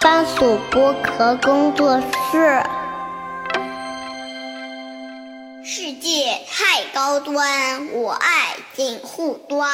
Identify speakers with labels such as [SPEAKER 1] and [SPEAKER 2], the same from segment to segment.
[SPEAKER 1] 番薯剥壳工作室。世界太高端，我爱锦户端。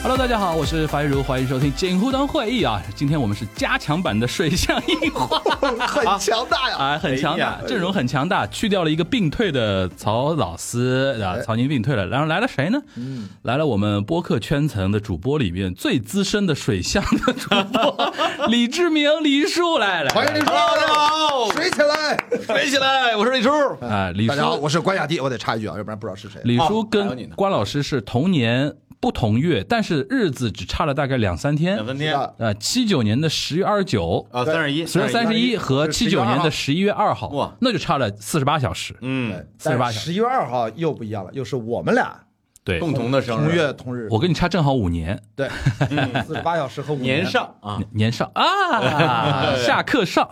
[SPEAKER 2] Hello，大家好，我是樊玉茹，欢迎收听锦湖端会议啊！今天我们是加强版的水象硬化
[SPEAKER 3] 很强大呀！
[SPEAKER 2] 啊，很强 大
[SPEAKER 3] 哎呀，哎
[SPEAKER 2] 阵容很强大，去掉了一个病退的曹老师啊，曹宁病退了，然后来了谁呢？
[SPEAKER 3] 嗯
[SPEAKER 2] 来了我们播客圈层的主播里面最资深的水象的主 播李志明、李叔来了，
[SPEAKER 3] 欢迎李叔，
[SPEAKER 4] Hello，大家好
[SPEAKER 3] 水起来！
[SPEAKER 4] 飞起来！我是李叔，
[SPEAKER 2] 啊，李
[SPEAKER 3] 大家好，
[SPEAKER 2] 叔，
[SPEAKER 3] 我是关雅迪，我得插一句啊，要不然不知道是谁。
[SPEAKER 2] 李叔
[SPEAKER 4] 哦还有你
[SPEAKER 2] 跟
[SPEAKER 4] 呢
[SPEAKER 2] 关老师是同年不同月，但是日子只差了大概两三天
[SPEAKER 4] 两。分天啊，
[SPEAKER 2] 呃，七九年的十月二十九，
[SPEAKER 4] 三十一，
[SPEAKER 2] 十月三十一和七九年的十一月二号，
[SPEAKER 4] 哇
[SPEAKER 2] 那就差了四十八小时。
[SPEAKER 4] 嗯，
[SPEAKER 2] 48小时
[SPEAKER 3] 十一月二号又不一样了，又是我们俩
[SPEAKER 2] 对，
[SPEAKER 4] 共同的生
[SPEAKER 3] 同
[SPEAKER 4] 日，
[SPEAKER 3] 月同日，
[SPEAKER 2] 我跟你差正好五年，
[SPEAKER 3] 对，嗯 四十八小时和五
[SPEAKER 4] 年上啊，
[SPEAKER 2] 年上啊，下课上。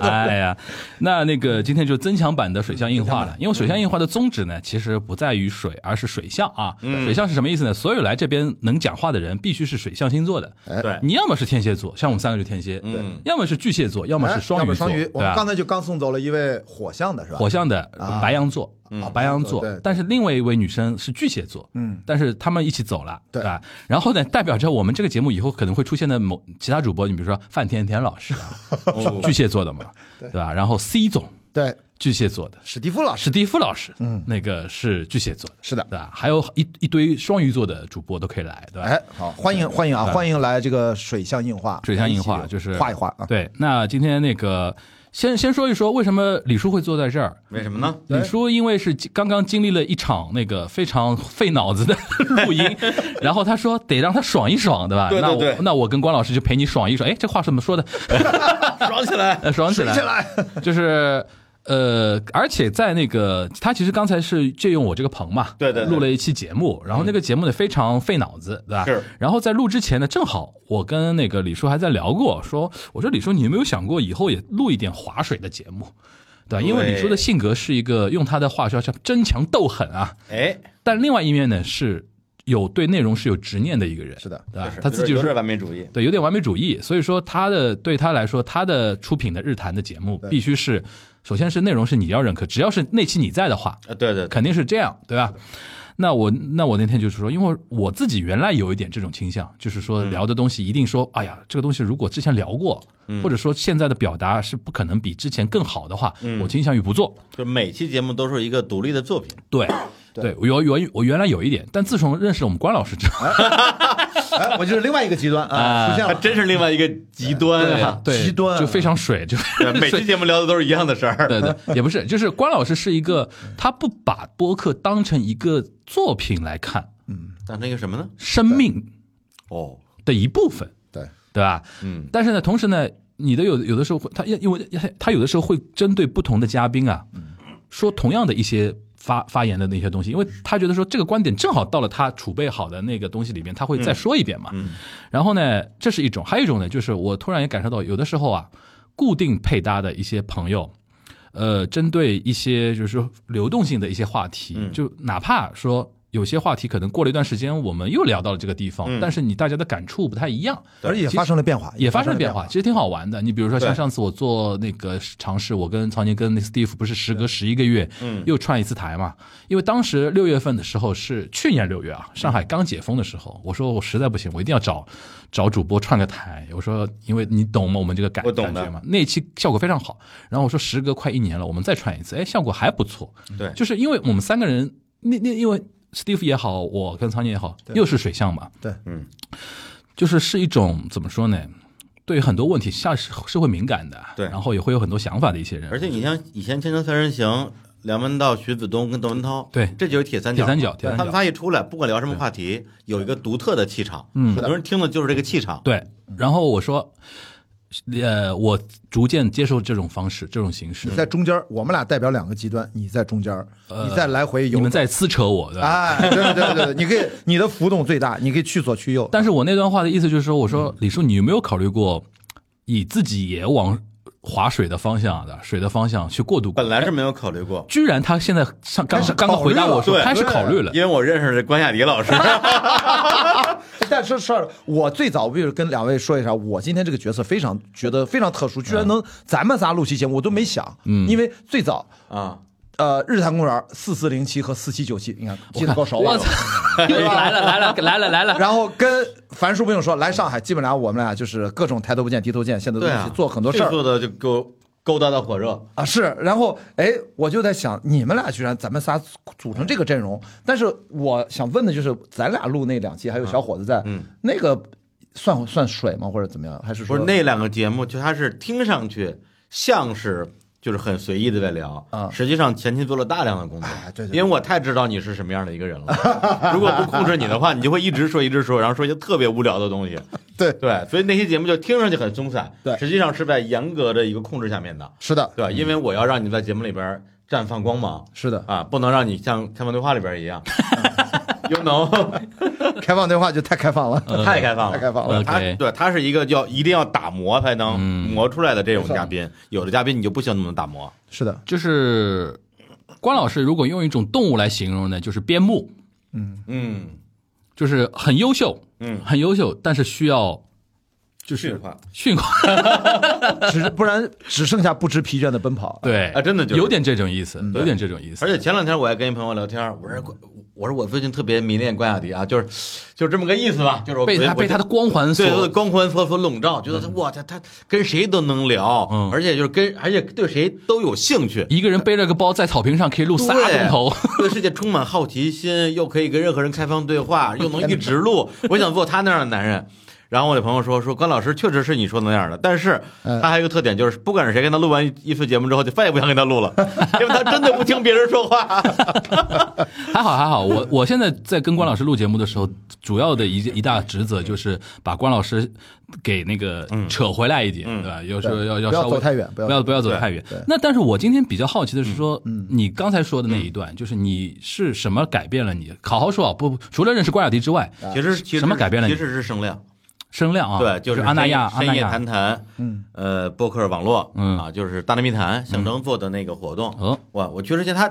[SPEAKER 2] 哎呀，那那个今天就增强版的水象硬化了，因为水象硬化的宗旨呢，其实不在于水，而是水象啊。水象是什么意思呢？所有来这边能讲话的人，必须是水象星座的。
[SPEAKER 4] 啊对，
[SPEAKER 2] 你要么是天蝎座，像我们三个是天蝎，
[SPEAKER 4] 哎嗯
[SPEAKER 2] 要么是巨蟹座，要么
[SPEAKER 3] 哎
[SPEAKER 2] 是双
[SPEAKER 3] 要
[SPEAKER 2] 鱼
[SPEAKER 3] 不
[SPEAKER 2] 座，
[SPEAKER 3] 双鱼
[SPEAKER 2] 对，
[SPEAKER 3] 我们
[SPEAKER 2] 吧
[SPEAKER 3] 刚？才就刚送走了一位火象的是吧？
[SPEAKER 2] 火象的
[SPEAKER 3] 啊
[SPEAKER 2] 白羊座，
[SPEAKER 3] 嗯
[SPEAKER 2] 白羊座
[SPEAKER 3] 对对，
[SPEAKER 2] 但是另外一位女生是巨蟹座，
[SPEAKER 3] 嗯，
[SPEAKER 2] 但是他们一起走了，
[SPEAKER 3] 对
[SPEAKER 2] 吧？然后呢，代表着我们这个节目以后可能会出现的某其他主播，你比如说范甜甜老师 啊，
[SPEAKER 3] 哦
[SPEAKER 2] 巨巨蟹座的嘛，对吧？然后 C 总
[SPEAKER 3] 对，
[SPEAKER 2] 巨蟹座的，
[SPEAKER 3] 史蒂夫老师
[SPEAKER 2] 史蒂夫老师，嗯，那个是巨蟹座的，
[SPEAKER 3] 是的
[SPEAKER 2] 对吧？还有一一堆双鱼座的主播都可以来，对吧？
[SPEAKER 3] 哎，好，欢迎欢迎啊，欢迎来这个水象硬化，哎
[SPEAKER 2] 水象硬
[SPEAKER 3] 一
[SPEAKER 2] 化
[SPEAKER 3] 起
[SPEAKER 2] 就是
[SPEAKER 3] 画一画啊，
[SPEAKER 2] 对，那今天那个先先说一说为什么李叔会坐在这儿，
[SPEAKER 4] 为什么 呢？
[SPEAKER 2] 李叔因为是刚刚经历了一场那个非常费脑子的录音，然后他说得让他爽一爽，对吧？
[SPEAKER 4] 对对
[SPEAKER 2] 那
[SPEAKER 4] 对
[SPEAKER 2] 我那我跟关老师就陪你爽一爽。哎，这话是怎么说的？
[SPEAKER 4] 爽起来！
[SPEAKER 2] 呃，爽起
[SPEAKER 3] 水
[SPEAKER 2] 来，
[SPEAKER 3] 起来，
[SPEAKER 2] 就是。呃，而且在那个，他其实刚才是借用我这个棚嘛，
[SPEAKER 4] 对对对嗯
[SPEAKER 2] 录了一期节目，然后那个节目呢非常费脑子，对吧？
[SPEAKER 4] 是。
[SPEAKER 2] 然后在录之前呢，正好我跟那个李叔还在聊过，说我说李叔，你有没有想过以后也录一点划水的节目？对吧，因为
[SPEAKER 4] 对
[SPEAKER 2] 李叔的性格是一个用他的话说叫争强斗狠啊，
[SPEAKER 4] 哎，
[SPEAKER 2] 但另外一面呢是有对内容是有执念的一个人，
[SPEAKER 3] 是的
[SPEAKER 2] 对吧
[SPEAKER 4] 是？
[SPEAKER 2] 他自己
[SPEAKER 4] 有
[SPEAKER 2] 就
[SPEAKER 4] 点
[SPEAKER 2] 是
[SPEAKER 4] 完美主义，
[SPEAKER 2] 对有点完美主义，所以说他的对他来说，他的出品的日坛的节目必须是，首先是内容是你要认可，只要是那期你在的话，
[SPEAKER 4] 啊，对对，对
[SPEAKER 2] 肯定是这样，对吧？那我那我那天就是说，因为我自己原来有一点这种倾向，就是说聊的东西一定说，哎呀，这个东西如果之前聊过，或者说现在的表达是不可能比之前更好的话，我倾向于不做。
[SPEAKER 4] 就每期节目都是一个独立的作品，
[SPEAKER 2] 对，对，我有原我原来有一点，但自从认识了我们关老师之后，
[SPEAKER 3] 哎，我就是另外一个极端啊，出现
[SPEAKER 4] 还
[SPEAKER 3] 了，
[SPEAKER 4] 真是另外一个极端啊！
[SPEAKER 2] 对，
[SPEAKER 3] 极端啊
[SPEAKER 2] 就非常水，就
[SPEAKER 4] 对， 每期节目聊的都是一样的事儿，
[SPEAKER 2] 对对，也不是，就是关老师是一个，他不把播客当成一个作品来看，
[SPEAKER 4] 当成一个什么呢？
[SPEAKER 2] 生命
[SPEAKER 4] 哦，
[SPEAKER 2] 的一部分，
[SPEAKER 3] 对，
[SPEAKER 2] 对吧？
[SPEAKER 4] 嗯，
[SPEAKER 2] 但是呢，同时呢，你的有有的时候会，他因因为他他有的时候会针对不同的嘉宾啊，说同样的一些发发言的那些东西，因为他觉得说这个观点正好到了他储备好的那个东西里面，他会再说一遍嘛。然后呢，这是一种，还有一种呢，就是我突然也感受到，有的时候啊，固定配搭的一些朋友。呃，针对一些就是说流动性的一些话题，就哪怕说有些话题可能过了一段时间，我们又聊到了这个地方，但是你大家的感触不太一样，
[SPEAKER 3] 而且也发生了变化，
[SPEAKER 2] 也发生了变
[SPEAKER 3] 化，
[SPEAKER 2] 化，其实挺好玩的。你比如说像
[SPEAKER 4] 对
[SPEAKER 2] 上次我做那个尝试，我跟曹宁跟那 Steve 不是时隔十一个月，嗯，又串一次台嘛。因为当时六月份的时候是去年六月啊，上海刚解封的时候，我说我实在不行，我一定要找找主播串个台。我说，因为你懂吗？我们这个感
[SPEAKER 4] 我懂
[SPEAKER 2] 感
[SPEAKER 4] 的
[SPEAKER 2] 觉嘛，那期效果非常好。然后我说，时隔快一年了，我们再串一次，哎，效果还不错。
[SPEAKER 4] 对
[SPEAKER 2] 就是因为我们三个人，那那因为 Steve 也好，我跟苍年也好，又是水象嘛，
[SPEAKER 3] 对，
[SPEAKER 2] 就是是一种怎么说呢？对很多问题下是是会敏感的，
[SPEAKER 4] 对
[SPEAKER 2] 然后也会有很多想法的一些人，
[SPEAKER 4] 而且你像以前《锵锵三人行》，梁文道、徐子东跟窦文涛，
[SPEAKER 2] 对
[SPEAKER 4] 这就是铁三角。
[SPEAKER 2] 铁三角铁三角
[SPEAKER 4] 他们仨一出来，不管聊什么话题，有一个独特的气场。嗯，很多人听的就是这个气场。
[SPEAKER 2] 对。然后我说，呃，我逐渐接受这种方式、这种形式
[SPEAKER 3] 你，在中间儿，我们俩代表两个极端，你在中间儿，你再来回
[SPEAKER 2] 呃你
[SPEAKER 3] 游走，
[SPEAKER 2] 们在撕扯我，对吧？
[SPEAKER 3] 哎，对对对对，你可以，你的浮动最大，你可以去左去右。嗯
[SPEAKER 2] 但是我那段话的意思就是说，我说李叔，你有没有考虑过以自己也往划水的方向的水的方向去过渡过
[SPEAKER 4] 本来是没有考虑过，
[SPEAKER 2] 居然他现在上刚
[SPEAKER 3] 开始
[SPEAKER 2] 刚刚
[SPEAKER 3] 考虑
[SPEAKER 2] 回答我
[SPEAKER 3] 了
[SPEAKER 2] 说
[SPEAKER 4] 对
[SPEAKER 2] 开始
[SPEAKER 3] 对
[SPEAKER 2] 考虑了，
[SPEAKER 4] 因为我认识关雅迪老师，
[SPEAKER 3] 啊但是是我最早不就是跟两位说一下，我今天这个角色非常觉得非常特殊，居
[SPEAKER 2] 嗯
[SPEAKER 3] 然能咱们仨录期节目，我都没想，嗯，因为最早
[SPEAKER 4] 啊，
[SPEAKER 3] 呃日坛公园四四零七和四七九七，你看记得够熟啊
[SPEAKER 2] 我。 操，又来了来了来了来了，
[SPEAKER 3] 然后跟樊叔不用说，来上海，基本上我们俩就是各种抬头不见低头见，现在都
[SPEAKER 4] 对
[SPEAKER 3] 一
[SPEAKER 4] 啊
[SPEAKER 3] 起，做很多事儿
[SPEAKER 4] 这做的就给我勾搭的火热，
[SPEAKER 3] 啊。是，然后哎，我就在想，你们俩居然咱们仨组成这个阵容，但是我想问的就是，咱俩录那两期还有小伙子在，
[SPEAKER 4] 嗯
[SPEAKER 3] 那个算算水吗，或者怎么样？还是
[SPEAKER 4] 不
[SPEAKER 3] 说
[SPEAKER 4] 是那两个节目，就它是听上去像是就是很随意的在聊，
[SPEAKER 3] 啊
[SPEAKER 4] 实际上前期做了大量的工作，
[SPEAKER 3] 哎对对对
[SPEAKER 4] 因为我太知道你是什么样的一个人 了。如果不控制你的话，你就会一直说一直说，然后说一些特别无聊的东西。
[SPEAKER 3] 对
[SPEAKER 4] 对，所以那期节目就听上去很松散，
[SPEAKER 3] 对
[SPEAKER 4] 实际上是在严格的一个控制下面的，
[SPEAKER 3] 是的，
[SPEAKER 4] 对，因为我要让你在节目里边绽放光芒
[SPEAKER 3] 是的，
[SPEAKER 4] 啊，不能让你像开放对话里边一样，又能。
[SPEAKER 3] 开放对话就太开放了，
[SPEAKER 4] 太开放了，
[SPEAKER 3] 太开放了
[SPEAKER 4] 对他
[SPEAKER 2] 呃 OK 嗯
[SPEAKER 4] 对他是一个要一定要打磨才能磨出来的这种嘉宾，有的嘉宾你就不需要那么打磨。
[SPEAKER 3] 是的，
[SPEAKER 2] 就是关老师如果用一种动物来形容呢，就是边牧，
[SPEAKER 4] 嗯
[SPEAKER 2] 就是很优秀，
[SPEAKER 4] 嗯，
[SPEAKER 2] 很优秀，但是需要就是
[SPEAKER 4] 化
[SPEAKER 2] 驯化，
[SPEAKER 3] 只不然只剩下不知疲倦的奔 跑。
[SPEAKER 2] 对
[SPEAKER 4] 啊真的就是嗯
[SPEAKER 2] 有点这种意思，有点这种意思
[SPEAKER 4] 而。且前两天我还跟一朋友聊天，我说我说我最近特别迷恋关雅迪啊，就是就是这么个意思吧，就是我
[SPEAKER 2] 被他
[SPEAKER 4] 我
[SPEAKER 2] 被他的光环
[SPEAKER 4] 对他的
[SPEAKER 2] 所
[SPEAKER 4] 光环所所笼罩，觉得他哇他他跟谁都能聊，
[SPEAKER 2] 嗯
[SPEAKER 4] 而且就是跟而且对谁都有兴趣，
[SPEAKER 2] 一个人背着个包在草坪上可以录仨
[SPEAKER 4] 对
[SPEAKER 2] 钟头，
[SPEAKER 4] 对世界充满好奇心，又可以跟任何人开放对 话，又能一直录。我想做他那样的男人。然后我的朋友说说关老师确实是你说的那样的，但是
[SPEAKER 3] 嗯
[SPEAKER 4] 他还有一个特点就是，不管是谁跟他录完一一次节目之后，就再也不想跟他录 了，因为他真的不听别人说话。
[SPEAKER 2] 还好还好，我我现在在跟关老师录节目的时候，主要的一一大职责就是把关老师给那个
[SPEAKER 4] 嗯
[SPEAKER 2] 扯回来一点，对吧？有时候
[SPEAKER 3] 对
[SPEAKER 2] 要
[SPEAKER 3] 不要
[SPEAKER 2] 稍微
[SPEAKER 3] 走太远不
[SPEAKER 2] 不
[SPEAKER 3] 要
[SPEAKER 2] 要不要走太远
[SPEAKER 3] 对嗯对。
[SPEAKER 2] 那但是我今天比较好奇的是说，你刚才说的那一
[SPEAKER 4] 嗯
[SPEAKER 2] 段，就是你是什么改变了你？好好说啊，不除了认识关雅迪之
[SPEAKER 3] 啊
[SPEAKER 2] 外，
[SPEAKER 4] 其实其实
[SPEAKER 2] 什么改变了你
[SPEAKER 4] 其实是声量，
[SPEAKER 2] 声量啊，
[SPEAKER 4] 对，
[SPEAKER 2] 就是是阿那亚阿
[SPEAKER 4] 深夜
[SPEAKER 2] 那
[SPEAKER 4] 深夜
[SPEAKER 2] 亚
[SPEAKER 4] 谈，谈，
[SPEAKER 3] 嗯，
[SPEAKER 4] 呃，播客网络，
[SPEAKER 2] 嗯
[SPEAKER 4] 啊，就是大内密谈象征做的那个活动。
[SPEAKER 2] 哦，
[SPEAKER 4] 哇，我去之前他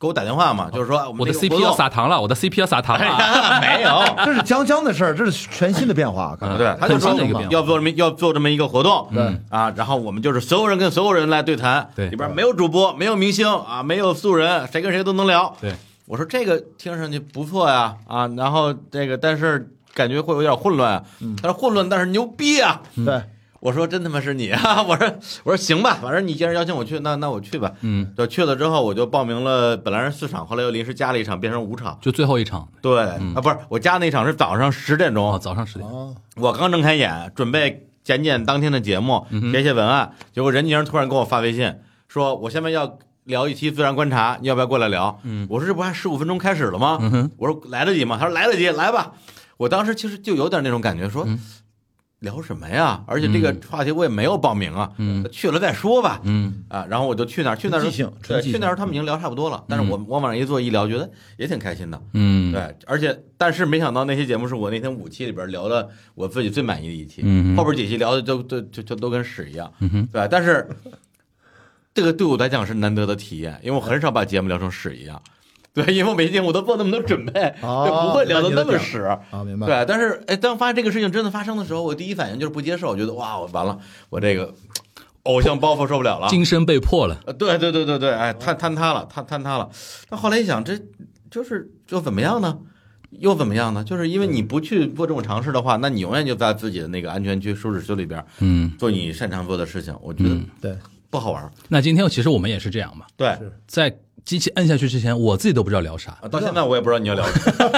[SPEAKER 4] 给我打电话嘛，就是说我们
[SPEAKER 2] 我的
[SPEAKER 4] 这个
[SPEAKER 2] CP
[SPEAKER 4] 活动 哎啊
[SPEAKER 2] 要撒糖了，我的 CP 要撒糖了，
[SPEAKER 4] 没 有，
[SPEAKER 3] 这是江江的事儿，这是全新的变化。啊刚才
[SPEAKER 4] 对，他就
[SPEAKER 2] 很
[SPEAKER 4] 说
[SPEAKER 2] 新的一个变化嗯
[SPEAKER 4] 要做这么要做这么一个活动，
[SPEAKER 3] 对
[SPEAKER 4] 啊，然后我们就是所有人跟所有人来对谈，
[SPEAKER 2] 对
[SPEAKER 4] 里边没有主播，没有明星啊，没有素人，谁跟谁都能聊。
[SPEAKER 2] 对，
[SPEAKER 4] 我说这个听上去不错呀，啊，然后这个但是感觉会有点混乱，啊
[SPEAKER 2] 嗯
[SPEAKER 4] 他说混乱但是牛逼啊，
[SPEAKER 3] 对，
[SPEAKER 4] 我说真他妈是你啊！我说我说行吧，反正你既然邀请我去，那那我去吧。
[SPEAKER 2] 嗯，
[SPEAKER 4] 对，去了之后我就报名了，本来是四场，后来又临时加了一场，变成五场。
[SPEAKER 2] 就最后一场
[SPEAKER 4] 对、啊，不是我加那场是早上十点钟
[SPEAKER 2] 哦，，早上十点，
[SPEAKER 3] 哦，
[SPEAKER 4] 我刚睁开眼，准备剪剪当天的节目，写写文案，结果任宁突然给我发微信，说我下面要聊一期自然观察，你要不要过来聊？嗯，我说这不还十五分钟开始了吗？我说来得及吗？他说来得及，来吧。我当时其实就有点那种感觉，说。聊什么呀？而且这个话题我也没有报名啊，去了再说吧。
[SPEAKER 2] 嗯，
[SPEAKER 4] 啊，然后我就去那儿，去那儿
[SPEAKER 3] 纯即兴
[SPEAKER 4] 对，
[SPEAKER 3] 纯即
[SPEAKER 4] 去
[SPEAKER 3] 兴
[SPEAKER 4] 那儿他们已经聊差不多了。但是我我往那儿一坐一聊，觉得也挺开心的。
[SPEAKER 2] 嗯，
[SPEAKER 4] 对，而且但是没想到那期节目是我那天五期里边聊的我自己最满意的一期，
[SPEAKER 2] 嗯哼
[SPEAKER 4] 后边几期聊的都都就就都跟屎一样，
[SPEAKER 2] 嗯哼
[SPEAKER 4] 对，但是这个对我来讲是难得的体验，因为我很少把节目聊成屎一样， 对，因为我每期节目我都做那么多准备，
[SPEAKER 3] 哦
[SPEAKER 4] 就不会聊得那么屎。
[SPEAKER 3] 啊，明白。
[SPEAKER 4] 对，但是哎，当发现这个事情真的发生的时候，我第一反应就是不接受，我觉得哇，我完了，我这个偶像包袱受不了了，
[SPEAKER 2] 今生被迫了，
[SPEAKER 4] 呃，对对对对对，哎，坍坍塌了，坍坍塌了。但后来一想，这就是又怎么样呢？又怎么样呢？就是因为你不去做这种尝试的话，那你永远就在自己的那个安全区、舒适区里边
[SPEAKER 2] 嗯，
[SPEAKER 4] 做你擅长做的事情，我觉得
[SPEAKER 2] 嗯
[SPEAKER 3] 对，
[SPEAKER 4] 不好玩儿。
[SPEAKER 2] 那今天其实我们也是这样嘛，
[SPEAKER 4] 对，
[SPEAKER 2] 在机器摁下去之前，我自己都不知道聊啥。
[SPEAKER 4] 啊到现在我也不知道你要聊 什么，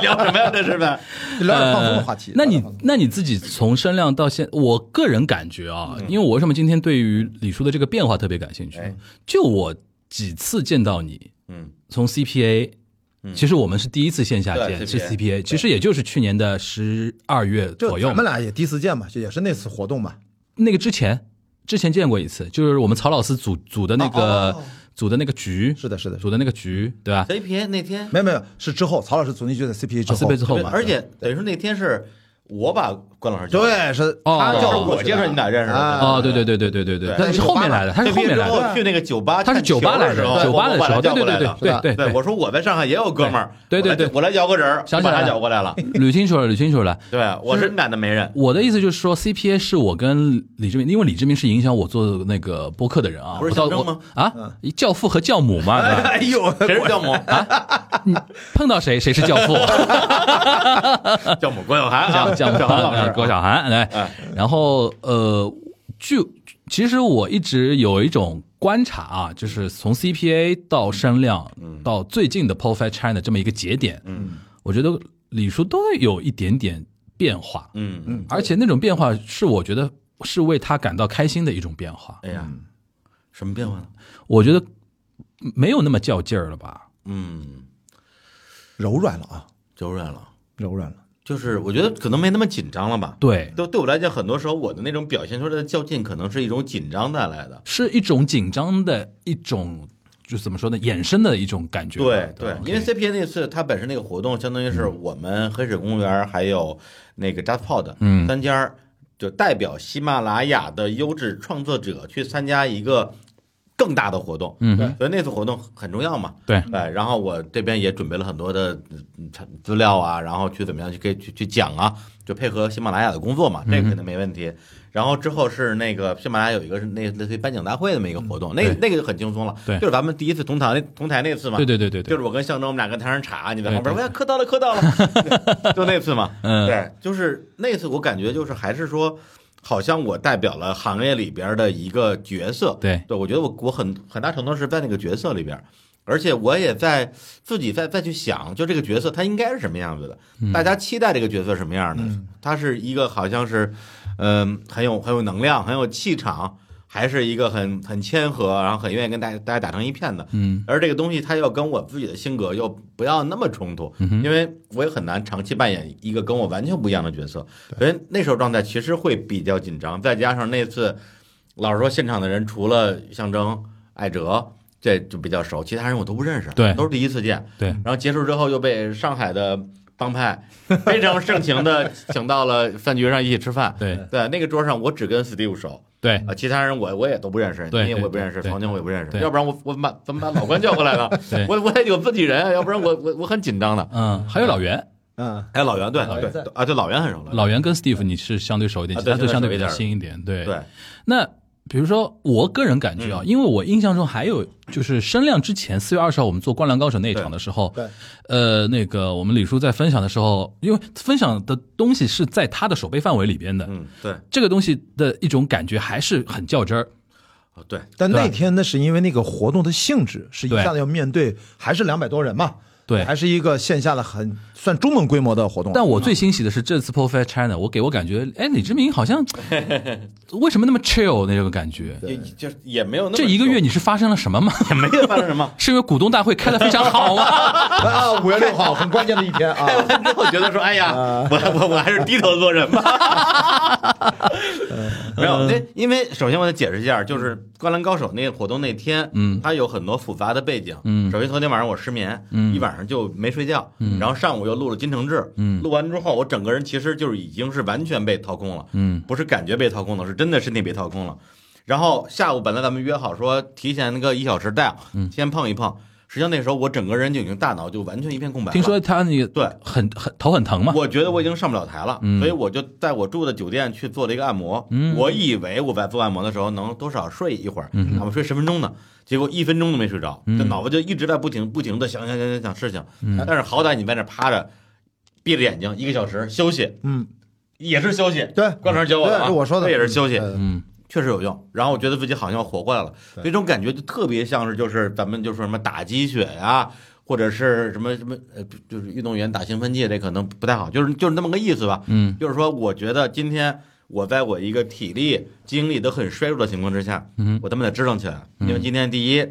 [SPEAKER 4] 聊什么呀？这是呗？
[SPEAKER 3] 聊点放松的话题
[SPEAKER 2] 呃。那你
[SPEAKER 3] 聊点放松
[SPEAKER 2] 那你自己从声量到现，我个人感觉啊，因为我为什么今天对于李叔的这个变化特别感兴趣
[SPEAKER 4] 哎？
[SPEAKER 2] 就我几次见到你，
[SPEAKER 4] 嗯，
[SPEAKER 2] 从 CPA，其实我们是第一次线下
[SPEAKER 4] 对
[SPEAKER 2] 见，是
[SPEAKER 4] CPA
[SPEAKER 2] CPA，其实也就是去年的十二月左
[SPEAKER 3] 就
[SPEAKER 2] 右
[SPEAKER 3] 咱，们俩也第一次见嘛，就也是那次活动嘛。
[SPEAKER 2] 那个之前之前见过一次，就是我们曹老师组组的那
[SPEAKER 3] 哦
[SPEAKER 2] 个
[SPEAKER 3] 哦哦
[SPEAKER 2] 组的那个局，
[SPEAKER 3] 是的，是的，是的
[SPEAKER 2] 组的那个局，对吧？
[SPEAKER 4] c p a 那天，
[SPEAKER 3] 没有没有，是之后曹老师总结就在 CPA 之
[SPEAKER 2] 啊
[SPEAKER 3] 后
[SPEAKER 2] ，CPA 之后嘛
[SPEAKER 4] 而且等于说那天是我把关老师教的，
[SPEAKER 3] 对，是
[SPEAKER 2] 哦
[SPEAKER 3] 他叫
[SPEAKER 4] 是
[SPEAKER 2] 哦
[SPEAKER 4] 我介绍你俩认识的。
[SPEAKER 3] 啊
[SPEAKER 2] 哦，对对对对对对对，
[SPEAKER 4] 对
[SPEAKER 2] 但是后面来的，他是后面来
[SPEAKER 4] 这毕业之
[SPEAKER 2] 的，
[SPEAKER 4] 后去那个酒吧
[SPEAKER 2] 他
[SPEAKER 4] 看
[SPEAKER 2] 是
[SPEAKER 4] 球
[SPEAKER 2] 酒
[SPEAKER 4] 的时候，
[SPEAKER 2] 吧来的，酒吧
[SPEAKER 4] 我
[SPEAKER 2] 的时候，
[SPEAKER 4] 把他
[SPEAKER 2] 对
[SPEAKER 4] 叫
[SPEAKER 2] 对
[SPEAKER 4] 过
[SPEAKER 2] 对
[SPEAKER 4] 来
[SPEAKER 2] 对
[SPEAKER 4] 的。
[SPEAKER 3] 吧
[SPEAKER 2] 对
[SPEAKER 4] 对，我说我在上海也有哥们儿，
[SPEAKER 2] 对对对对
[SPEAKER 4] 我来我来摇个人儿，
[SPEAKER 2] 想起
[SPEAKER 4] 把
[SPEAKER 2] 来
[SPEAKER 4] 他
[SPEAKER 2] 了
[SPEAKER 4] 摇过 来了。
[SPEAKER 2] 捋清楚了，捋清楚了。
[SPEAKER 4] 对，我是你俩的 媒人。
[SPEAKER 2] 我的意思就是说，CPA 是我跟李志明，因为李志明是影响我做那个播客的人啊，
[SPEAKER 4] 不是
[SPEAKER 2] 我到
[SPEAKER 4] 象征
[SPEAKER 2] 我
[SPEAKER 4] 吗
[SPEAKER 2] 啊，教父和教母嘛， 对吧？
[SPEAKER 3] 哎呦，
[SPEAKER 4] 啊谁是教母？
[SPEAKER 2] 啊碰到谁谁是教父，
[SPEAKER 4] 教母郭晓涵啊，
[SPEAKER 2] 讲讲
[SPEAKER 4] 小涵老师啊，
[SPEAKER 2] 呃郭晓涵来
[SPEAKER 4] 哎。
[SPEAKER 2] 然后呃，据其实我一直有一种观察啊，就是从 CPA 到声量，到最近的 p o f i China 这么一个节点，
[SPEAKER 4] 嗯
[SPEAKER 2] 我觉得李叔都有一点点变化，
[SPEAKER 4] 嗯嗯，
[SPEAKER 2] 而且那种变化是我觉得是为他感到开心的一种变化。
[SPEAKER 4] 哎呀，什么变化呢？
[SPEAKER 2] 我觉得没有那么较劲儿了吧？
[SPEAKER 4] 嗯，
[SPEAKER 3] 柔软了啊，
[SPEAKER 4] 柔软了，
[SPEAKER 3] 柔软了。
[SPEAKER 4] 就是我觉得可能没那么紧张了吧。
[SPEAKER 2] 对，
[SPEAKER 4] 对，对我来讲，很多时候我的那种表现出来的较劲，可能是一种紧张带来的。
[SPEAKER 2] 是一种紧张的一种，就是怎么说呢，衍生的一种感觉吧。
[SPEAKER 4] 对
[SPEAKER 2] 对嗯
[SPEAKER 4] 对
[SPEAKER 2] 吧，
[SPEAKER 4] 因为 CPA 那次它本身那个活动，相当于是我们黑水公园还有那个 JustPod
[SPEAKER 2] 嗯
[SPEAKER 4] 三家儿就代表喜马拉雅的优质创作者去参加一个更大的活动，
[SPEAKER 2] 嗯哼
[SPEAKER 4] 所以那次活动很重要嘛。
[SPEAKER 2] 对
[SPEAKER 4] 对，然后我这边也准备了很多的嗯产资料啊，然后去怎么样去给去去讲啊，就配合喜马拉雅的工作嘛，
[SPEAKER 2] 嗯
[SPEAKER 4] 这个肯定没问题。然后之后是那个喜马拉雅有一个是那类似于颁奖大会那么一个活动，那个那个就很轻松了，
[SPEAKER 2] 对
[SPEAKER 4] 就是咱们第一次同台那同台那次嘛，
[SPEAKER 2] 对对对对对
[SPEAKER 4] 就是我跟象征我们俩跟台上查，你在旁
[SPEAKER 2] 对
[SPEAKER 4] 边，
[SPEAKER 2] 对
[SPEAKER 4] 我要磕到了磕 到了，就那次嘛，
[SPEAKER 2] 嗯
[SPEAKER 4] 对，就是那次我感觉就是还是说。好像我代表了行业里边的一个角色，
[SPEAKER 2] 对
[SPEAKER 4] 对，我觉得我我很很大程度是在那个角色里边，而且我也在自己再再去想，就这个角色他应该是什么样子的，
[SPEAKER 2] 嗯
[SPEAKER 4] 大家期待这个角色什么样的？他是一个好像是，嗯、很有很有能量、很有气场，还是一个很很谦和，然后很愿意跟大家大家打成一片的。
[SPEAKER 2] 嗯，
[SPEAKER 4] 而这个东西它又跟我自己的性格又不要那么冲突，
[SPEAKER 2] 嗯
[SPEAKER 4] 因为我也很难长期扮演一个跟我完全不一样的角色，所以那时候状态其实会比较紧张，再加上那次。老实说，现场的人除了象征、艾哲，这就比较熟，其他人我都不认识，
[SPEAKER 2] 对
[SPEAKER 4] 都是第一次见。
[SPEAKER 2] 对
[SPEAKER 4] 然后结束之后，又被上海的帮派非常盛情 的请到了饭局上一起吃饭。
[SPEAKER 2] 对
[SPEAKER 4] 对，那个桌上我只跟 Steve 熟
[SPEAKER 2] 对
[SPEAKER 4] 啊，其他人我我也都不认识，
[SPEAKER 2] 对
[SPEAKER 4] 你也我也不认识，
[SPEAKER 2] 对对
[SPEAKER 4] 房间我也不认识，
[SPEAKER 2] 对
[SPEAKER 4] 要不然我我把怎么把老关叫过来 了
[SPEAKER 2] 对？
[SPEAKER 4] 我我也有自己人，要不然我我我很紧张的。
[SPEAKER 2] 嗯，还有老袁，
[SPEAKER 3] 嗯，
[SPEAKER 4] 哎，老袁对
[SPEAKER 3] 老袁
[SPEAKER 4] 对
[SPEAKER 3] 在
[SPEAKER 4] 啊，对老袁很熟了，
[SPEAKER 2] 老袁跟 Steve 你是相对熟一点，
[SPEAKER 4] 啊
[SPEAKER 2] 其他
[SPEAKER 4] 对
[SPEAKER 2] 就相对比
[SPEAKER 4] 相
[SPEAKER 2] 较
[SPEAKER 4] 对熟一
[SPEAKER 2] 新一点。对
[SPEAKER 4] 对，嗯
[SPEAKER 2] 那比如说我个人感觉啊，因为我印象中还有就是声量之前四月二十号我们做《灌篮高手》那一场的时候
[SPEAKER 3] 对对，
[SPEAKER 2] 呃，那个我们李叔在分享的时候，因为分享的东西是在他的手背范围里边的，
[SPEAKER 4] 嗯对
[SPEAKER 2] 这个东西的一种感觉还是很较真儿。
[SPEAKER 4] 啊对，
[SPEAKER 3] 但那
[SPEAKER 2] 对
[SPEAKER 3] 天那是因为那个活动的性质是一
[SPEAKER 2] 对
[SPEAKER 3] 下子要面对，还是两百多人嘛，
[SPEAKER 2] 对
[SPEAKER 3] 还是一个线下的很算中等规模的活动。
[SPEAKER 2] 但
[SPEAKER 4] 嗯
[SPEAKER 2] 我最欣喜的是这次 p o f i China，我给我感觉，哎，李志明好 像为什么那么 chill 那种感觉？
[SPEAKER 4] 也就也没有那么
[SPEAKER 2] 这一个
[SPEAKER 4] 熟
[SPEAKER 2] 月你是发生了什么吗？
[SPEAKER 4] 也没有 发生什么。
[SPEAKER 2] 是因为股东大会开的非常好 吗？
[SPEAKER 3] 啊，五月六号很关键的一天啊，
[SPEAKER 4] 那 我觉得说，哎呀，我我我还是低头做人吧。 没有，那因为首先我得解释一下，就是《灌篮高手》那个活动那天，嗯，它有很多复杂的背景，嗯，首先头天晚上我失眠，嗯，一晚上就没睡觉，嗯，然后上午又录了金承志，嗯，录完之后我整个人其实就是已经是完全被掏空了，
[SPEAKER 2] 嗯，
[SPEAKER 4] 不是感觉被掏空了，是真的身体被掏空了。然后下午本来咱们约好说提前个一小时到，嗯，先碰一碰。实际上那时候我整个人就已经大脑就完全一片空白了。
[SPEAKER 2] 听说他那个
[SPEAKER 4] 对
[SPEAKER 2] 很很头很疼嘛？
[SPEAKER 4] 我觉得我已经上不了台了，
[SPEAKER 3] 嗯
[SPEAKER 4] 所以我就在我住的酒店去做了一个按摩。我以为我在做按摩的时候能多少睡一会儿，
[SPEAKER 3] 嗯
[SPEAKER 4] 哪怕睡十分钟呢，结果一分钟都没睡着，这脑子就一直在不停不停的想想想想想事情。
[SPEAKER 3] 嗯
[SPEAKER 4] 但是好歹你在那趴着，闭着眼睛一个小时休息，
[SPEAKER 3] 嗯，
[SPEAKER 4] 也是休息。
[SPEAKER 3] 对
[SPEAKER 4] 关老师教我的啊
[SPEAKER 3] 对，我说的
[SPEAKER 4] 这也是休息。
[SPEAKER 3] 嗯
[SPEAKER 2] 嗯，
[SPEAKER 4] 确实有用。然后我觉得自己好像活过来了，
[SPEAKER 3] 对
[SPEAKER 4] 所以这种感觉就特别像是就是咱们就说什么打鸡血呀、或者是什么什么呃，就是运动员打兴奋剂，这可能不太好，就是就是那么个意思吧。
[SPEAKER 2] 嗯，
[SPEAKER 4] 就是说，我觉得今天我在我一个体力、精力都很衰弱的情况之下，
[SPEAKER 2] 嗯，
[SPEAKER 4] 我他妈得支棱起来，因为今天第一。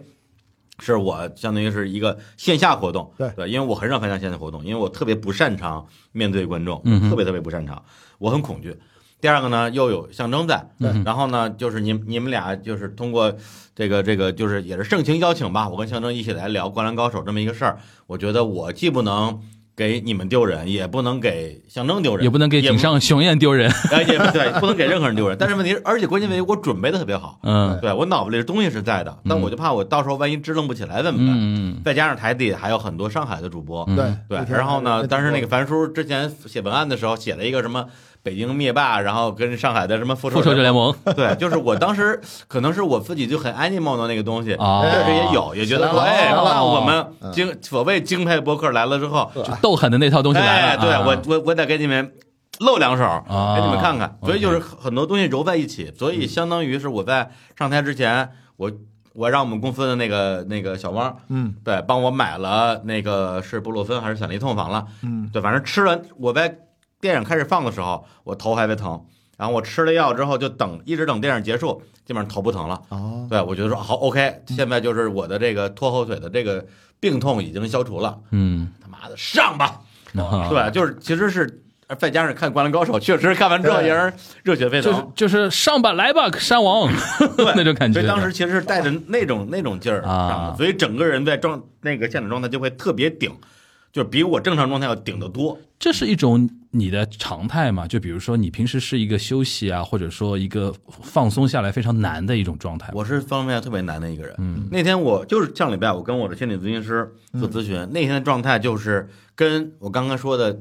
[SPEAKER 4] 是我相当于是一个线下活动，
[SPEAKER 3] 对
[SPEAKER 4] 对，因为我很少参加线下活动，因为我特别不擅长面对观众，
[SPEAKER 2] 嗯哼
[SPEAKER 4] 特别特别不擅长，我很恐惧。第二个呢，又有象征在，
[SPEAKER 2] 嗯
[SPEAKER 4] 然后呢，就是你你们俩就是通过这个这个，就是也是盛情邀请吧，我跟象征一起来聊《灌篮高手》这么一个事儿。我觉得我既不能给你们丢人，也不能给象征丢人，
[SPEAKER 2] 也不能给井上雄彦丢人。
[SPEAKER 4] 哎，也不对，不能给任何人丢人。但是问题是，而且关键问题，我准备的特别好，
[SPEAKER 2] 嗯
[SPEAKER 4] 对我脑子里的东西是在的，但我就怕我到时候万一支棱不起来怎么办？
[SPEAKER 2] 嗯
[SPEAKER 4] 再加上台底还有很多上海的主播，
[SPEAKER 3] 对
[SPEAKER 4] 对
[SPEAKER 3] 那，天
[SPEAKER 4] 然后呢，
[SPEAKER 3] 还
[SPEAKER 4] 当时那个樊叔之前写文案的时候写了一个什么北京灭霸，然后跟上海的什么复
[SPEAKER 2] 复仇者联盟
[SPEAKER 4] 盟，对，就是我当时可能是我自己就很 animal 的那个东西，
[SPEAKER 2] 哦
[SPEAKER 4] 但是也有，也觉得说，
[SPEAKER 3] 哦
[SPEAKER 4] 哎，那我
[SPEAKER 3] 嗯
[SPEAKER 4] 们精所谓京派博客来了之后，
[SPEAKER 2] 斗狠的那套东西来
[SPEAKER 4] 哎，
[SPEAKER 2] 了。
[SPEAKER 4] 对
[SPEAKER 2] 啊
[SPEAKER 4] 我我我得给你们露两手，
[SPEAKER 2] 啊嗯
[SPEAKER 4] 给你们看看。所以就是很多东西揉在一起，所以相当于是我在上台之前，我我让我们公司的那个那个小汪，
[SPEAKER 3] 嗯，
[SPEAKER 4] 对，帮我买了那个是布洛芬还是散利痛房了，
[SPEAKER 3] 嗯，
[SPEAKER 4] 对，反正吃了，我在电影开始放的时候，我头还在疼。然后我吃了药之后，就等一直等电影结束，基本上头不疼了。
[SPEAKER 3] 哦，
[SPEAKER 4] 对，我觉得说好，OK，现
[SPEAKER 2] 嗯
[SPEAKER 4] 在就是我的这个拖后腿的这个病痛已经消除了。
[SPEAKER 2] 嗯，
[SPEAKER 4] 他妈的，上吧！
[SPEAKER 2] 啊
[SPEAKER 4] 对，哦就是其实是再加上看《灌篮高手》，确实看完之后也是热血沸
[SPEAKER 2] 就是
[SPEAKER 4] 腾，
[SPEAKER 2] 就是上吧，来吧，山王
[SPEAKER 4] 对
[SPEAKER 2] 那种感觉。
[SPEAKER 4] 所以当时其实是带着那种那种劲儿
[SPEAKER 2] 啊
[SPEAKER 4] 上的所以整个人在状那个现场状态就会特别顶，就是比我正常状态要顶得多。
[SPEAKER 2] 这是一种你的常态嘛？就比如说你平时是一个休息啊，或者说一个放松下来非常难的一种状态。
[SPEAKER 4] 我是方面特别难的一个人。
[SPEAKER 2] 嗯
[SPEAKER 4] 那天我就是上礼拜我跟我的心理咨询师做咨询，
[SPEAKER 2] 嗯
[SPEAKER 4] 那天的状态就是跟我刚刚说的。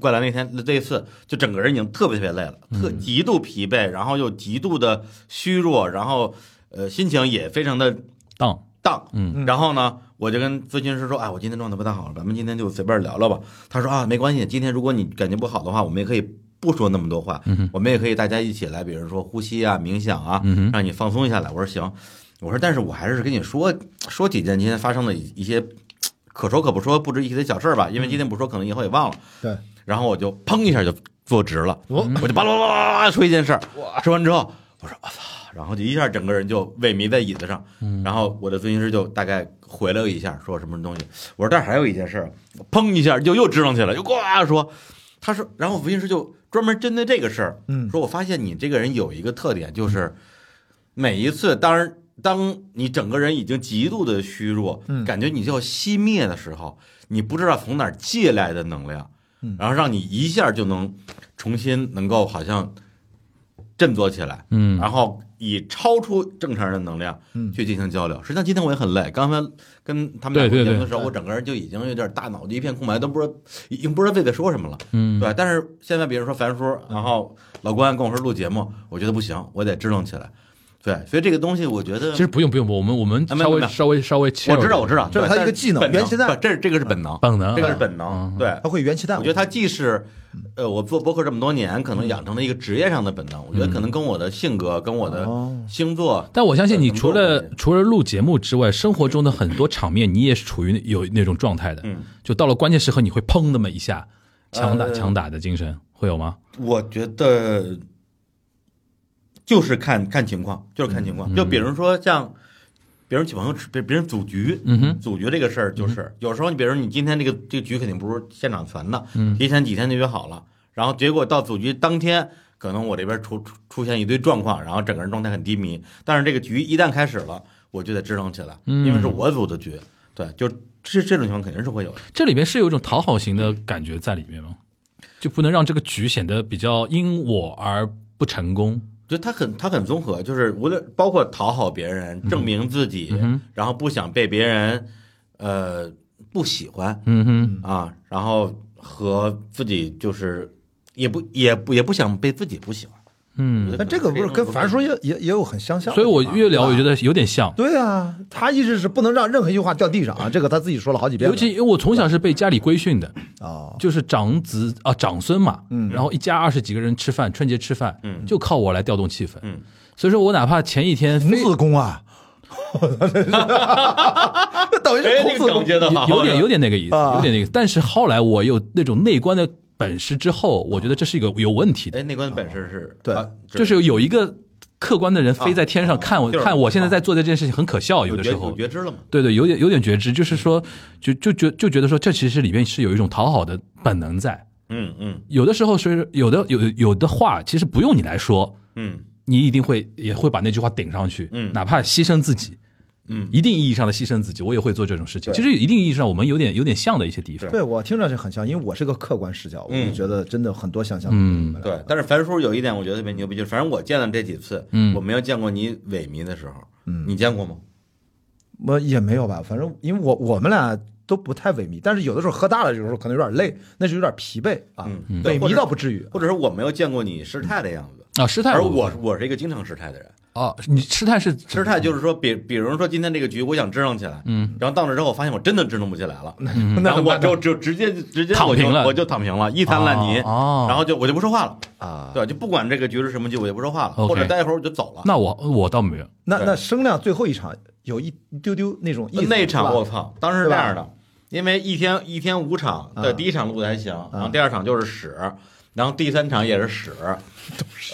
[SPEAKER 4] 灌篮那天类似，就整个人已经特别特别累了，特
[SPEAKER 2] 嗯
[SPEAKER 4] 极度疲惫，然后又极度的虚弱，然后呃心情也非常的
[SPEAKER 2] 当
[SPEAKER 4] 当，
[SPEAKER 2] 嗯
[SPEAKER 4] 然后呢，我就跟咨询师说，哎，我今天状态不太好，咱们今天就随便聊聊吧。他说啊，没关系，今天如果你感觉不好的话，我们也可以不说那么多话，我们也可以大家一起来，比如说呼吸啊、冥想啊，让你放松一下来。我说行，我说但是我还是跟你说说几件今天发生的一一些可说可不说、不值一提的小事儿吧，因为今天不说，可能以后也忘了。
[SPEAKER 3] 对，
[SPEAKER 4] 然后我就砰一下就坐直了，
[SPEAKER 3] 哦
[SPEAKER 4] 我就巴拉巴拉巴拉说一件事儿，说完之后，我说我操，然后就一下整个人就萎靡在椅子上，
[SPEAKER 3] 嗯
[SPEAKER 4] 然后我的咨询师就大概回了一下，说什么东西，我说这儿还有一件事儿，我砰一下就又支棱起来，就呱说，他说，然后咨询师就专门针对这个事儿，
[SPEAKER 3] 嗯
[SPEAKER 4] 说我发现你这个人有一个特点，就是每一次当然。当你整个人已经极度的虚弱，
[SPEAKER 3] 嗯
[SPEAKER 4] 感觉你就要熄灭的时候，你不知道从哪儿借来的能量，
[SPEAKER 3] 嗯
[SPEAKER 4] 然后让你一下就能重新能够好像振作起来，
[SPEAKER 2] 嗯
[SPEAKER 4] 然后以超出正常人的能量
[SPEAKER 3] 嗯
[SPEAKER 4] 去进行交流。实际上今天我也很累，刚才跟他们
[SPEAKER 2] 对
[SPEAKER 4] 俩
[SPEAKER 2] 对
[SPEAKER 4] 聊
[SPEAKER 2] 对
[SPEAKER 4] 天的时候，我整个人就已经有点大脑就一片空白，都不知道已经不知道自己在说什么了。
[SPEAKER 2] 嗯，
[SPEAKER 4] 对，但是现在比如说樊叔，然后老关跟我说录节目，我觉得不行，我得支棱起来。对，所以这个东西我觉得
[SPEAKER 2] 其实不用不用不用，我们我们
[SPEAKER 4] 啊没
[SPEAKER 2] 稍
[SPEAKER 4] 有没
[SPEAKER 2] 微
[SPEAKER 4] 有
[SPEAKER 2] 稍微稍微切
[SPEAKER 4] 我
[SPEAKER 2] 入
[SPEAKER 4] 知道
[SPEAKER 2] 一
[SPEAKER 4] 我
[SPEAKER 2] 下
[SPEAKER 4] 知道，
[SPEAKER 3] 这是
[SPEAKER 4] 对
[SPEAKER 3] 他一个
[SPEAKER 4] 但
[SPEAKER 3] 技能
[SPEAKER 4] 本
[SPEAKER 3] 原先在
[SPEAKER 4] 不这这个是本能，
[SPEAKER 2] 本能
[SPEAKER 4] 这个是
[SPEAKER 2] 嗯
[SPEAKER 4] 本能，
[SPEAKER 2] 嗯
[SPEAKER 4] 对。
[SPEAKER 3] 他会元气弹，
[SPEAKER 4] 我觉得它既是，呃，我做播客这么多年，可能养成了一个职业上的本能。我觉得可能跟我的性格、跟我的
[SPEAKER 3] 嗯哦
[SPEAKER 4] 星座，
[SPEAKER 2] 但我相信你
[SPEAKER 4] 呃
[SPEAKER 2] 除
[SPEAKER 4] 能够
[SPEAKER 2] 了除了录节目之外，生活中的很多场面你也是处于有那种状态的，
[SPEAKER 4] 嗯，
[SPEAKER 2] 就到了关键时刻你会砰那么一下，强打
[SPEAKER 4] 呃
[SPEAKER 2] 强打的精神会有吗？
[SPEAKER 4] 我觉得就是看看情况，就是看情
[SPEAKER 2] 嗯
[SPEAKER 4] 况。就比如说像别人请朋友吃，别别人组局，
[SPEAKER 2] 嗯哼，嗯
[SPEAKER 4] 组局这个事儿就是，有时候你比如说你今天这个这个局肯定不是现场全的，
[SPEAKER 2] 嗯
[SPEAKER 4] 提前几天就约好了，然后结果到组局当天，可能我这边出出出现一堆状况，然后整个人状态很低迷。但是这个局一旦开始了，我就得支棱起来，
[SPEAKER 2] 嗯
[SPEAKER 4] 因为是我组的局，对，就这这种情况肯定是会有的。
[SPEAKER 2] 这里面是有一种讨好型的感觉在里面吗？就不能让这个局显得比较因我而不成功？
[SPEAKER 4] 就他很他很综合，就是无论包括讨好别人、证明自己，
[SPEAKER 2] 嗯哼
[SPEAKER 4] 然后不想被别人呃不喜欢
[SPEAKER 2] 嗯哼，
[SPEAKER 4] 啊，然后和自己就是也不也不也不想被自己不喜欢。
[SPEAKER 2] 嗯，
[SPEAKER 3] 但这个不是跟樊叔也也也有很相像的
[SPEAKER 2] 所以
[SPEAKER 3] 地方，
[SPEAKER 2] 我越聊我觉得有点像，
[SPEAKER 3] 对啊，他一直是不能让任何一句话掉地上 啊，这个他自己说了好几遍
[SPEAKER 2] 尤
[SPEAKER 3] 了。
[SPEAKER 2] 其因为我从小是被家里规训的，
[SPEAKER 3] 哦，
[SPEAKER 2] 就是长子啊长孙嘛，然后一家二十几个人吃饭，春节吃饭，
[SPEAKER 4] 嗯
[SPEAKER 2] 就靠我来调动气氛，
[SPEAKER 4] 嗯
[SPEAKER 2] 所以说我哪怕前一天
[SPEAKER 3] 童
[SPEAKER 2] 非
[SPEAKER 3] 子功 啊，那等于
[SPEAKER 4] 哎
[SPEAKER 3] 是童子功。
[SPEAKER 4] 接的
[SPEAKER 2] 有点有点那个意思，
[SPEAKER 3] 啊
[SPEAKER 2] 有点那个，但是后来我有那种内观的本事之后，我觉得这是一个有问题的，
[SPEAKER 4] 哎，那关本事是
[SPEAKER 3] 对
[SPEAKER 4] 啊
[SPEAKER 2] 就是有一个客观的人飞在天上看我，
[SPEAKER 4] 就是
[SPEAKER 2] 看我现在在做这件事情很可笑，有
[SPEAKER 4] 有
[SPEAKER 2] 的
[SPEAKER 4] 觉
[SPEAKER 2] 时候
[SPEAKER 4] 有，觉知了嘛？
[SPEAKER 2] 对对，有点有点觉知，就是说，就就觉就觉得说，这其实里面是有一种讨好的本能在。
[SPEAKER 4] 嗯嗯
[SPEAKER 2] 有的时候是有的有有的话，其实不用你来说，
[SPEAKER 4] 嗯
[SPEAKER 2] 你一定会也会把那句话顶上去，
[SPEAKER 4] 嗯
[SPEAKER 2] 哪怕牺牲自己，
[SPEAKER 4] 嗯
[SPEAKER 2] 一定意义上的牺牲自己，我也会做这种事情。其实一定意义上，我们有点有点像的一些地方。
[SPEAKER 3] 对我听上去很像，因为我是个客观视角，我就
[SPEAKER 4] 嗯
[SPEAKER 3] 觉得真的很多想象。嗯，
[SPEAKER 4] 对，但是樊叔有一点我觉得特别牛逼，就是反正我见了这几次，嗯，我没有见过你萎靡的时候，嗯，你见过吗？
[SPEAKER 3] 我也没有吧，反正因为我我们俩都不太萎靡，但是有的时候喝大了，有时候可能有点累，那是有点疲惫啊。
[SPEAKER 4] 嗯
[SPEAKER 3] 萎
[SPEAKER 4] 对或
[SPEAKER 3] 靡
[SPEAKER 4] 者
[SPEAKER 3] 倒不至于，
[SPEAKER 4] 或者说我没有见过你失态的样子，
[SPEAKER 2] 啊，失态
[SPEAKER 4] 而
[SPEAKER 2] 我
[SPEAKER 4] 我我是一个经常失态的人，
[SPEAKER 2] 啊，你失态是
[SPEAKER 4] 失态就是说，比比如说今天这个局，我想支棱起来，嗯，然后到那之后，我发现我真的支棱不起来了，
[SPEAKER 2] 嗯
[SPEAKER 4] 然后我就就直接直接
[SPEAKER 2] 躺
[SPEAKER 4] 我就
[SPEAKER 2] 平了
[SPEAKER 4] 我就躺平了，一滩烂泥，
[SPEAKER 2] 哦哦
[SPEAKER 4] 然后就我就不说话了，
[SPEAKER 3] 啊。
[SPEAKER 4] 对，就不管这个局是什么局，我就不说话了，
[SPEAKER 2] OK
[SPEAKER 4] 或者待一会儿我就走了。
[SPEAKER 2] 那我我倒没有，。
[SPEAKER 3] 那
[SPEAKER 4] 对
[SPEAKER 3] 那声量最后一场有一丢丢那种意思，
[SPEAKER 4] 那场我
[SPEAKER 3] 是吧
[SPEAKER 4] 操，当时是这样的，因为一天一天五场，对，
[SPEAKER 3] 啊
[SPEAKER 4] 第一场录的还行，然后第二场就是屎，然后第三场也是屎，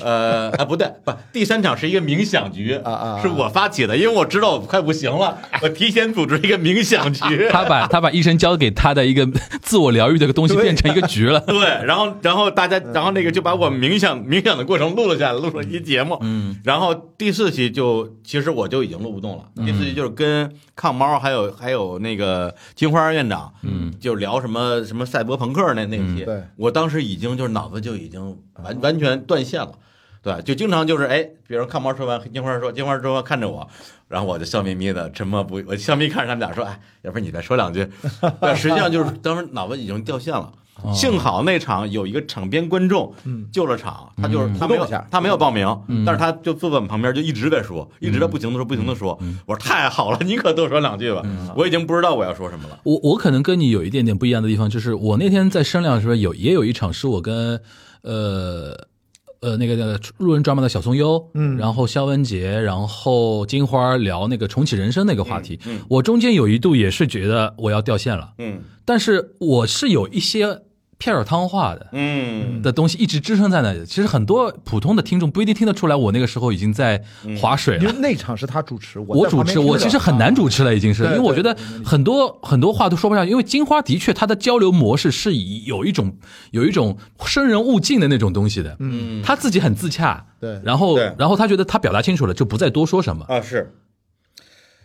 [SPEAKER 4] 呃，哎不对，不，第三场是一个冥想局
[SPEAKER 3] 啊啊啊
[SPEAKER 4] 是我发起的，因为我知道我快不行了，我提前组织一个冥想 局
[SPEAKER 2] 他把他把医生交给他的一个 自我疗愈的一个东西
[SPEAKER 3] 对
[SPEAKER 2] 变成一个局 了。
[SPEAKER 4] 对，然后然后大家，然后那个就把我冥想冥想的过程录了下来，录了一节目。嗯，然后第四期就其实我就已经录不动了。第四期就是跟抗猫还有还有那个金花院长，嗯，就聊什么什么赛博朋克那那期、
[SPEAKER 3] 对
[SPEAKER 4] 我当时已经就是脑子就已经完完全断线了。对，就经常就是哎，比如看猫说完，金花说，金花说看着我，然后我就笑眯眯的，沉默不语，我笑眯看着他们俩说，哎，要不然你再说 两句。对，实际上就是当时脑子已经掉线了。
[SPEAKER 3] 哦
[SPEAKER 4] 幸好那场有一个场边观众救了场，他就是他没
[SPEAKER 3] 嗯互动
[SPEAKER 4] 有
[SPEAKER 3] 一下嗯
[SPEAKER 4] 他没有报名，但是他就坐在我们旁边就一直在说，一直在不停的说不停的说。
[SPEAKER 3] 嗯
[SPEAKER 4] 我说太好了，你可多说两句吧，我已经不知道我要说什么了。
[SPEAKER 2] 我我可能跟你有一点点不一样的地方，就是我那天在声量的时候有也有一场是我跟呃呃那个那个路人 drama 的小松优，嗯，然后肖恩杰，然后金花聊那个重启人生那个话题，
[SPEAKER 4] 嗯嗯
[SPEAKER 2] 我中间有一度也是觉得我要掉线了，
[SPEAKER 4] 嗯
[SPEAKER 2] 但是我是有一些片儿汤话的，
[SPEAKER 4] 嗯，
[SPEAKER 2] 的东西一直支撑在那里。其实很多普通的听众不一定听得出来，我那个时候已经在划水
[SPEAKER 3] 因
[SPEAKER 2] 了。
[SPEAKER 3] 为那场是他主持，我
[SPEAKER 2] 我
[SPEAKER 3] 在旁
[SPEAKER 2] 主
[SPEAKER 3] 边
[SPEAKER 2] 持，我
[SPEAKER 3] 听着
[SPEAKER 2] 其实很难主持了，已经是，因
[SPEAKER 3] 对
[SPEAKER 2] 为我觉得很多很多话都说不上，因为金花的确她的交流模式是以有一种有一种生人勿近的那种东西的，嗯，她自己很自洽，
[SPEAKER 3] 对
[SPEAKER 2] 然后
[SPEAKER 4] 对
[SPEAKER 2] 然后她觉得她表达清楚了，就不再多说什么，
[SPEAKER 4] 啊是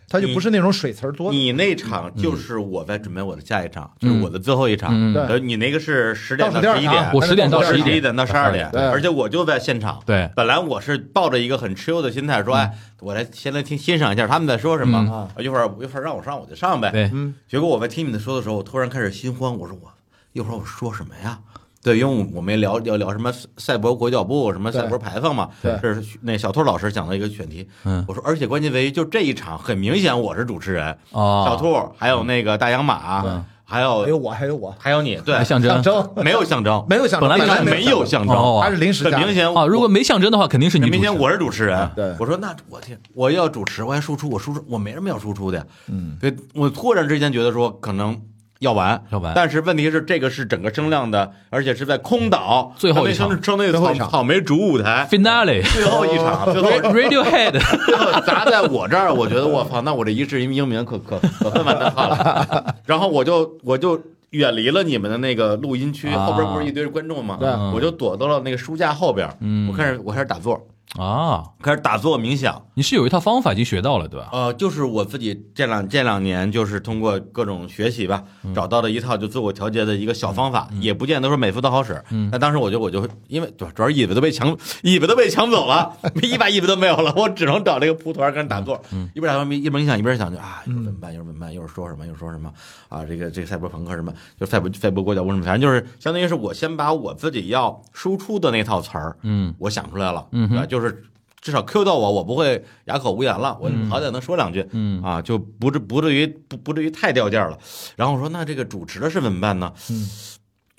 [SPEAKER 3] 他就不是那种水词儿多的。
[SPEAKER 4] 你那场就是我在准备我的下一场，就是我的最后一场。
[SPEAKER 2] 嗯
[SPEAKER 3] 对
[SPEAKER 4] 呃你那个是十点
[SPEAKER 3] 倒
[SPEAKER 4] 到
[SPEAKER 3] 数第二
[SPEAKER 4] 十一
[SPEAKER 3] 场
[SPEAKER 4] 点
[SPEAKER 3] 啊，
[SPEAKER 2] 我10点啊到
[SPEAKER 3] 倒数
[SPEAKER 2] 11
[SPEAKER 3] 第二场
[SPEAKER 4] 点哎到十二点，
[SPEAKER 3] 对
[SPEAKER 4] 而且我就在现场。
[SPEAKER 2] 对
[SPEAKER 4] 本来我是抱着一个很 chill 的心态，说，哎，我来先来听欣赏一下他们在说什
[SPEAKER 2] 嗯
[SPEAKER 4] 么，啊一会儿一会儿让我上我就上呗。嗯
[SPEAKER 2] 对，
[SPEAKER 4] 结果我在听你们说的时候，我突然开始心慌，我说我一会儿我说什么呀？对，因为我我们聊聊聊什么赛赛博国脚步，什么赛博排放嘛，
[SPEAKER 3] 对
[SPEAKER 4] 这是那小兔老师讲的一个选题。
[SPEAKER 2] 嗯
[SPEAKER 4] 我说，而且关键在于，就这一场很明显我是主持人，
[SPEAKER 2] 哦，
[SPEAKER 4] 小兔还有那个大洋马，还
[SPEAKER 3] 还有哎
[SPEAKER 4] 有
[SPEAKER 3] 我，还有我，
[SPEAKER 4] 还有你，对，
[SPEAKER 2] 象征
[SPEAKER 3] 象征
[SPEAKER 4] 没有象征，
[SPEAKER 3] 没有想
[SPEAKER 4] 啊本来
[SPEAKER 3] 本来
[SPEAKER 4] 没有象征，
[SPEAKER 2] 哦
[SPEAKER 3] 他是临时
[SPEAKER 4] 很
[SPEAKER 3] 加的嗯
[SPEAKER 4] 明显
[SPEAKER 2] 啊，如果没象征的话，肯定是你
[SPEAKER 4] 很
[SPEAKER 2] 主
[SPEAKER 4] 明
[SPEAKER 2] 持
[SPEAKER 4] 显我是主持人，
[SPEAKER 3] 对
[SPEAKER 4] 我说那我天，我要主持，我还输出，我输出，我没什么要输出的，嗯，对我突然之间觉得说可能要完，
[SPEAKER 2] 要完
[SPEAKER 4] 但是问题是这个是整个声量的，而且是在空岛
[SPEAKER 2] 嗯最后一场
[SPEAKER 4] 相当于
[SPEAKER 3] 最后一
[SPEAKER 4] 草
[SPEAKER 3] 场哦
[SPEAKER 4] 草莓主舞台，
[SPEAKER 2] finale
[SPEAKER 4] 最后一场，最后
[SPEAKER 2] Radiohead
[SPEAKER 4] 最后 砸在我这儿，我觉得我操，那我这一世英名可可可分完蛋操了。然后我就我就远离了你们的那个录音区，
[SPEAKER 2] 啊
[SPEAKER 4] 后边不是一堆观众吗？
[SPEAKER 3] 对
[SPEAKER 4] 我就躲到了那个书架后边。嗯，我开始我开始打坐，
[SPEAKER 2] 啊，
[SPEAKER 4] 开始打坐冥想。
[SPEAKER 2] 你是有一套方法已经学到了，对吧？
[SPEAKER 4] 呃，就是我自己这两这两年就是通过各种学习吧，找到了一套就自我调节的一个小方法，也不见得说每副都好使。那当时我就我就因为主主要是椅子都被抢，椅子都被抢走了， 一把椅子都没有了，我只能找这个蒲团跟人打坐，一边打坐一边想一边想就啊，一会儿怎么办？一会儿怎么办？一会儿说什么？一会儿说什么？啊，这个这个赛博朋克什么？就赛博赛博国脚步什么？反正就是相当于是我先把我自己要输出的那套词儿，
[SPEAKER 2] 嗯，
[SPEAKER 4] 我想出来了，嗯，对吧就是至少 Q 到我，我不会哑口无言了，我好歹能说两句，嗯啊，就不至不至于不不至于太掉价了。然后我说那这个主持的事怎么办呢？嗯。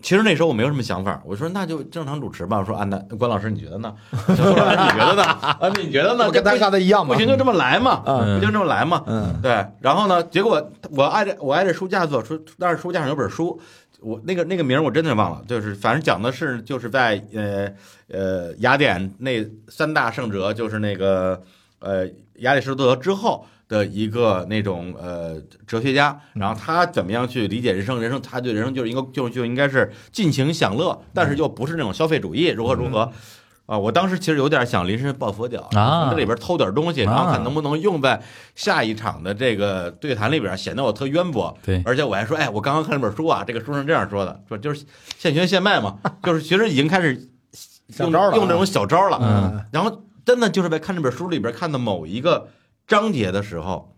[SPEAKER 4] 其实那时候我没有什么想法，我说那就正常主持吧。我说啊，那关老师你觉得 呢？小郭老师你觉得呢？啊，你觉得呢？
[SPEAKER 3] 我跟
[SPEAKER 4] 这
[SPEAKER 3] 大
[SPEAKER 4] 不
[SPEAKER 3] 家的一样嘛
[SPEAKER 4] 不。行就这么来嘛，
[SPEAKER 3] 嗯
[SPEAKER 4] 不行就这么来嘛。
[SPEAKER 3] 嗯，
[SPEAKER 4] 对。然后呢，结果我挨着我挨着书架坐，书但是书架上有本书，我那个那个名儿我真的忘了，就是反正讲的是就是在呃呃雅典那三大圣哲，就是那个呃亚里士多德之后。的一个那种呃哲学家，
[SPEAKER 3] 嗯
[SPEAKER 4] 然后他怎么样去理解人生？人生他
[SPEAKER 3] 嗯
[SPEAKER 4] 对人生就是应该就就应该是尽情享乐，但是又不是那种消费主义，如何如何？啊，我当时其实有点想临时抱佛脚，
[SPEAKER 2] 啊
[SPEAKER 4] 从这里边偷点东西，然后
[SPEAKER 2] 啊
[SPEAKER 4] 看能不能用在下一场的这个对谈里边，显得我特渊博。
[SPEAKER 2] 对
[SPEAKER 4] 而且我还说，哎，我刚刚看了本书啊，这个书上这样说的，说就是现学现卖嘛，就是其实已经开始
[SPEAKER 3] 小
[SPEAKER 4] 用
[SPEAKER 3] 招了啊
[SPEAKER 4] 用这种小招了。
[SPEAKER 2] 嗯，
[SPEAKER 4] 然后真的就是在看这本书里边看的某一个章节的时候，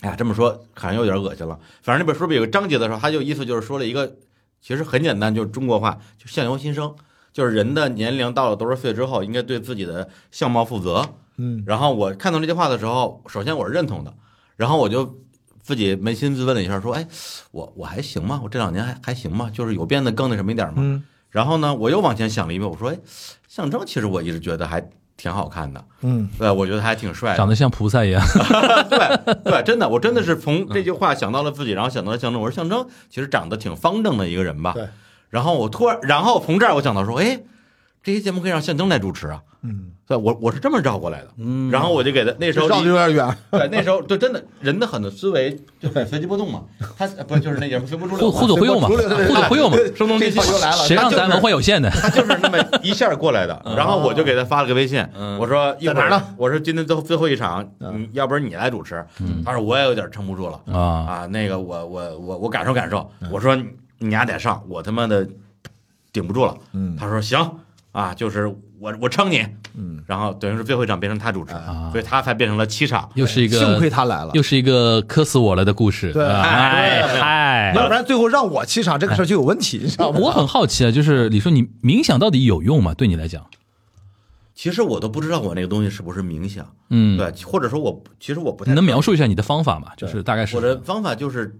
[SPEAKER 4] 哎呀，这么说好像有点恶心了。反正那本书里有个章节的时候，他就意思就是说了一个，其实很简单，就是中国话，就相由心生，就是人的年龄到了多少岁之后，应该对自己的相貌负责。
[SPEAKER 3] 嗯，
[SPEAKER 4] 然后我看到这句话的时候，首先我是认同的，然后我就自己扪心自问了一下，说，哎，我我还行吗？我这两年还还行吗？就是有变得更那什么一点吗？
[SPEAKER 3] 嗯
[SPEAKER 4] 然后呢，我又往前想了一步，我说，哎，象征其实我一直觉得还挺好看的，
[SPEAKER 3] 嗯，
[SPEAKER 4] 对，我觉得还挺帅的
[SPEAKER 2] 长，得像菩萨一样，
[SPEAKER 4] 对对，真的，我真的是从这句话想到了自己，然后想到了象征，我说象征其实长得挺方正的一个人吧，
[SPEAKER 3] 对。
[SPEAKER 4] 然后我突然，然后从这儿我想到说，哎，这些节目可以让象征来主持啊，
[SPEAKER 3] 嗯，
[SPEAKER 4] 对，我我是这么绕过来的，嗯，然后我就给他那时候
[SPEAKER 3] 绕的有点远，
[SPEAKER 4] 对，那时候对真的人的很多思维就是随机波动嘛，他不就是那也是随波逐流
[SPEAKER 2] 互
[SPEAKER 4] 嘛，
[SPEAKER 2] 互左忽右嘛，
[SPEAKER 3] 忽略了
[SPEAKER 2] 互左忽右嘛，
[SPEAKER 4] 声东击西
[SPEAKER 3] 这又来了，
[SPEAKER 2] 谁让
[SPEAKER 3] 他就是
[SPEAKER 2] 咱文化有限的？
[SPEAKER 4] 他就是那么一下过来的。然后我就给他发了个微信，我说一
[SPEAKER 3] 在
[SPEAKER 4] 会
[SPEAKER 3] 哪
[SPEAKER 4] 儿
[SPEAKER 3] 儿呢？
[SPEAKER 4] 我说今天最后最后一场，
[SPEAKER 3] 嗯
[SPEAKER 4] 你要不然你来主持？他说我也有点撑不住了
[SPEAKER 2] 啊，
[SPEAKER 4] 啊，那个我我我我感受感受。我说你你俩得上，我他妈的顶不住了。
[SPEAKER 3] 嗯
[SPEAKER 4] 他说行啊，就是我我撑你。
[SPEAKER 3] 嗯，
[SPEAKER 4] 然后等于是最后一场变成他主持
[SPEAKER 2] 啊，
[SPEAKER 4] 所以他才变成了七场。
[SPEAKER 2] 又是一个，
[SPEAKER 3] 哎幸亏他来了，
[SPEAKER 2] 又是一个磕死我了的故事。
[SPEAKER 3] 对
[SPEAKER 2] 啊
[SPEAKER 4] 哎
[SPEAKER 2] 哎嗨，
[SPEAKER 3] 要不然最后让我气场这个事儿就有问题，你知
[SPEAKER 4] 哎
[SPEAKER 3] 道吗？
[SPEAKER 2] 我很好奇啊，就是李叔，你冥想到底有用吗？对你来讲，
[SPEAKER 4] 其实我都不知道我那个东西是不是冥想。
[SPEAKER 2] 嗯，
[SPEAKER 4] 对，或者说我不其实我不太
[SPEAKER 2] 你能
[SPEAKER 4] 知道
[SPEAKER 2] 描述一下你的方法吗？就是大概是
[SPEAKER 4] 我的方法就是，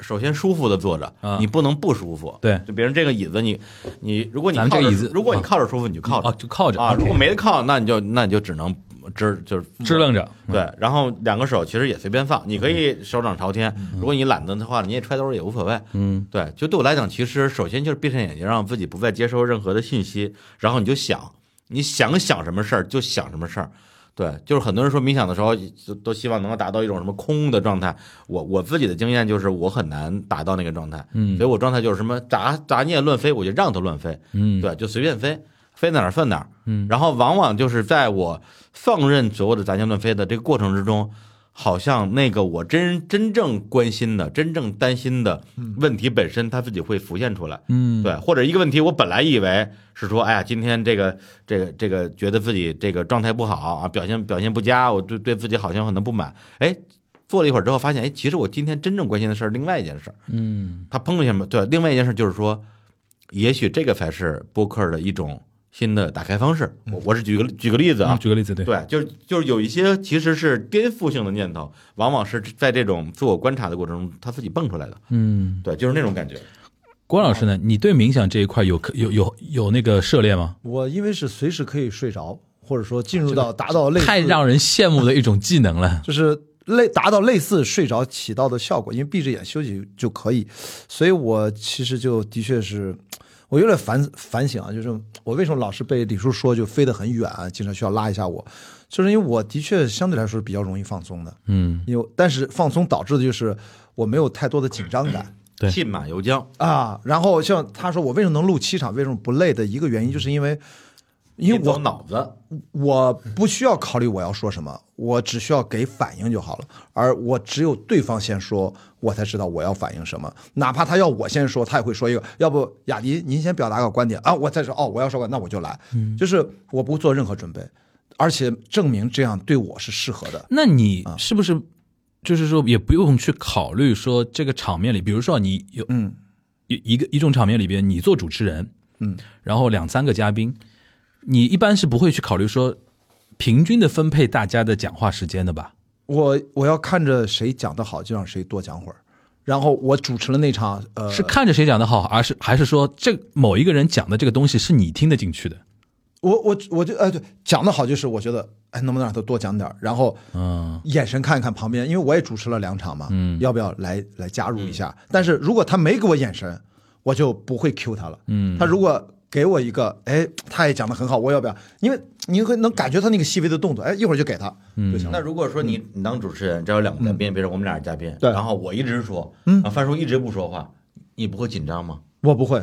[SPEAKER 4] 首先舒服的坐着
[SPEAKER 2] 啊，
[SPEAKER 4] 你不能不舒服。
[SPEAKER 2] 对
[SPEAKER 4] 就别人这个椅子，你你如果你
[SPEAKER 2] 咱们
[SPEAKER 4] 靠
[SPEAKER 2] 这
[SPEAKER 4] 着
[SPEAKER 2] 椅子
[SPEAKER 4] 如果你
[SPEAKER 2] 啊
[SPEAKER 4] 靠着舒服，你就靠
[SPEAKER 2] 哦，
[SPEAKER 4] 着
[SPEAKER 2] 就靠着
[SPEAKER 4] 啊；如果没得靠，那你就那你就只能支就是
[SPEAKER 2] 支棱着，
[SPEAKER 4] 对，然后两个手其实也随便放，你可以手掌朝天。如果你懒得的话，你也揣兜里也无所谓。
[SPEAKER 2] 嗯，
[SPEAKER 4] 对，就对我来讲，其实首先就是闭上眼睛，让自己不再接收任何的信息，然后你就想，你想想什么事儿就想什么事儿。对，就是很多人说冥想的时候，就都希望能够达到一种什么空的状态。我我自己的经验就是，我很难达到那个状态，
[SPEAKER 2] 嗯
[SPEAKER 4] 所以我状态就是什么杂杂念乱飞，我就让它乱飞，
[SPEAKER 2] 嗯，
[SPEAKER 4] 对，就随便飞，飞哪儿算哪儿。
[SPEAKER 2] 嗯
[SPEAKER 4] 然后往往就是在我放任所有的杂念乱飞的这个过程之中，好像那个我真真正关心的、真正担心的问题本身，它自己会浮现出来。
[SPEAKER 2] 嗯，
[SPEAKER 4] 对，或者一个问题，我本来以为是说，哎呀，今天这个这个这个，觉得自己这个状态不好啊，表现表现不佳，我对对自己好像很多不满。哎，做了一会儿之后，发现，哎，其实我今天真正关心的事儿，另外一件事儿。
[SPEAKER 2] 嗯，
[SPEAKER 4] 他砰一下嘛，对，另外一件事就是说，也许这个才是播客的一种新的打开方式。我我是举个举个例子啊
[SPEAKER 2] 嗯，举个例子，对，
[SPEAKER 4] 对，就是就是有一些其实是颠覆性的念头，往往是在这种自我观察的过程中，他自己蹦出来的。
[SPEAKER 2] 嗯，
[SPEAKER 4] 对，就是那种感觉。
[SPEAKER 2] 郭老师呢？你对冥想这一块有有有有那个涉猎吗？
[SPEAKER 3] 我因为是随时可以睡着，或者说进入到达到类似
[SPEAKER 2] 太让人羡慕的一种技能了。
[SPEAKER 3] 就是类达到类似睡着起到的效果，因为闭着眼休息就可以。所以我其实就的确是，我有点反反省啊，就是我为什么老是被李叔说就飞得很远啊，经常需要拉一下我，就是因为我的确相对来说是比较容易放松的，
[SPEAKER 2] 嗯，
[SPEAKER 3] 因为但是放松导致的就是我没有太多的紧张感。
[SPEAKER 2] 对
[SPEAKER 4] 信马由缰，
[SPEAKER 3] 啊，然后像他说我为什么能录七场，为什么不累的一个原因，就是因为，因为
[SPEAKER 4] 你
[SPEAKER 3] 我
[SPEAKER 4] 走脑子
[SPEAKER 3] 我不需要考虑我要说什么，我只需要给反应就好了。而我只有对方先说，我才知道我要反应什么。哪怕他要我先说，他也会说一个，要不雅迪您先表达个观点啊，我再说哦，我要说个，那我就来。就是我不做任何准备，而且证明这样对我是适合的。
[SPEAKER 2] 那你
[SPEAKER 3] 啊
[SPEAKER 2] 是不是就是说也不用去考虑说这个场面里，比如说你有
[SPEAKER 3] 嗯
[SPEAKER 2] 一一个一种场面里边，你做主持人，
[SPEAKER 3] 嗯，
[SPEAKER 2] 然后两三个嘉宾，你一般是不会去考虑说平均的分配大家的讲话时间的吧？
[SPEAKER 3] 我我要看着谁讲得好，就让谁多讲会儿。然后我主持了那场，呃，
[SPEAKER 2] 是看着谁讲的好，而是还是说这某一个人讲的这个东西是你听得进去的？
[SPEAKER 3] 我我我就呃对讲的好就是我觉得哎能不能让他多讲点儿，然后
[SPEAKER 2] 嗯
[SPEAKER 3] 眼神看一看旁边，因为我也主持了两场嘛，
[SPEAKER 2] 嗯
[SPEAKER 3] 要不要来来加入一下？但是如果他没给我眼神，我就不会 Q 他了。
[SPEAKER 2] 嗯
[SPEAKER 3] 他如果给我一个哎他也讲的很好，我要不要？因为你会能感觉他那个细微的动作，哎一会儿就给他
[SPEAKER 2] 嗯
[SPEAKER 3] 就行
[SPEAKER 4] 那
[SPEAKER 3] 了。
[SPEAKER 4] 如果说你你当主持人，这有两个嘉宾，比如说我们俩是嘉宾，
[SPEAKER 3] 对
[SPEAKER 4] 然后我一直说，嗯，范叔一直不说话，你不会紧张吗？
[SPEAKER 3] 我不会，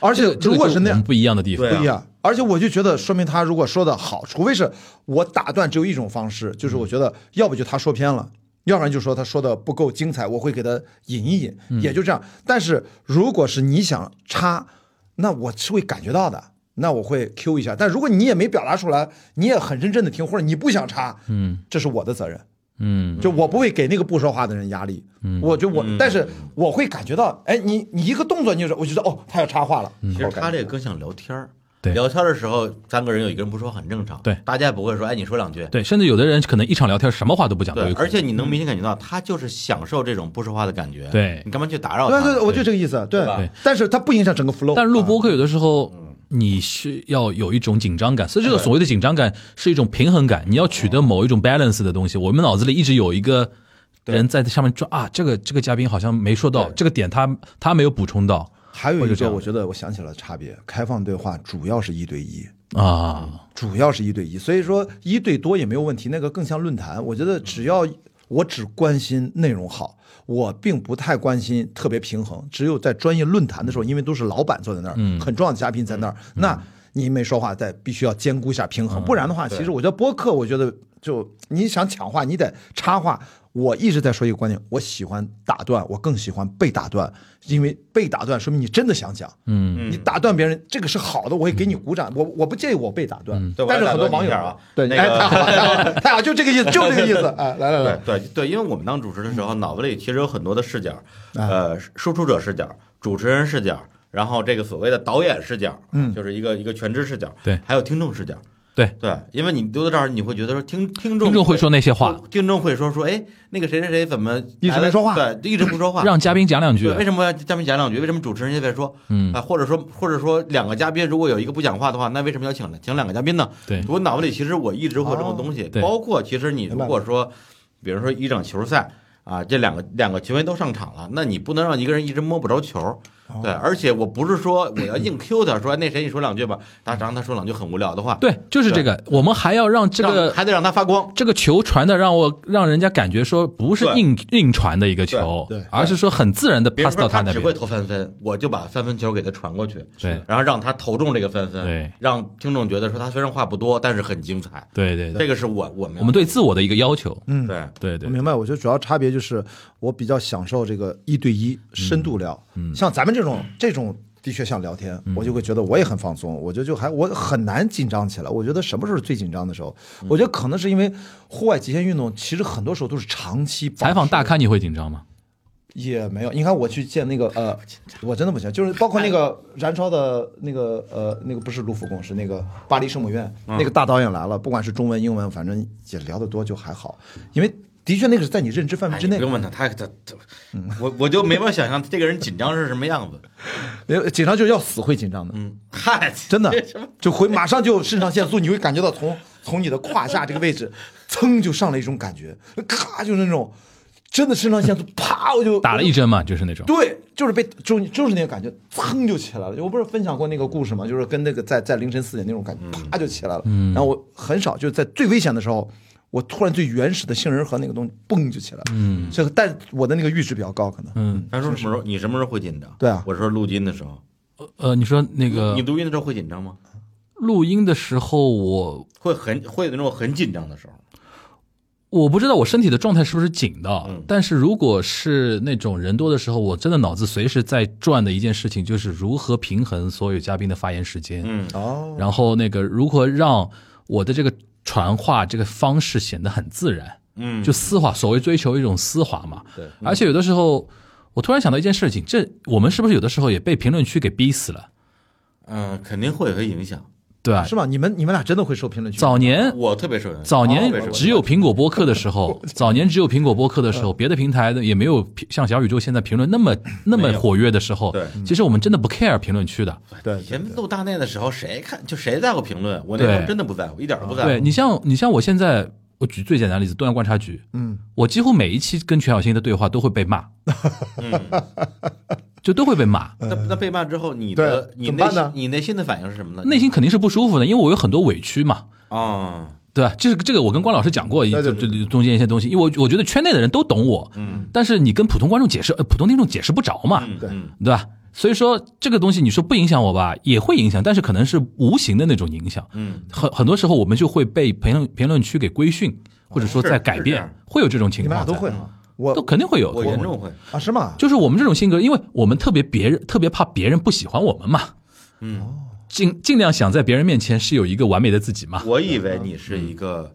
[SPEAKER 3] 而且
[SPEAKER 2] 这个
[SPEAKER 3] 如果是
[SPEAKER 2] 我
[SPEAKER 3] 那
[SPEAKER 2] 们
[SPEAKER 3] 样
[SPEAKER 2] 不一样的地方，
[SPEAKER 4] 对啊
[SPEAKER 3] 不一样，而且我就觉得，说明他如果说的好，除非是我打断，只有一种方式，就是我觉得要不就他说偏了，
[SPEAKER 4] 嗯
[SPEAKER 3] 要不然就说他说的不够精彩，我会给他引一引，
[SPEAKER 4] 嗯
[SPEAKER 3] 也就这样。但是如果是你想插，那我是会感觉到的。那我会 Q 一下，但如果你也没表达出来，你也很认真的听，或者你不想插，嗯，这是我的责任。
[SPEAKER 2] 嗯，
[SPEAKER 3] 就我不会给那个不说话的人压力，
[SPEAKER 4] 嗯
[SPEAKER 3] 我就我，但是我会感觉到，哎，你你一个动作，你就是我觉得哦，他要插话了，
[SPEAKER 4] 其实
[SPEAKER 3] 好感
[SPEAKER 4] 他这个更像聊天儿。
[SPEAKER 2] 对
[SPEAKER 4] 聊天儿的时候，三个人有一个人不说话很正常。
[SPEAKER 2] 对
[SPEAKER 4] 大家也不会说，哎，你说两句。
[SPEAKER 2] 对，甚至有的人可能一场聊天什么话都不讲，都
[SPEAKER 4] 对，
[SPEAKER 2] 有可能嗯
[SPEAKER 4] 而且你能明显感觉到，他就是享受这种不说话的感觉。
[SPEAKER 2] 对
[SPEAKER 4] 你干嘛去打扰
[SPEAKER 3] 对
[SPEAKER 4] 哦他？
[SPEAKER 3] 对对，我就这个意思，对
[SPEAKER 4] 对吧
[SPEAKER 2] 对，
[SPEAKER 3] 但是它不影响整个
[SPEAKER 4] 哦
[SPEAKER 3] flow，
[SPEAKER 2] 但是录
[SPEAKER 4] 嗯
[SPEAKER 2] 播
[SPEAKER 3] 啊
[SPEAKER 2] 课有的时候，你是要有一种紧张感，所以这个所谓的紧张感是一种平衡感，你要取得某一种 balance 的
[SPEAKER 4] 哦
[SPEAKER 2] 东西。我们脑子里一直有一个人在上面抓啊，这个这个嘉宾好像没说到这个点他，他没有补充到
[SPEAKER 3] 还有
[SPEAKER 2] 或
[SPEAKER 3] 一
[SPEAKER 2] 者这
[SPEAKER 3] 个，
[SPEAKER 2] 样
[SPEAKER 3] 我觉得我想起了差别，开放对话主要是一对一，
[SPEAKER 4] 嗯
[SPEAKER 2] 啊，
[SPEAKER 3] 主要是一对一，所以说一对多也没有问题，那个更像论坛。我觉得只要我只关心内容好，我并不太关心特别平衡。只有在专业论坛的时候，因为都是老板坐在那儿，很重要的嘉宾在那儿，那你没说话，在必须要兼顾一下平衡，不然的话，其实我觉得播客，我觉得就你想抢话，你得插话。我一直在说一个观点，我喜欢打断，我更喜欢被打断，因为被打断说明你真的想讲，嗯，你打断别人这个是好的，我会给你鼓掌，我我不介意我被打断，
[SPEAKER 4] 对我
[SPEAKER 3] 但是
[SPEAKER 4] 来
[SPEAKER 3] 很多
[SPEAKER 4] 打
[SPEAKER 3] 网
[SPEAKER 4] 断你一
[SPEAKER 3] 友
[SPEAKER 4] 下啊
[SPEAKER 3] 嗯对，
[SPEAKER 4] 那
[SPEAKER 3] 哎
[SPEAKER 4] 个
[SPEAKER 3] 太好了，太好了，太好了，就这个意思，就这个意思，哎，来来来，
[SPEAKER 4] 对对对，因为我们当主持的时候，脑子里其实有很多的视角，呃，输出者视角、主持人视角，然后这个所谓的导演视角，嗯，就是一个一个全知视角，
[SPEAKER 2] 对
[SPEAKER 4] 还有听众视角，
[SPEAKER 2] 对
[SPEAKER 4] 对，因为你丢到这儿，你会觉得说听听众
[SPEAKER 2] 听众会说那些话，，
[SPEAKER 4] 听众会说说，哎，那个谁谁谁怎么
[SPEAKER 3] 一直没说话
[SPEAKER 4] 对，一直不 说话，
[SPEAKER 2] 让嘉宾讲两句
[SPEAKER 4] 对，，为什么要嘉宾讲两句？为什么主持人也在说？
[SPEAKER 2] 嗯
[SPEAKER 4] 啊，或者说，或者说两个嘉宾如果有一个不讲话的话，那为什么要请请两个嘉宾呢？
[SPEAKER 2] 对
[SPEAKER 4] 我脑子里其实我一直会有这种东西，
[SPEAKER 2] 对
[SPEAKER 4] 包括其实你如
[SPEAKER 3] 哦明白
[SPEAKER 4] 果说，比如说一场球赛啊，这两个两个球员都上场了，那你不能让一个人一直摸不着球。
[SPEAKER 3] 哦
[SPEAKER 4] 对，而且我不是说我要硬 Q 他，说哎那谁你说两句吧，他让他说两句很无聊的话，
[SPEAKER 2] 对，就是这个，我们还要让这
[SPEAKER 4] 让
[SPEAKER 2] 个。
[SPEAKER 4] 还得让他发光。
[SPEAKER 2] 这个球传的让我让人家感觉说不是
[SPEAKER 4] 对
[SPEAKER 2] 硬硬传的一个球
[SPEAKER 3] 对对，
[SPEAKER 2] 而是说很自然的
[SPEAKER 4] 比如
[SPEAKER 2] pass
[SPEAKER 4] 说
[SPEAKER 2] 到
[SPEAKER 4] 他
[SPEAKER 2] 那
[SPEAKER 4] 只会
[SPEAKER 2] 边。
[SPEAKER 4] 投三分，我就把三分球给他传过去，
[SPEAKER 2] 对
[SPEAKER 4] 然后让他投中这个三分，
[SPEAKER 2] 对，
[SPEAKER 4] 让听众觉得说他虽然话不多，但是很精彩。
[SPEAKER 2] 对对对，
[SPEAKER 4] 这个是我我们
[SPEAKER 2] 我们对自我的一个要求。嗯，
[SPEAKER 4] 对
[SPEAKER 2] 对
[SPEAKER 3] 我
[SPEAKER 2] 对，
[SPEAKER 3] 明白，我觉得主要差别就是我比较享受这个一对一深度聊，像咱们这种这种的确像聊天，我就会觉得我也很放松，我觉得就还我很难紧张起来。我觉得什么时候是最紧张的时候？我觉得可能是因为户外极限运动，其实很多时候都是长期保持
[SPEAKER 2] 采访大咖你会紧张吗？
[SPEAKER 3] 也没有，你看我去见那个呃，我真的不行，就是包括那个燃烧的那个呃那个不是卢浮宫，是那个巴黎圣母院、那个大导演来了，不管是中文英文，反正也聊得多就还好，因为的确那个是在你认知范围
[SPEAKER 4] 哎
[SPEAKER 3] 之
[SPEAKER 4] 你
[SPEAKER 3] 内嗯
[SPEAKER 4] 不。用问他，他他他，我我就没法想象这个人紧张是什么样子。
[SPEAKER 3] 没有紧张就是要死会紧张的，
[SPEAKER 4] 嗯，嗨，
[SPEAKER 3] 真的
[SPEAKER 4] 这什么
[SPEAKER 3] 就会马上就肾上腺素，你会感觉到从从你的胯下这个位置，噌就上来一种感觉，咔就是那种真的肾上腺素啪我就
[SPEAKER 2] 打了一针嘛，就是那种。
[SPEAKER 3] 对，就是被就就是那个感觉，噌就起来了。我不是分享过那个故事吗？就是跟那个在在凌晨四点那种感觉，啪就起来了。然后我很少就是在最危险的时候，我突然最原始的杏仁核那个东西嘣就起来了。嗯，所以但是我的那个阈值比较高，可能
[SPEAKER 2] 嗯，
[SPEAKER 4] 他说什么时候你什么时候会紧张？
[SPEAKER 3] 对啊
[SPEAKER 4] 我说录音的时候，
[SPEAKER 2] 呃，你说那个
[SPEAKER 4] 你录音的时候会紧张吗？
[SPEAKER 2] 录音的时候，我
[SPEAKER 4] 会很会有那种很紧张的时候。
[SPEAKER 2] 我不知道我身体的状态是不是紧的，
[SPEAKER 4] 嗯
[SPEAKER 2] 但是如果是那种人多的时候，我真的脑子随时在转的一件事情就是如何平衡所有嘉宾的发言时间，
[SPEAKER 4] 嗯，
[SPEAKER 3] 哦，
[SPEAKER 2] 然后那个如何让我的这个传话这个方式显得很自然。
[SPEAKER 4] 嗯，
[SPEAKER 2] 就丝滑，所谓追求一种丝滑嘛。
[SPEAKER 4] 对，
[SPEAKER 2] 而且有的时候，我突然想到一件事情，这我们是不是有的时候也被评论区给逼死了，
[SPEAKER 4] 嗯，肯定会有影响。
[SPEAKER 2] 对吧
[SPEAKER 3] 是？吗？你们你们俩真的会受评论区？
[SPEAKER 2] 早年
[SPEAKER 4] 我特别受影响，
[SPEAKER 2] 早
[SPEAKER 4] 特
[SPEAKER 2] 年
[SPEAKER 4] 别受影响
[SPEAKER 2] 只有苹果播客的时候，早年只有苹果播客的时候，别的平台的也没有评像小宇宙现在评论那么那么活跃的时候
[SPEAKER 4] 对，
[SPEAKER 2] 其实我们真的不 care 评论区的。
[SPEAKER 3] 对
[SPEAKER 4] 以前录大内的时候，谁看就谁在乎评论？我那时
[SPEAKER 2] 对
[SPEAKER 4] 候真的不在乎，一点都不在乎。
[SPEAKER 2] 对你像你像我现在，我举最简单的例子，东阳观察局，
[SPEAKER 3] 嗯，
[SPEAKER 2] 我几乎每一期跟全小新的对话都会被骂， 就都会被骂。
[SPEAKER 4] 那那被骂之后，你
[SPEAKER 3] 嗯
[SPEAKER 4] 的
[SPEAKER 3] 对
[SPEAKER 4] 你
[SPEAKER 3] 怎么
[SPEAKER 4] 内
[SPEAKER 3] 办
[SPEAKER 4] 心
[SPEAKER 3] 呢
[SPEAKER 4] 你内心的反应是什么呢？
[SPEAKER 2] 内心肯定是不舒服的，因为我有很多委屈嘛，
[SPEAKER 3] 嗯
[SPEAKER 4] 啊，
[SPEAKER 2] 对吧？这是这个我跟关老师讲过，
[SPEAKER 3] 对
[SPEAKER 2] 就
[SPEAKER 3] 对
[SPEAKER 2] 就中间一些东西，因为我我觉得圈内的人都懂我，嗯，但是你跟普通观众解释，呃，普通听众解释不着嘛，
[SPEAKER 4] 嗯
[SPEAKER 3] 对
[SPEAKER 4] 嗯
[SPEAKER 2] 对吧？所以说这个东西你说不影响我吧，也会影响，但是可能是无形的那种影响。嗯，很很多时候我们就会被评论评论区给规训，或者说
[SPEAKER 4] 是
[SPEAKER 2] 在
[SPEAKER 4] 是
[SPEAKER 2] 改
[SPEAKER 4] 这
[SPEAKER 2] 变
[SPEAKER 4] 样，
[SPEAKER 2] 会有这种情
[SPEAKER 3] 你们
[SPEAKER 2] 况
[SPEAKER 3] 俩
[SPEAKER 2] 在。
[SPEAKER 3] 都会吗？我
[SPEAKER 2] 都肯定会有。
[SPEAKER 4] 我
[SPEAKER 2] 都
[SPEAKER 4] 严
[SPEAKER 2] 会
[SPEAKER 4] 重会，
[SPEAKER 3] 啊是吗？
[SPEAKER 2] 就是我们这种性格，因为我们特别别人特别怕别人不喜欢我们嘛，
[SPEAKER 4] 嗯，
[SPEAKER 2] 尽尽量想在别人面前是有一个完美的自己嘛。
[SPEAKER 4] 我以为
[SPEAKER 3] 嗯
[SPEAKER 4] 你是一个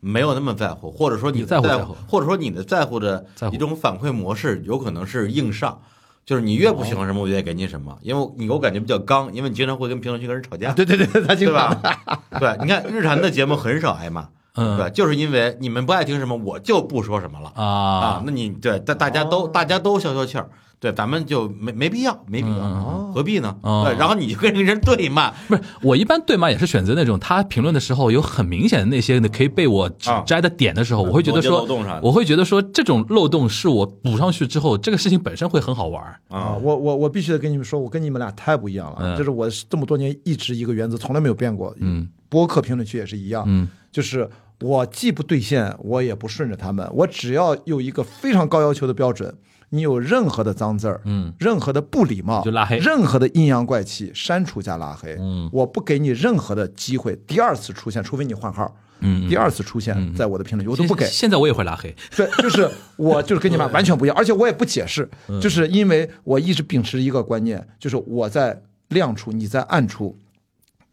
[SPEAKER 4] 没有那么在乎，或者说你的
[SPEAKER 2] 在乎
[SPEAKER 4] 在
[SPEAKER 2] 在乎
[SPEAKER 4] 或者说你的在乎的
[SPEAKER 2] 在乎
[SPEAKER 4] 一种反馈模式，有可能是硬上，就是你越不喜欢什么，我越给你什么，因为我你给我感觉比较刚，因为你经常会跟评论区跟人吵架，
[SPEAKER 3] 啊对对对，他经
[SPEAKER 4] 对
[SPEAKER 3] 常
[SPEAKER 4] 吧？对，你看日坛的节目很少挨骂，
[SPEAKER 2] 嗯
[SPEAKER 4] 对，就是因为你们不爱听什么，我就不说什么了啊
[SPEAKER 2] 啊，
[SPEAKER 4] 那你对大大家都大家都消消气儿，对，咱们就没没必要，没必要，何必呢？
[SPEAKER 2] 哦
[SPEAKER 4] 对，然后你就跟人对骂，
[SPEAKER 2] 不是，我一般对骂也是选择那种他评论的时候有很明显的那些可以被我指
[SPEAKER 4] 啊
[SPEAKER 2] 摘的点的时候，我会觉得
[SPEAKER 4] 逻辑
[SPEAKER 2] 说
[SPEAKER 4] 漏洞啥的，
[SPEAKER 2] 我会觉得说这种漏洞是我补上去之后，这个事情本身会很好玩儿。
[SPEAKER 3] 啊！
[SPEAKER 4] 啊
[SPEAKER 3] 我我我必须得跟你们说，我跟你们俩太不一样了。
[SPEAKER 2] 嗯
[SPEAKER 3] 就是我这么多年一直一个原则，从来没有变过。
[SPEAKER 2] 嗯，
[SPEAKER 3] 播客评论区也是一样。
[SPEAKER 2] 嗯，
[SPEAKER 3] 就是我既不兑现，我也不顺着他们。我只要有一个非常高要求的标准，你有任何的脏字儿，
[SPEAKER 2] 嗯，
[SPEAKER 3] 任何的不礼貌，
[SPEAKER 2] 就拉黑
[SPEAKER 3] 任何的阴阳怪气，删除加拉黑。
[SPEAKER 2] 嗯，
[SPEAKER 3] 我不给你任何的机会，第二次出现，除非你换号。
[SPEAKER 2] 嗯嗯
[SPEAKER 3] 第二次出现在我的评论区，我都不给
[SPEAKER 2] 现。现在我也会拉黑，
[SPEAKER 3] 对，就是我就是跟你们俩完全不一样，而且我也不解释，就是因为我一直秉持一个观念，就是我在亮处，你在暗处，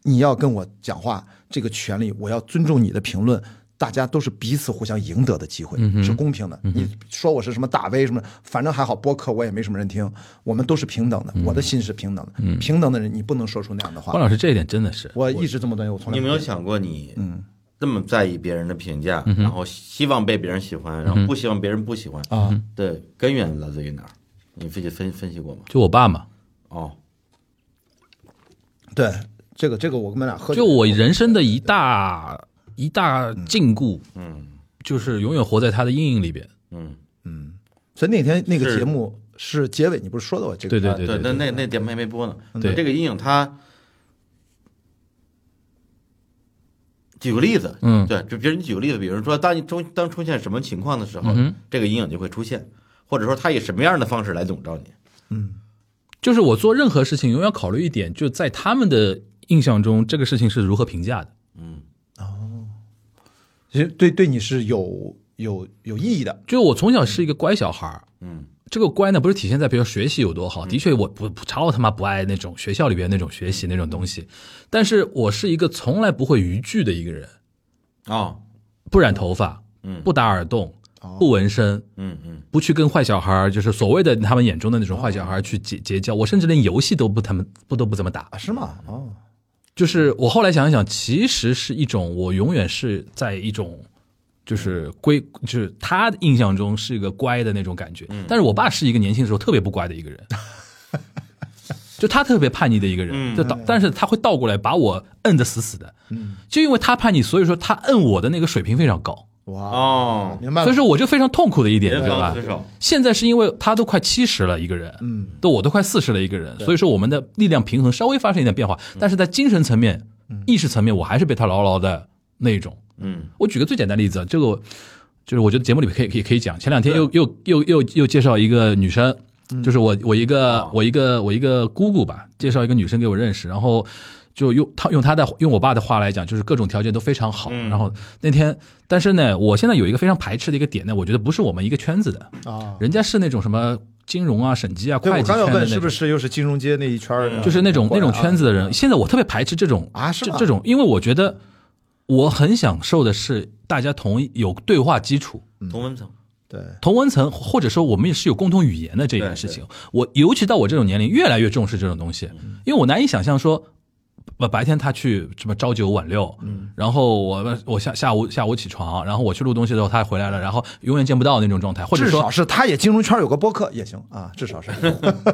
[SPEAKER 3] 你要跟我讲话这个权利，我要尊重你的评论。大家都是彼此互相赢得的机会，是公平的。你说我是什么大 V 什么，反正还好，播客我也没什么人听，我们都是平等的。我的心是平等的，平等的人你不能说出那样的
[SPEAKER 2] 关
[SPEAKER 3] 话。
[SPEAKER 2] 老师这一点真的是，
[SPEAKER 3] 我一直这么多年，我从
[SPEAKER 4] 你
[SPEAKER 3] 来
[SPEAKER 4] 有没有想过你嗯这么在意别人的评价，然后希望被别人喜欢，然后不希望别人不喜欢
[SPEAKER 3] 啊？
[SPEAKER 4] 的根源来自于哪儿？你自己分分析过吗？
[SPEAKER 2] 就我爸嘛，
[SPEAKER 4] 哦，
[SPEAKER 3] 对这个这个，我们俩喝酒
[SPEAKER 2] 就我人生的一大一大禁锢，
[SPEAKER 4] 嗯
[SPEAKER 2] 就是永远活在他的阴影里边。
[SPEAKER 4] 嗯，
[SPEAKER 3] 所以那天那个
[SPEAKER 4] 是
[SPEAKER 3] 节目是结尾，你不是说到我这个？
[SPEAKER 2] 对对
[SPEAKER 4] 啊
[SPEAKER 2] 对嗯
[SPEAKER 4] 那那那节目还没播呢。
[SPEAKER 2] 对
[SPEAKER 4] 这个阴影它。举个例子，
[SPEAKER 2] 嗯
[SPEAKER 4] 对，就别人举个例子，比如说，当你出当出现什么情况的时候，
[SPEAKER 2] 嗯
[SPEAKER 4] 这个阴影就会出现，或者说他以什么样的方式来笼罩你？
[SPEAKER 2] 就是我做任何事情，永远要考虑一点，就在他们的印象中，这个事情是如何评价的。
[SPEAKER 3] 其实对对你是有有有意义的。
[SPEAKER 2] 就我从小是一个乖小孩儿，
[SPEAKER 4] 嗯
[SPEAKER 2] 这个乖呢，不是体现在比如学习有多好，的确我不不超他妈不爱那种学校里边那种学习那种东西，但是我是一个从来不会逾矩的一个人，
[SPEAKER 4] 哦，
[SPEAKER 2] 不染头发，
[SPEAKER 4] 嗯
[SPEAKER 2] 不打耳洞，不纹身，
[SPEAKER 4] 嗯嗯，
[SPEAKER 2] 不去跟坏小孩儿，就是所谓的他们眼中的那种坏小孩儿去结结交，我甚至连游戏都不他们不都不怎么打
[SPEAKER 3] 啊，，是吗？哦，
[SPEAKER 2] 就是我后来想一想，其实是一种我永远是在一种就是规，就是他印象中是一个乖的那种感觉。但是我爸是一个年轻时候特别不乖的一个人，就他特别叛逆的一个人，
[SPEAKER 4] 嗯
[SPEAKER 2] 就倒，但是他会倒过来把我摁得死死的。就因为他叛逆，所以说他摁我的那个水平非常高，
[SPEAKER 3] 哇，
[SPEAKER 4] 哦
[SPEAKER 3] 明白
[SPEAKER 2] 所
[SPEAKER 3] 了
[SPEAKER 2] 以。说我就非常痛苦的一点，
[SPEAKER 4] 人
[SPEAKER 2] 对吧
[SPEAKER 4] 防？死手，
[SPEAKER 2] 现在是因为他都快七十了一个人，嗯，都我都快四十了一个人，所以说我们的力量平衡稍微发生一点变化，但是在精神层面、意识层面，我还是被他牢牢的那种。
[SPEAKER 4] 嗯，
[SPEAKER 2] 我举个最简单的例子，啊，这个我就是我觉得节目里面可以可以可以讲。前两天又又又又又介绍一个女生，就是我我一个
[SPEAKER 4] 哦
[SPEAKER 2] 我一个我一个姑姑吧，介绍一个女生给我认识，然后就用她用她的用我爸的话来讲，就是各种条件都非常好。然后那天，但是呢，我现在有一个非常排斥的一个点呢，我觉得不是我们一个圈子的，
[SPEAKER 3] 啊。
[SPEAKER 2] 人家是那种什么金融啊、审计啊、
[SPEAKER 3] 对，
[SPEAKER 2] 会
[SPEAKER 3] 我
[SPEAKER 2] 计圈
[SPEAKER 3] 刚
[SPEAKER 2] 的
[SPEAKER 3] 要
[SPEAKER 2] 那
[SPEAKER 3] 问
[SPEAKER 2] 种，
[SPEAKER 3] 是不是又是金融街那一圈儿的，
[SPEAKER 2] 就是那种
[SPEAKER 3] 过
[SPEAKER 2] 那
[SPEAKER 3] 来啊
[SPEAKER 2] 种圈子的人。现在我特别排斥这种
[SPEAKER 3] 啊是
[SPEAKER 2] 这
[SPEAKER 3] 吗
[SPEAKER 2] 这种，因为我觉得我很享受的是大家同一有对话基础。
[SPEAKER 4] 同文层，
[SPEAKER 3] 对，
[SPEAKER 2] 同文层，或者说我们也是有共同语言的这一件事情。我尤其到我这种年龄，越来越重视这种东西，
[SPEAKER 3] 嗯
[SPEAKER 2] 因为我难以想象说，白白天他去什么朝九晚六，
[SPEAKER 3] 嗯
[SPEAKER 2] 然后我我下下午下午起床，然后我去录东西的时候他回来了，然后永远见不到那种状态，或者
[SPEAKER 3] 至
[SPEAKER 2] 说
[SPEAKER 3] 少是他也金融圈有个播客也行啊，至少 是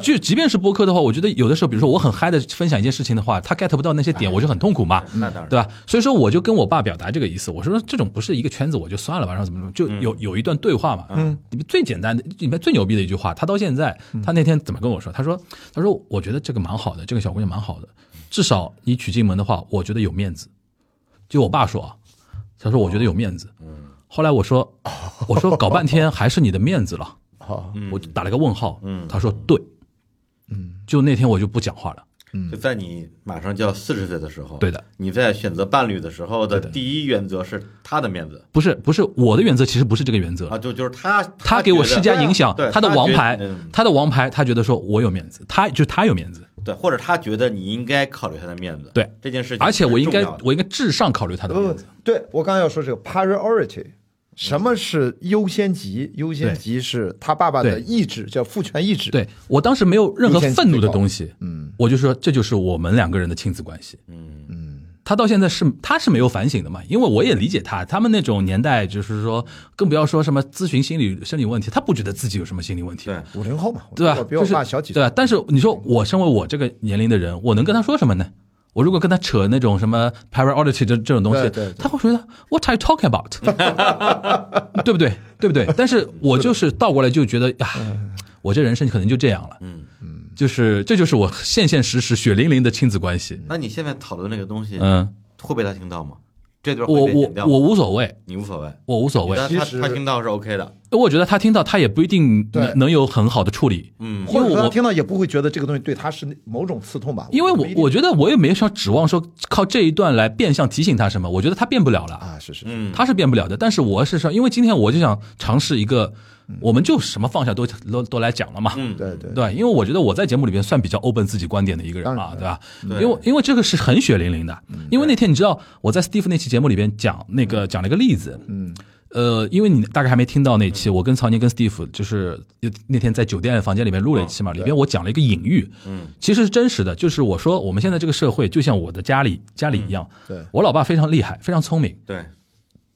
[SPEAKER 2] 就即便是播客的话，我觉得有的时候，比如说我很嗨的分享一件事情的话，他 get 不到那些点，我就很痛苦嘛，
[SPEAKER 4] 那当然，
[SPEAKER 2] 对吧？所以说我就跟我爸表达这个意思，我说这种不是一个圈子，我就算了吧，然后怎么怎么，就有有一段对话嘛，嗯，里面最简单的，里面最牛逼的一句话，他到现在，他那天怎么跟我说？他说，他说我觉得这个蛮好的，这个小姑娘蛮好的，至少你娶进门的话，我觉得有面子。就我爸说啊，他说我觉得有面子，嗯，后来我说，我说搞半天还是你的面子了。
[SPEAKER 4] 嗯
[SPEAKER 3] 好
[SPEAKER 2] 我就打了个问号。他说对，
[SPEAKER 3] 嗯，
[SPEAKER 2] 就那天我就不讲话了。
[SPEAKER 4] 就在你马上就要四十岁的时候，
[SPEAKER 2] 嗯对的，
[SPEAKER 4] 你在选择伴侣的时候的第一原则是他的面子
[SPEAKER 2] 不是不是，我的原则其实不是这个原则，
[SPEAKER 4] 啊，就就是他
[SPEAKER 2] 他给我施加影响
[SPEAKER 4] 对，
[SPEAKER 2] 他的
[SPEAKER 4] 觉
[SPEAKER 2] 王牌
[SPEAKER 4] 嗯，
[SPEAKER 2] 他的王牌，他觉得说我有面子，他就他有面子，
[SPEAKER 4] 对，或者他觉得你应该考虑他的面子，
[SPEAKER 2] 对
[SPEAKER 4] 这件事情，
[SPEAKER 2] 而且我应该我应该至上考虑他的
[SPEAKER 3] 不
[SPEAKER 2] 面
[SPEAKER 3] 不
[SPEAKER 2] 子。，
[SPEAKER 3] 对我刚才要说这个 priority，什么是优先级？优先级是他爸爸的
[SPEAKER 2] 对
[SPEAKER 3] 意志，叫父权意志。，
[SPEAKER 2] 对我当时没有任何
[SPEAKER 3] 优先级
[SPEAKER 2] 愤怒的
[SPEAKER 3] 最高
[SPEAKER 2] 东西，
[SPEAKER 3] 嗯，
[SPEAKER 2] 我就说这就是我们两个人的亲子关系。
[SPEAKER 4] 嗯
[SPEAKER 2] 他到现在是他是没有反省的嘛，因为我也理解他，他们那种年代就是说，更不要说什么咨询心理生理问题，他不觉得自己有什么心理问题，
[SPEAKER 4] 对
[SPEAKER 3] 五零后嘛，
[SPEAKER 2] 对吧
[SPEAKER 3] 我？比
[SPEAKER 2] 就
[SPEAKER 3] 我
[SPEAKER 2] 是
[SPEAKER 3] 爸小几岁。嗯
[SPEAKER 2] 对吧？但是你说我身为我这个年龄的人，我能跟他说什么呢？我如果跟他扯那种什么 priority 这这种东西，
[SPEAKER 3] 对对对
[SPEAKER 2] 他会觉得 What are you talking about？对不 对？对不对？但是我就是倒过来就觉得呀，
[SPEAKER 3] 嗯
[SPEAKER 2] 我这人生可能就这样了，
[SPEAKER 4] 嗯，
[SPEAKER 2] 就是这就是我现现实实血淋淋的亲子关系。
[SPEAKER 4] 那你现在讨论那个东西，
[SPEAKER 2] 嗯，
[SPEAKER 4] 会被他听到吗？这段
[SPEAKER 2] 我
[SPEAKER 4] 会被剪
[SPEAKER 2] 我
[SPEAKER 4] 掉吗
[SPEAKER 2] 我无所谓，
[SPEAKER 4] 你无所谓，
[SPEAKER 2] 我无所谓。
[SPEAKER 4] 但
[SPEAKER 3] 其
[SPEAKER 4] 他
[SPEAKER 3] 实
[SPEAKER 4] 他听到是 OK 的，
[SPEAKER 2] 我觉得他听到他也不一定
[SPEAKER 3] 对
[SPEAKER 2] 能能有很好的处理，
[SPEAKER 4] 嗯
[SPEAKER 3] 或
[SPEAKER 2] 因
[SPEAKER 3] 者说
[SPEAKER 2] 为
[SPEAKER 3] 他
[SPEAKER 2] 我
[SPEAKER 3] 听到也不会觉得这个东西对他是某种刺痛吧？
[SPEAKER 2] 因为我
[SPEAKER 3] 不一定
[SPEAKER 2] 我觉得我也没想指望说靠这一段来变相提醒他什么，我觉得他变不了了，
[SPEAKER 3] 啊，是是，
[SPEAKER 4] 嗯，
[SPEAKER 2] 他是变不了的。但是我是说，因为今天我就想尝试一个，
[SPEAKER 3] 嗯
[SPEAKER 2] 我们就什么放下都都都来讲了嘛，
[SPEAKER 4] 嗯
[SPEAKER 3] 对对，
[SPEAKER 2] 对，因为我觉得我在节目里边算比较 open 自己观点的一个人
[SPEAKER 3] 当
[SPEAKER 2] 啊
[SPEAKER 3] 然，嗯
[SPEAKER 2] 对吧？
[SPEAKER 4] 对
[SPEAKER 2] 因为因为这个是很血淋淋的，因为那天你知道我在 Steve 那期节目里边讲那个讲了一个例子，
[SPEAKER 3] 嗯
[SPEAKER 2] 呃，因为你大概还没听到那期，我跟曹宁跟 Steve 就是那天在酒店房间里面录了一期嘛，里边我讲了一个隐喻，
[SPEAKER 4] 嗯，
[SPEAKER 2] 其实是真实的，就是我说我们现在这个社会就像我的家里家里一样，
[SPEAKER 3] 嗯对
[SPEAKER 2] 我老爸非常厉害，非常聪明，
[SPEAKER 4] 对，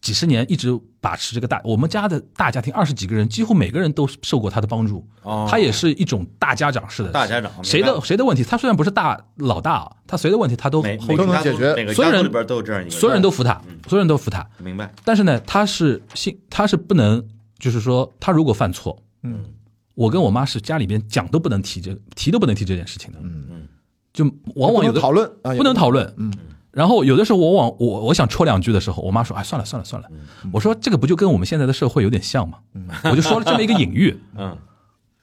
[SPEAKER 2] 几十年一直把持这个大我们家的大家庭二十几个人，几乎每个人都受过他的帮助，
[SPEAKER 4] 哦
[SPEAKER 2] 他也是一种大家长式的
[SPEAKER 4] 大家长
[SPEAKER 2] 谁
[SPEAKER 4] 明白
[SPEAKER 2] 的谁的问题，他虽然不是大老大啊，他谁的问题他都
[SPEAKER 4] 每
[SPEAKER 2] hold
[SPEAKER 4] 每个
[SPEAKER 3] 都能
[SPEAKER 4] 家
[SPEAKER 3] 解
[SPEAKER 4] 族
[SPEAKER 3] 决
[SPEAKER 4] 每个
[SPEAKER 2] 所有
[SPEAKER 4] 家族
[SPEAKER 2] 人
[SPEAKER 4] 里边都有这样一个，
[SPEAKER 2] 所有人都服他，
[SPEAKER 4] 嗯
[SPEAKER 2] 所有人都服他，
[SPEAKER 4] 明白，
[SPEAKER 2] 但是呢，他是信，他是不能，就是说，他如果犯错，
[SPEAKER 3] 嗯，
[SPEAKER 2] 我跟我妈是家里边讲都不能提这，提都不能提这件事情的，
[SPEAKER 3] 嗯
[SPEAKER 4] 嗯，
[SPEAKER 2] 就往往有
[SPEAKER 3] 不能
[SPEAKER 2] 的
[SPEAKER 3] 讨论啊，也
[SPEAKER 2] 不能讨论，嗯。然后有的时候我往我我想戳两句的时候，我妈说：“哎，算了算了算了。”我说：“这个不就跟我们现在的社会有点像吗？”我就说了这么一个隐 喻。
[SPEAKER 4] 嗯，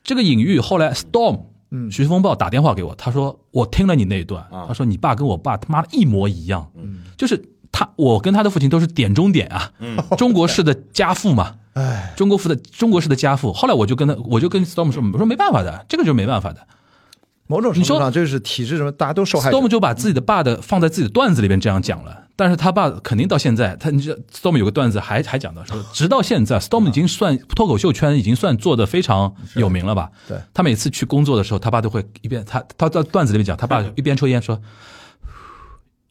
[SPEAKER 2] 这个隐喻后来 Storm，嗯，徐风暴打电话给我，他说我听了你那一段，
[SPEAKER 4] 啊
[SPEAKER 2] 他说你爸跟我爸他妈的一模一样，嗯，就是他我跟他的父亲都是点中点啊，
[SPEAKER 4] 嗯，
[SPEAKER 2] 中国式的家父嘛，
[SPEAKER 3] 哎，
[SPEAKER 2] 中国父的中国式的家父。后来我就跟他，我就跟 Storm 说，我说没办法的，这个就没办法的。
[SPEAKER 3] 某种程
[SPEAKER 2] 你说
[SPEAKER 3] 度上就是体制什么，大家都受害者
[SPEAKER 2] Storm。就把自己的爸的放在自己的段子里边这样讲了，但是他爸肯定到现在，他你知道 Storm 有个段子还还讲到 说，直到现在 Storm 已经算
[SPEAKER 4] 啊
[SPEAKER 2] 脱口秀圈已经算做的非常有名了吧？
[SPEAKER 3] 对，
[SPEAKER 2] 他每次去工作的时候，他爸都会一边他他在段子里面讲，他 爸一边抽烟说，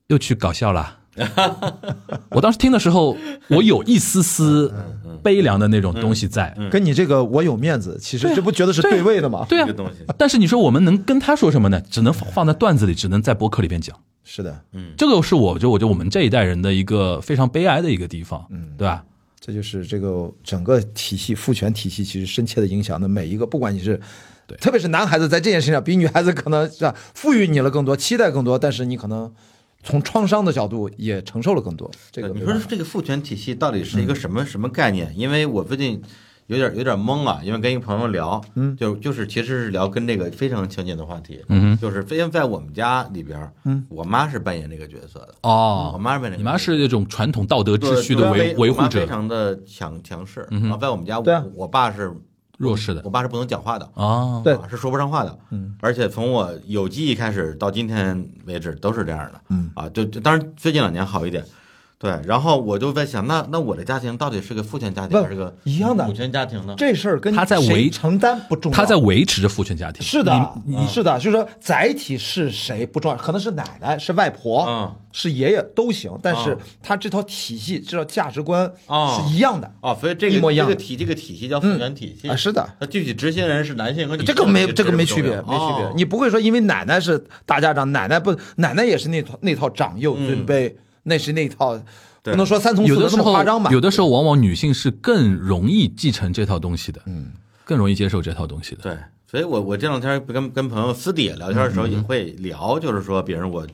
[SPEAKER 2] 又去搞笑了。我当时听的时候，我有一丝
[SPEAKER 4] 嗯
[SPEAKER 2] 丝悲凉的那种东西在，
[SPEAKER 3] 跟你这个我有面子，其实这不觉得是对位的吗？
[SPEAKER 2] 啊对
[SPEAKER 4] 这
[SPEAKER 2] 啊
[SPEAKER 4] 个，东西，
[SPEAKER 2] 但是你说我们能跟他说什么呢？只能放放在段子里，只能在博客里边讲。
[SPEAKER 3] 是的，
[SPEAKER 2] 这个是我觉得，我觉得我们这一代人的一个非常悲哀的一个地方，嗯，对吧？
[SPEAKER 3] 这就是这个整个体系父权体系其实深切的影响的每一个，不管你是，特别是男孩子在这件事情上比女孩子可能是吧啊赋予你了更多，期待更多，但是你可能从创伤的角度也承受了更多。 这个嗯
[SPEAKER 4] 对
[SPEAKER 3] 没
[SPEAKER 4] 你
[SPEAKER 3] 办
[SPEAKER 4] 说
[SPEAKER 3] 法
[SPEAKER 4] 这个父权体系到底是一个什么、什么概念？因为我最近有点有点懵啊，因为跟一个朋友聊，嗯，就就是其实是聊跟这个非常相近的话题，嗯，就是非在我们家里边，嗯，我妈是扮演这个角色的，
[SPEAKER 2] 哦
[SPEAKER 4] 我妈是扮演
[SPEAKER 2] 你
[SPEAKER 4] 这个角色，
[SPEAKER 2] 妈是那种传统道德
[SPEAKER 4] 对
[SPEAKER 2] 秩序的
[SPEAKER 4] 对
[SPEAKER 2] 维
[SPEAKER 4] 我
[SPEAKER 2] 维
[SPEAKER 4] 妈
[SPEAKER 2] 护
[SPEAKER 4] 非
[SPEAKER 2] 者，嗯
[SPEAKER 4] 常的强强势，然后在我们家，
[SPEAKER 3] 对啊
[SPEAKER 4] 我我爸是
[SPEAKER 2] 弱势的
[SPEAKER 4] 我爸是不能讲话的。
[SPEAKER 2] 啊，
[SPEAKER 3] 对
[SPEAKER 4] 啊是说不上话的，嗯，而且从我有记忆开始到今天为止都是这样的，
[SPEAKER 3] 嗯
[SPEAKER 4] 啊，就就当然最近两年好一点，对，然后我就在想，那那我的家庭到底是个父权家庭
[SPEAKER 3] 不
[SPEAKER 4] 还是个
[SPEAKER 3] 一样的
[SPEAKER 4] 母权家庭呢？
[SPEAKER 3] 这事儿跟
[SPEAKER 2] 他在
[SPEAKER 3] 谁
[SPEAKER 2] 维
[SPEAKER 3] 承担不重要，
[SPEAKER 2] 他在维持着父权家庭，
[SPEAKER 3] 是的，
[SPEAKER 2] 你
[SPEAKER 3] 嗯是的，就是说载体是谁不重要，可能是奶奶、是外婆、
[SPEAKER 4] 嗯
[SPEAKER 3] 是爷爷都行，但是
[SPEAKER 4] 嗯
[SPEAKER 3] 他这套体系、这套价值观
[SPEAKER 4] 哦
[SPEAKER 3] 是一样的。
[SPEAKER 4] 哦，所以这
[SPEAKER 3] 一模
[SPEAKER 4] 个
[SPEAKER 3] 一
[SPEAKER 4] 这
[SPEAKER 3] 样
[SPEAKER 4] 个
[SPEAKER 3] 的
[SPEAKER 4] 体这个体系叫父权体系
[SPEAKER 3] 啊，是的，
[SPEAKER 4] 那具体执行人是男性和女
[SPEAKER 3] 这
[SPEAKER 4] 性，
[SPEAKER 3] 个没
[SPEAKER 4] 其实
[SPEAKER 3] 这个没区别，
[SPEAKER 4] 不重
[SPEAKER 3] 没
[SPEAKER 4] 要
[SPEAKER 3] 区别
[SPEAKER 4] 哦。
[SPEAKER 3] 你不会说因为奶奶是大家长，奶奶不奶奶也是那套那套长幼尊卑，那是那套，
[SPEAKER 4] 嗯对
[SPEAKER 3] 不能说三从四
[SPEAKER 2] 有
[SPEAKER 3] 德
[SPEAKER 2] 的
[SPEAKER 3] 这
[SPEAKER 2] 时
[SPEAKER 3] 么
[SPEAKER 2] 候
[SPEAKER 3] 夸张吧？
[SPEAKER 2] 有的时候往往女性是更容易继承这套东西的，嗯，更容易接受这套东西的，
[SPEAKER 4] 对，所以我我这两天跟跟朋友私底下聊天的时候也会聊，就是说，比如我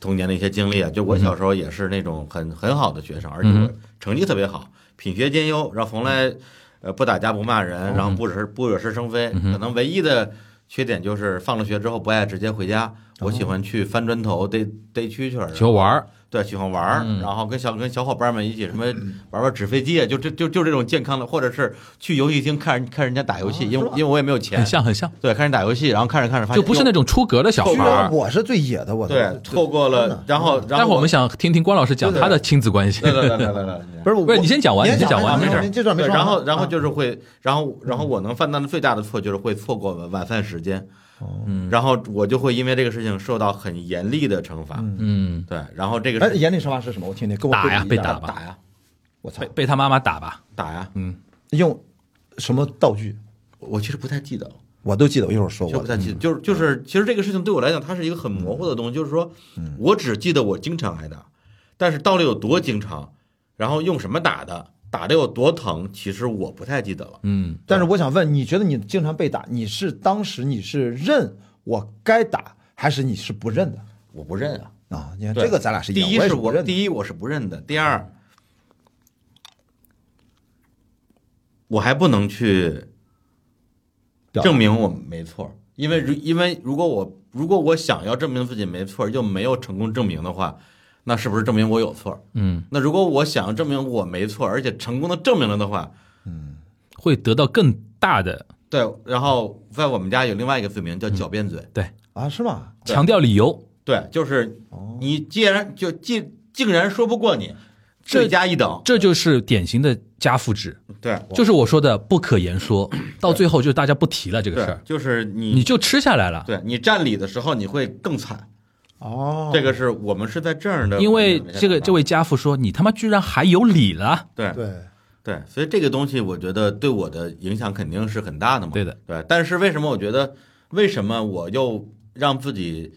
[SPEAKER 4] 童年的一些经历啊，就我小时候也是那种很很好的学生，而且我成绩特别好，品学兼优，然后从来呃不打架不骂人，然后不惹是不惹是生非，可能唯一的。缺点就是放了学之后不爱直接回家，我喜欢去翻砖头、逮逮蛐蛐儿，
[SPEAKER 2] 喜欢玩儿，
[SPEAKER 4] 对，喜欢玩儿，然后跟小跟小伙伴们一起什么玩玩纸飞机啊，就这就就这种健康的，或者是去游戏厅看人看人家打游戏，因为因为我也没有钱
[SPEAKER 2] 很，像很像，
[SPEAKER 4] 对，看人打游戏，然后看着看着发现
[SPEAKER 2] 就不是那
[SPEAKER 4] 种
[SPEAKER 2] 种出格的小
[SPEAKER 3] 居
[SPEAKER 2] 孩
[SPEAKER 3] 然
[SPEAKER 2] 儿。
[SPEAKER 3] 我是最野的，我
[SPEAKER 4] 对，
[SPEAKER 3] 这
[SPEAKER 4] 错过
[SPEAKER 3] 真
[SPEAKER 4] 了
[SPEAKER 3] 的，
[SPEAKER 4] 然后然
[SPEAKER 2] 待
[SPEAKER 4] 后
[SPEAKER 2] 会儿嗯我们想听听关老师讲
[SPEAKER 3] 对对
[SPEAKER 2] 他的亲子关系
[SPEAKER 4] 对。对对对对对。
[SPEAKER 3] 不是我
[SPEAKER 2] 不是你先讲完
[SPEAKER 3] 你
[SPEAKER 2] 你先讲完
[SPEAKER 3] 没
[SPEAKER 2] 没
[SPEAKER 4] 事
[SPEAKER 3] 事，这段没
[SPEAKER 4] 对，
[SPEAKER 3] 说完。
[SPEAKER 4] 然后，然后
[SPEAKER 3] 啊
[SPEAKER 4] 就是会，然后，然后我能犯到的最大的错就是会错过晚晚饭时间，嗯，然后我就会因为这个事情受到很严厉的惩罚，
[SPEAKER 2] 嗯，
[SPEAKER 4] 对，然后这个
[SPEAKER 3] 哎，
[SPEAKER 4] 是
[SPEAKER 3] 严厉惩罚是什么？我听听，跟我
[SPEAKER 2] 打呀
[SPEAKER 3] 对比一下
[SPEAKER 2] 被打吧
[SPEAKER 4] 打呀，
[SPEAKER 3] 我操
[SPEAKER 2] 被，被他妈妈打吧。
[SPEAKER 4] 打呀，
[SPEAKER 3] 用什么道具？
[SPEAKER 4] 我我其实不太记得了，
[SPEAKER 3] 我都记得，我一会儿说
[SPEAKER 4] 其实
[SPEAKER 3] 我嗯
[SPEAKER 4] 不太记得，就是就是，其实这个事情对我来讲，它是一个很模糊的东西，就是说
[SPEAKER 3] 嗯
[SPEAKER 4] 我只记得我经常挨打，但是到底有多经常，然后用什么打的，打的有多疼，其实我不太记得了。
[SPEAKER 2] 嗯，
[SPEAKER 3] 但是我想问，你觉得你经常被打，你是当时你是认我该打，还是你是不认的
[SPEAKER 4] 我不认啊，
[SPEAKER 3] 啊？你看
[SPEAKER 4] 对
[SPEAKER 3] 这个咱俩是
[SPEAKER 4] 第
[SPEAKER 3] 样，
[SPEAKER 4] 一
[SPEAKER 3] 我也
[SPEAKER 4] 是
[SPEAKER 3] 是不认的。嗯
[SPEAKER 4] 第一我是不认的，第二我还不能去
[SPEAKER 3] 表
[SPEAKER 4] 证明我没错，因为如因为如果我如果我想要证明自己没错，又没有成功证明的话，那是不是证明我有错？
[SPEAKER 2] 嗯，
[SPEAKER 4] 那如果我想要证明我没错，而且成功的证明了的话，
[SPEAKER 2] 会得到更大的
[SPEAKER 4] 对，然后在我们家有另外一个罪名
[SPEAKER 2] 嗯
[SPEAKER 4] 叫狡辩罪，
[SPEAKER 3] 啊，是吗？
[SPEAKER 4] 对
[SPEAKER 2] 强调理由。
[SPEAKER 4] 对，就是
[SPEAKER 2] 哦
[SPEAKER 4] 你既然就竟竟然说不过你，
[SPEAKER 2] 这
[SPEAKER 4] 罪加一等，
[SPEAKER 2] 这就是典型的家父制，
[SPEAKER 4] 对。
[SPEAKER 2] 就是我说的不可言 说，到最后就大家不提了这个事
[SPEAKER 4] 对
[SPEAKER 2] 儿，，
[SPEAKER 4] 就是你
[SPEAKER 2] 你就吃下来了。
[SPEAKER 4] 对你占理的时候，你会更惨。
[SPEAKER 3] 哦，
[SPEAKER 4] 这个是我们是在这样的，
[SPEAKER 2] 因为这个这位家父说：“你他妈居然还有理了
[SPEAKER 4] 对
[SPEAKER 3] 对，
[SPEAKER 4] 对，所以这个东西我觉得对我的影响肯定是很大的嘛。
[SPEAKER 2] 对的，
[SPEAKER 4] 对。但是为什么我觉得为什么我又让自己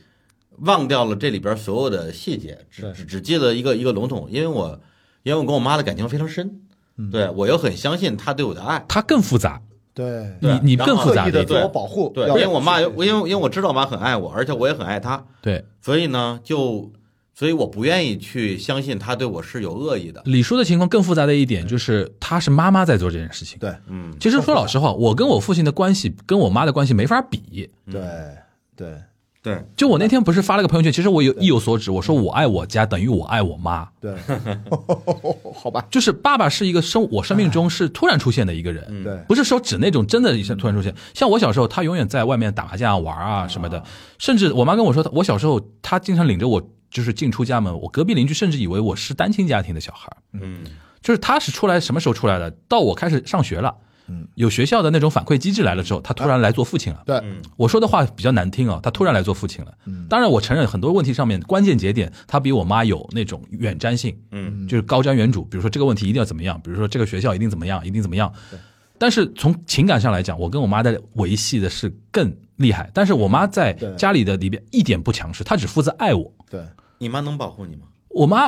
[SPEAKER 4] 忘掉了这里边所有的细节，只
[SPEAKER 3] 对
[SPEAKER 4] 只只记得一个一个笼统？因为我因为我跟我妈的感情非常深，
[SPEAKER 2] 嗯
[SPEAKER 4] 对我又很相信她对我的爱。”
[SPEAKER 2] 他更复杂，
[SPEAKER 3] 对
[SPEAKER 4] 对嗯
[SPEAKER 2] 你你
[SPEAKER 4] 然后
[SPEAKER 2] 更复杂
[SPEAKER 3] 刻意
[SPEAKER 2] 的
[SPEAKER 3] 的
[SPEAKER 2] 一
[SPEAKER 3] 自
[SPEAKER 2] 点。
[SPEAKER 3] 我保护，
[SPEAKER 4] 对，因
[SPEAKER 3] 要
[SPEAKER 4] 为我妈有，因为因为我知道我妈很爱我，而且我也很爱她，
[SPEAKER 2] 对，
[SPEAKER 4] 所以呢，就所以我不愿意去相信她对我是有恶意的。
[SPEAKER 2] 李叔的情况更复杂的一点就是，他是妈妈在做这件事情。
[SPEAKER 3] 对
[SPEAKER 4] 嗯，
[SPEAKER 2] 其实说老实话，我跟我父亲的关系跟我妈的关系没法比。
[SPEAKER 3] 对对
[SPEAKER 4] 对，
[SPEAKER 2] 就我那天不是发了个朋友圈，其实我有意有所指，我说我爱我家等于我爱我妈。
[SPEAKER 3] 对，好
[SPEAKER 4] 啊
[SPEAKER 3] 吧，
[SPEAKER 2] 就是爸爸是一个生我生命中是突然出现的一个人，
[SPEAKER 4] 嗯
[SPEAKER 3] 对
[SPEAKER 2] 不是说指那种真的一下突然出现。像我小时候，他永远在外面打麻将玩啊什么的，甚至我妈跟我说，我小时候她经常领着我就是进出家门，我隔壁邻居甚至以为我是单亲家庭的小孩儿，
[SPEAKER 4] 嗯，
[SPEAKER 2] 就是他是出来什么时候出来的？到我开始上学了，
[SPEAKER 3] 嗯，
[SPEAKER 2] 有学校的那种反馈机制来了之后，他突然来做父亲了。
[SPEAKER 3] 对
[SPEAKER 4] 嗯
[SPEAKER 2] 我说的话比较难听啊、他突然来做父亲了。
[SPEAKER 3] 嗯
[SPEAKER 2] 当然我承认很多问题上面关键节点，他比我妈有那种远瞻性，
[SPEAKER 4] 嗯，
[SPEAKER 2] 就是高瞻远瞩，比如说这个问题一定要怎么样，比如说这个学校一定怎么样，一定怎么样。但是从情感上来讲，我跟我妈的维系的是更厉害，但是我妈在
[SPEAKER 3] 对
[SPEAKER 2] 家里的里边一点不强势，她只负责爱我。
[SPEAKER 3] 对
[SPEAKER 4] 你妈能保护你吗？
[SPEAKER 2] 我妈，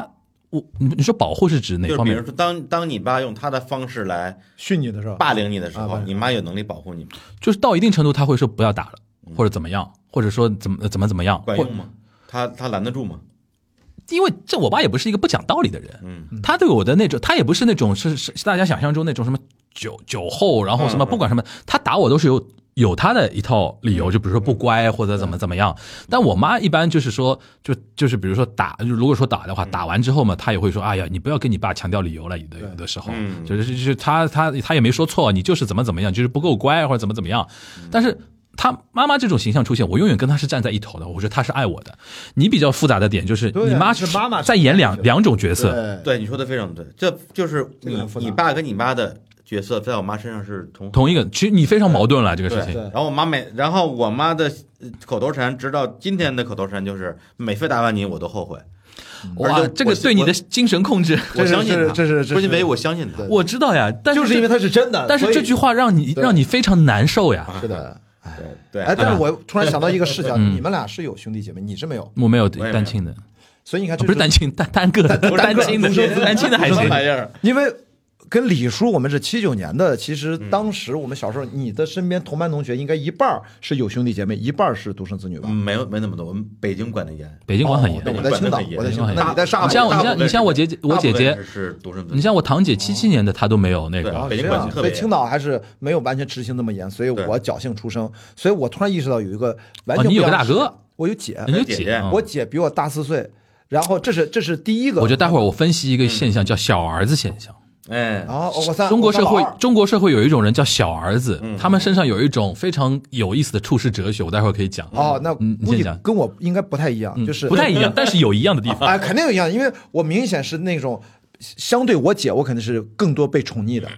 [SPEAKER 2] 我你你说保护是指哪
[SPEAKER 4] 就是
[SPEAKER 2] 方
[SPEAKER 4] 比
[SPEAKER 2] 面
[SPEAKER 4] 如？说，当当你爸用他的方式来
[SPEAKER 3] 训你的是吧？
[SPEAKER 4] 霸凌你的时
[SPEAKER 3] 啊霸
[SPEAKER 4] 候，
[SPEAKER 3] 凌
[SPEAKER 4] 你妈有能力保护你吗？
[SPEAKER 2] 就是到一定程度，他会说不要打了，或者怎么样，或者说怎么怎么怎么样，
[SPEAKER 4] 管
[SPEAKER 2] 或
[SPEAKER 4] 用吗？他他拦得住吗？
[SPEAKER 2] 因为这我爸也不是一个不讲道理的人，
[SPEAKER 4] 嗯，
[SPEAKER 2] 他对我的那种，他也不是那种是是是大家想象中那种什么酒酒后，然后什么
[SPEAKER 4] 嗯嗯
[SPEAKER 2] 不管什么，他打我都是有有他的一套理
[SPEAKER 3] 嗯
[SPEAKER 2] 由，就比如说不乖或者怎么怎么样。但我妈一般就是说，就就是比如说打，就如果说打的
[SPEAKER 3] 嗯
[SPEAKER 2] 话，打完之后嘛，她也会说，哎呀，你不要跟你爸强调理由了，有的有的时候
[SPEAKER 4] 嗯
[SPEAKER 2] 就是就是他他他也没说错，你就是怎么怎么样，就是不够乖或者怎么怎么样，
[SPEAKER 3] 嗯
[SPEAKER 2] 但是。他妈妈这种形象出现，我永远跟他是站在一头的。我觉得他是爱我的。你比较复杂的点就是，
[SPEAKER 3] 对
[SPEAKER 2] 你
[SPEAKER 3] 啊
[SPEAKER 2] 妈
[SPEAKER 3] 是妈妈
[SPEAKER 2] 在演两两种角色，
[SPEAKER 3] 对
[SPEAKER 4] 对，你说的非常对，这就是
[SPEAKER 3] 哎这个
[SPEAKER 4] 你
[SPEAKER 3] 很复杂
[SPEAKER 4] 你爸跟你妈的角色在我妈身上是同
[SPEAKER 2] 同一个，其实你非常矛盾了这个事
[SPEAKER 4] 对，
[SPEAKER 2] 情。
[SPEAKER 4] 然后我妈每，然后我妈的呃口头禅，直到今天的口头禅就是每次打完你我都后悔。而且
[SPEAKER 2] 哇，
[SPEAKER 4] 我
[SPEAKER 2] 这个对你的精神控制，
[SPEAKER 3] 这
[SPEAKER 4] 我
[SPEAKER 3] 是
[SPEAKER 4] 相信
[SPEAKER 3] 这是
[SPEAKER 4] 她，
[SPEAKER 3] 这是这
[SPEAKER 4] 不
[SPEAKER 3] 是
[SPEAKER 4] 是因为我相信她。
[SPEAKER 2] 我知道呀，但
[SPEAKER 3] 就是因为他是真的，
[SPEAKER 2] 但是
[SPEAKER 3] 所以
[SPEAKER 2] 这句话让你
[SPEAKER 3] 对
[SPEAKER 2] 让你非常难受呀。
[SPEAKER 3] 是的。
[SPEAKER 4] 对对，
[SPEAKER 3] 哎，但是我突然想到一个视角，
[SPEAKER 2] 嗯
[SPEAKER 3] 你们俩是有兄弟姐妹，你是没有，
[SPEAKER 2] 我没有
[SPEAKER 4] 没有
[SPEAKER 2] 单亲的，
[SPEAKER 3] 所以你看，
[SPEAKER 2] 不是单，亲单单个的，
[SPEAKER 4] 不是
[SPEAKER 2] 哎单亲的，
[SPEAKER 4] 不是
[SPEAKER 2] 单亲的还
[SPEAKER 4] 什么
[SPEAKER 2] 行。
[SPEAKER 4] 玩意儿？
[SPEAKER 3] 因为跟李叔，我们是七九年的，其实当时我们小时候，你的身边同班同学应该一半儿是有兄弟姐妹，一半儿是独生子女吧？
[SPEAKER 4] 嗯没有没那么多，我们北京管得严。
[SPEAKER 2] 北京管很严
[SPEAKER 3] 那。我在青岛，我在青岛，那你在上海？
[SPEAKER 2] 你像我，
[SPEAKER 4] 大
[SPEAKER 2] 你
[SPEAKER 4] 部分
[SPEAKER 2] 像你像我姐姐，我姐
[SPEAKER 4] 大部
[SPEAKER 2] 姐
[SPEAKER 4] 分，是独生子女，
[SPEAKER 2] 你像我堂姐，七七年的她都没有那
[SPEAKER 4] 对
[SPEAKER 2] 个。
[SPEAKER 4] 北京
[SPEAKER 3] 啊这
[SPEAKER 4] 管
[SPEAKER 3] 样
[SPEAKER 4] 得特
[SPEAKER 3] 所
[SPEAKER 4] 别
[SPEAKER 3] 以
[SPEAKER 4] 严
[SPEAKER 3] 青岛还是没有完全执行那么严，所以
[SPEAKER 4] 对
[SPEAKER 3] 我侥幸出生，所以我突然意识到有一个完
[SPEAKER 2] 哦
[SPEAKER 3] 全
[SPEAKER 2] 你
[SPEAKER 3] 不一
[SPEAKER 2] 有个
[SPEAKER 3] 样
[SPEAKER 2] 大
[SPEAKER 3] 的世界
[SPEAKER 2] 哥，
[SPEAKER 3] 我有姐，
[SPEAKER 2] 你有
[SPEAKER 4] 姐
[SPEAKER 2] 姐
[SPEAKER 4] 姐，
[SPEAKER 2] 嗯
[SPEAKER 3] 我姐比我大四岁，然后这是这是第一个，
[SPEAKER 2] 我觉得待会儿我分析一个现象，叫小儿子现象。
[SPEAKER 4] 哎，
[SPEAKER 3] 然后哦我三
[SPEAKER 2] 中国社
[SPEAKER 3] 我
[SPEAKER 2] 会
[SPEAKER 3] 三老，二
[SPEAKER 2] 中国社会有一种人叫小儿子，他们身上有一种非常有意思的处世哲学，我待会儿可以讲。
[SPEAKER 3] 哦，那
[SPEAKER 2] 嗯你
[SPEAKER 3] 估
[SPEAKER 2] 先
[SPEAKER 3] 计
[SPEAKER 2] 讲
[SPEAKER 3] 跟我应该不太一样，
[SPEAKER 2] 嗯
[SPEAKER 3] 就是
[SPEAKER 2] 不太一样，但是有一样的地方。
[SPEAKER 3] 啊，肯定有一样，因为我明显是那种相对我姐，我肯定是更多被宠溺的，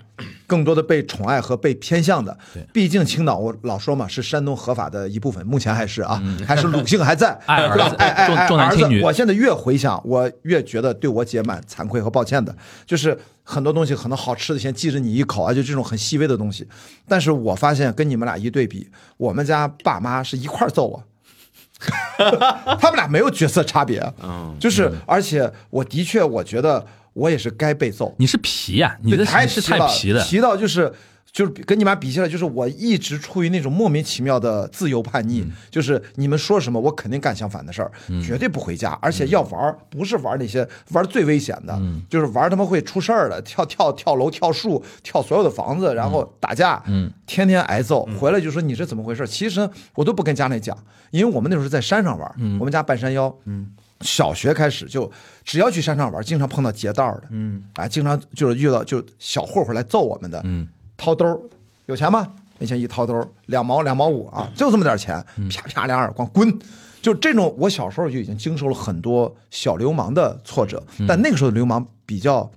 [SPEAKER 3] 更多的被宠爱和被偏向的。毕竟青岛，我老说嘛，是山东合法的一部分，目前还是啊，还是鲁姓还在
[SPEAKER 2] 嗯 。爱儿子
[SPEAKER 3] 哎哎
[SPEAKER 2] 重
[SPEAKER 3] 哎，
[SPEAKER 2] 重男
[SPEAKER 3] 儿
[SPEAKER 2] 轻女
[SPEAKER 3] 子，我现在越回想，我越觉得对我姐蛮惭愧和抱歉的，就是很多东西可能好吃的先记着你一口啊，就这种很细微的东西。但是我发现跟你们俩一对比，我们家爸妈是一块儿揍我。啊 他们俩没有角色差别，啊
[SPEAKER 4] 嗯
[SPEAKER 3] 就是而且我的确我觉得我也是该被揍，
[SPEAKER 2] 你是皮呀、你的
[SPEAKER 3] 对太
[SPEAKER 2] 你是太皮
[SPEAKER 3] 了，
[SPEAKER 2] 的。
[SPEAKER 3] 皮到就是。就是跟你妈比起来，就是我一直处于那种莫名其妙的自由叛
[SPEAKER 2] 嗯
[SPEAKER 3] 逆，就是你们说什么，我肯定干相反的事儿，绝对不回
[SPEAKER 2] 嗯
[SPEAKER 3] 家，而且要玩儿，不是玩儿那些玩儿最危险的，
[SPEAKER 2] 嗯
[SPEAKER 3] 就是玩儿他妈会出事儿的，跳跳跳楼、跳树、跳所有的房
[SPEAKER 2] 嗯
[SPEAKER 3] 子，然后打架，天天挨揍，回来就说你这怎么回事儿？其实我都不跟家里讲，因为我们那时候在山上玩儿，
[SPEAKER 2] 嗯
[SPEAKER 3] 我们家半山腰，小学开始就只要去山上玩，经常碰到劫道儿的，嗯，啊，经常就是遇到就小混混来揍我们的，嗯，掏兜儿，有钱吗？没钱一掏兜儿，两毛两毛五啊，就这么点钱，啪啪两耳光，滚！就这种，我小时候就已经经受了很多小流氓的挫折，但那个时候的流氓比较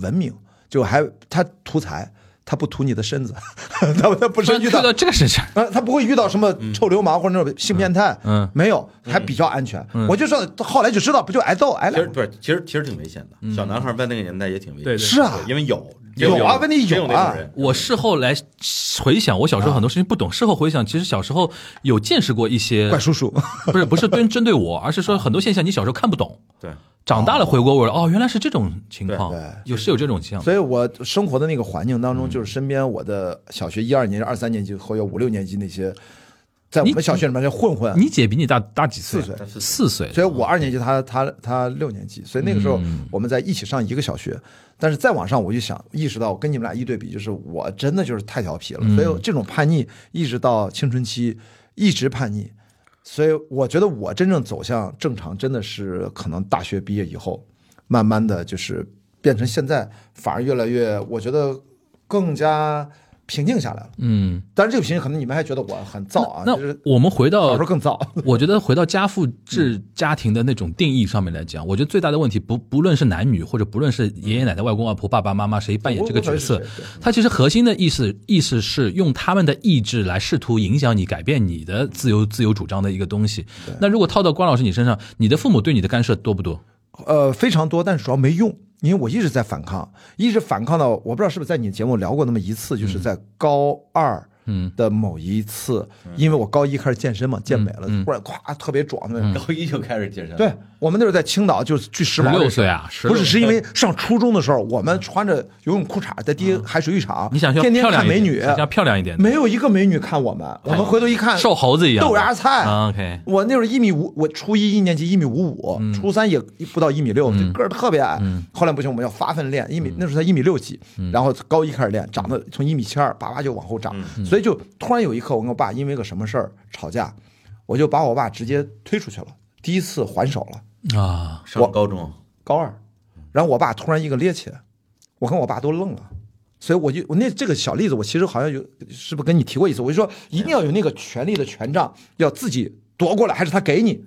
[SPEAKER 3] 文明，就还他图财，他不图你的身子， 他他
[SPEAKER 2] 突
[SPEAKER 3] 不是
[SPEAKER 2] 然
[SPEAKER 3] 遇
[SPEAKER 2] 遇
[SPEAKER 3] 到
[SPEAKER 2] 到这个事情，
[SPEAKER 3] 呃，他不会遇到什么臭流氓或者那种性变态，
[SPEAKER 2] 嗯嗯
[SPEAKER 3] 没有，还比较安全。我就说后来就知道，不就挨揍挨
[SPEAKER 4] 其实
[SPEAKER 3] 了。
[SPEAKER 4] 不是，其实其实挺危险的。小男孩在那个年代也挺危险
[SPEAKER 2] 嗯对对
[SPEAKER 4] 的，
[SPEAKER 3] 是啊，
[SPEAKER 4] 因为有
[SPEAKER 3] 有啊问题
[SPEAKER 4] 真有
[SPEAKER 3] 有啊
[SPEAKER 4] 那种人
[SPEAKER 2] 我事后来回想，我小时候很多事情不懂。事后回想，其实小时候有见识过一些
[SPEAKER 3] 怪，叔叔，
[SPEAKER 2] 不是不是对针对我，而是说很多现象你小时候看不懂，
[SPEAKER 4] 对，
[SPEAKER 2] 长大了回过味儿，哦，原来是这种情况
[SPEAKER 3] 对对，
[SPEAKER 2] 有是有这种情况。
[SPEAKER 3] 所以我生活的那个环境
[SPEAKER 2] 嗯
[SPEAKER 3] 当中，就是身边我的小学一二年级、二三年级和有五六年级那些，在我
[SPEAKER 2] 你
[SPEAKER 3] 们小学里面叫混混，
[SPEAKER 2] 你姐比你大大几岁？
[SPEAKER 3] 四岁
[SPEAKER 2] 四岁。
[SPEAKER 3] 所以我二年级他，他他六年级，所以那个时候
[SPEAKER 2] 嗯
[SPEAKER 3] 我们在一起上一个小学。但是再往上，我就想意识到，我跟你们俩一对比，就是我真的就是太调皮
[SPEAKER 2] 嗯
[SPEAKER 3] 了，所以这种叛逆一直到青春期一直叛逆。所以我觉得我真正走向正常，真的是可能大学毕业以后，慢慢的就是变成现在，反而越来越，我觉得更加平静下来了。
[SPEAKER 2] 嗯，
[SPEAKER 3] 但是这个平静可能你们还觉得我很燥啊，
[SPEAKER 2] 那呃
[SPEAKER 3] 就是
[SPEAKER 2] 我们回
[SPEAKER 3] 小
[SPEAKER 2] 到
[SPEAKER 3] 时候更燥。
[SPEAKER 2] 我觉得回到家父制家庭的那种定义上面来讲，我觉得最大的问题不不论是男女，或者不论是爷爷奶奶、外公外婆、爸爸妈妈谁扮演这个角
[SPEAKER 3] 无
[SPEAKER 2] 色
[SPEAKER 3] 论是谁对，
[SPEAKER 2] 他其实核心的意思意思是用他们的意志来试图影响你、改变你的自由自由主张的一个东西。那如果套到关老师你身上，你的父母对你的干涉多不多？
[SPEAKER 3] 呃，非常多，但是主要没用，因为我一直在反抗，一直反抗到我不知道是不是在你节目聊过那么一次，就是在高二
[SPEAKER 2] 嗯
[SPEAKER 3] 的某一次，因为我高一开始健身嘛，健美了，
[SPEAKER 2] 嗯
[SPEAKER 3] 突然咵特别壮那种。
[SPEAKER 4] 高一就开始健身，
[SPEAKER 3] 对，我们那时候在青岛，就是去
[SPEAKER 2] 十
[SPEAKER 3] 时髦
[SPEAKER 2] 六
[SPEAKER 3] 的时候
[SPEAKER 2] 岁啊，十
[SPEAKER 3] 不是，是因为上初中的时候，我们穿着游泳裤衩在第一海水浴场，
[SPEAKER 2] 你想要
[SPEAKER 3] 天天
[SPEAKER 2] 漂亮
[SPEAKER 3] 看
[SPEAKER 2] 一点
[SPEAKER 3] 美女，
[SPEAKER 2] 想要漂亮一点的，
[SPEAKER 3] 没有一个美女看我们，我们回头一看，
[SPEAKER 2] 瘦猴子一样的
[SPEAKER 3] 豆芽菜
[SPEAKER 2] 啊，OK 嗯
[SPEAKER 3] 我那会儿一米五，我初一一年级一米五五，初三也不到一米六，就个儿特别矮。后来不行，我们要发奋练，一
[SPEAKER 2] 嗯
[SPEAKER 3] 米那时候才一米六几，然后高一开始练，长得从一米七二叭叭就往后长，
[SPEAKER 2] 嗯
[SPEAKER 3] 所以就突然有一刻，我跟我爸因为个什么事儿吵架，我就把我爸直接推出去了，第一次还手了，
[SPEAKER 2] 啊，
[SPEAKER 4] 上高中
[SPEAKER 3] 高二，
[SPEAKER 2] 嗯
[SPEAKER 3] 然后我爸突然一个趔趄，我跟我爸都愣了。所以我就我那这个小例子，我其实好像有是不是跟你提过一次？我就说一定要有那个权力的权杖，要自己夺过来，还是他给你？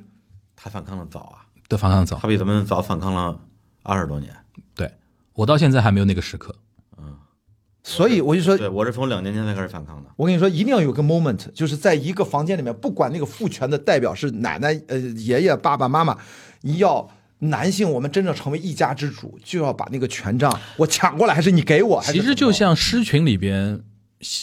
[SPEAKER 4] 他反抗的早啊，
[SPEAKER 2] 的方向走
[SPEAKER 4] 他。比咱们早反抗了二十多年。
[SPEAKER 2] 对我到现在还没有那个时刻。
[SPEAKER 3] 所以我就说，
[SPEAKER 4] 对我是从两年前才开始反抗的，
[SPEAKER 3] 我跟你说，一定要有个 moment，就是在一个房间里面，不管那个父权的代表是奶奶、呃爷爷、爸爸妈妈，你要男性，我们真正成为一家之主，就要把那个权杖我抢过来，还是你给我？还是
[SPEAKER 2] 其实就像狮群里边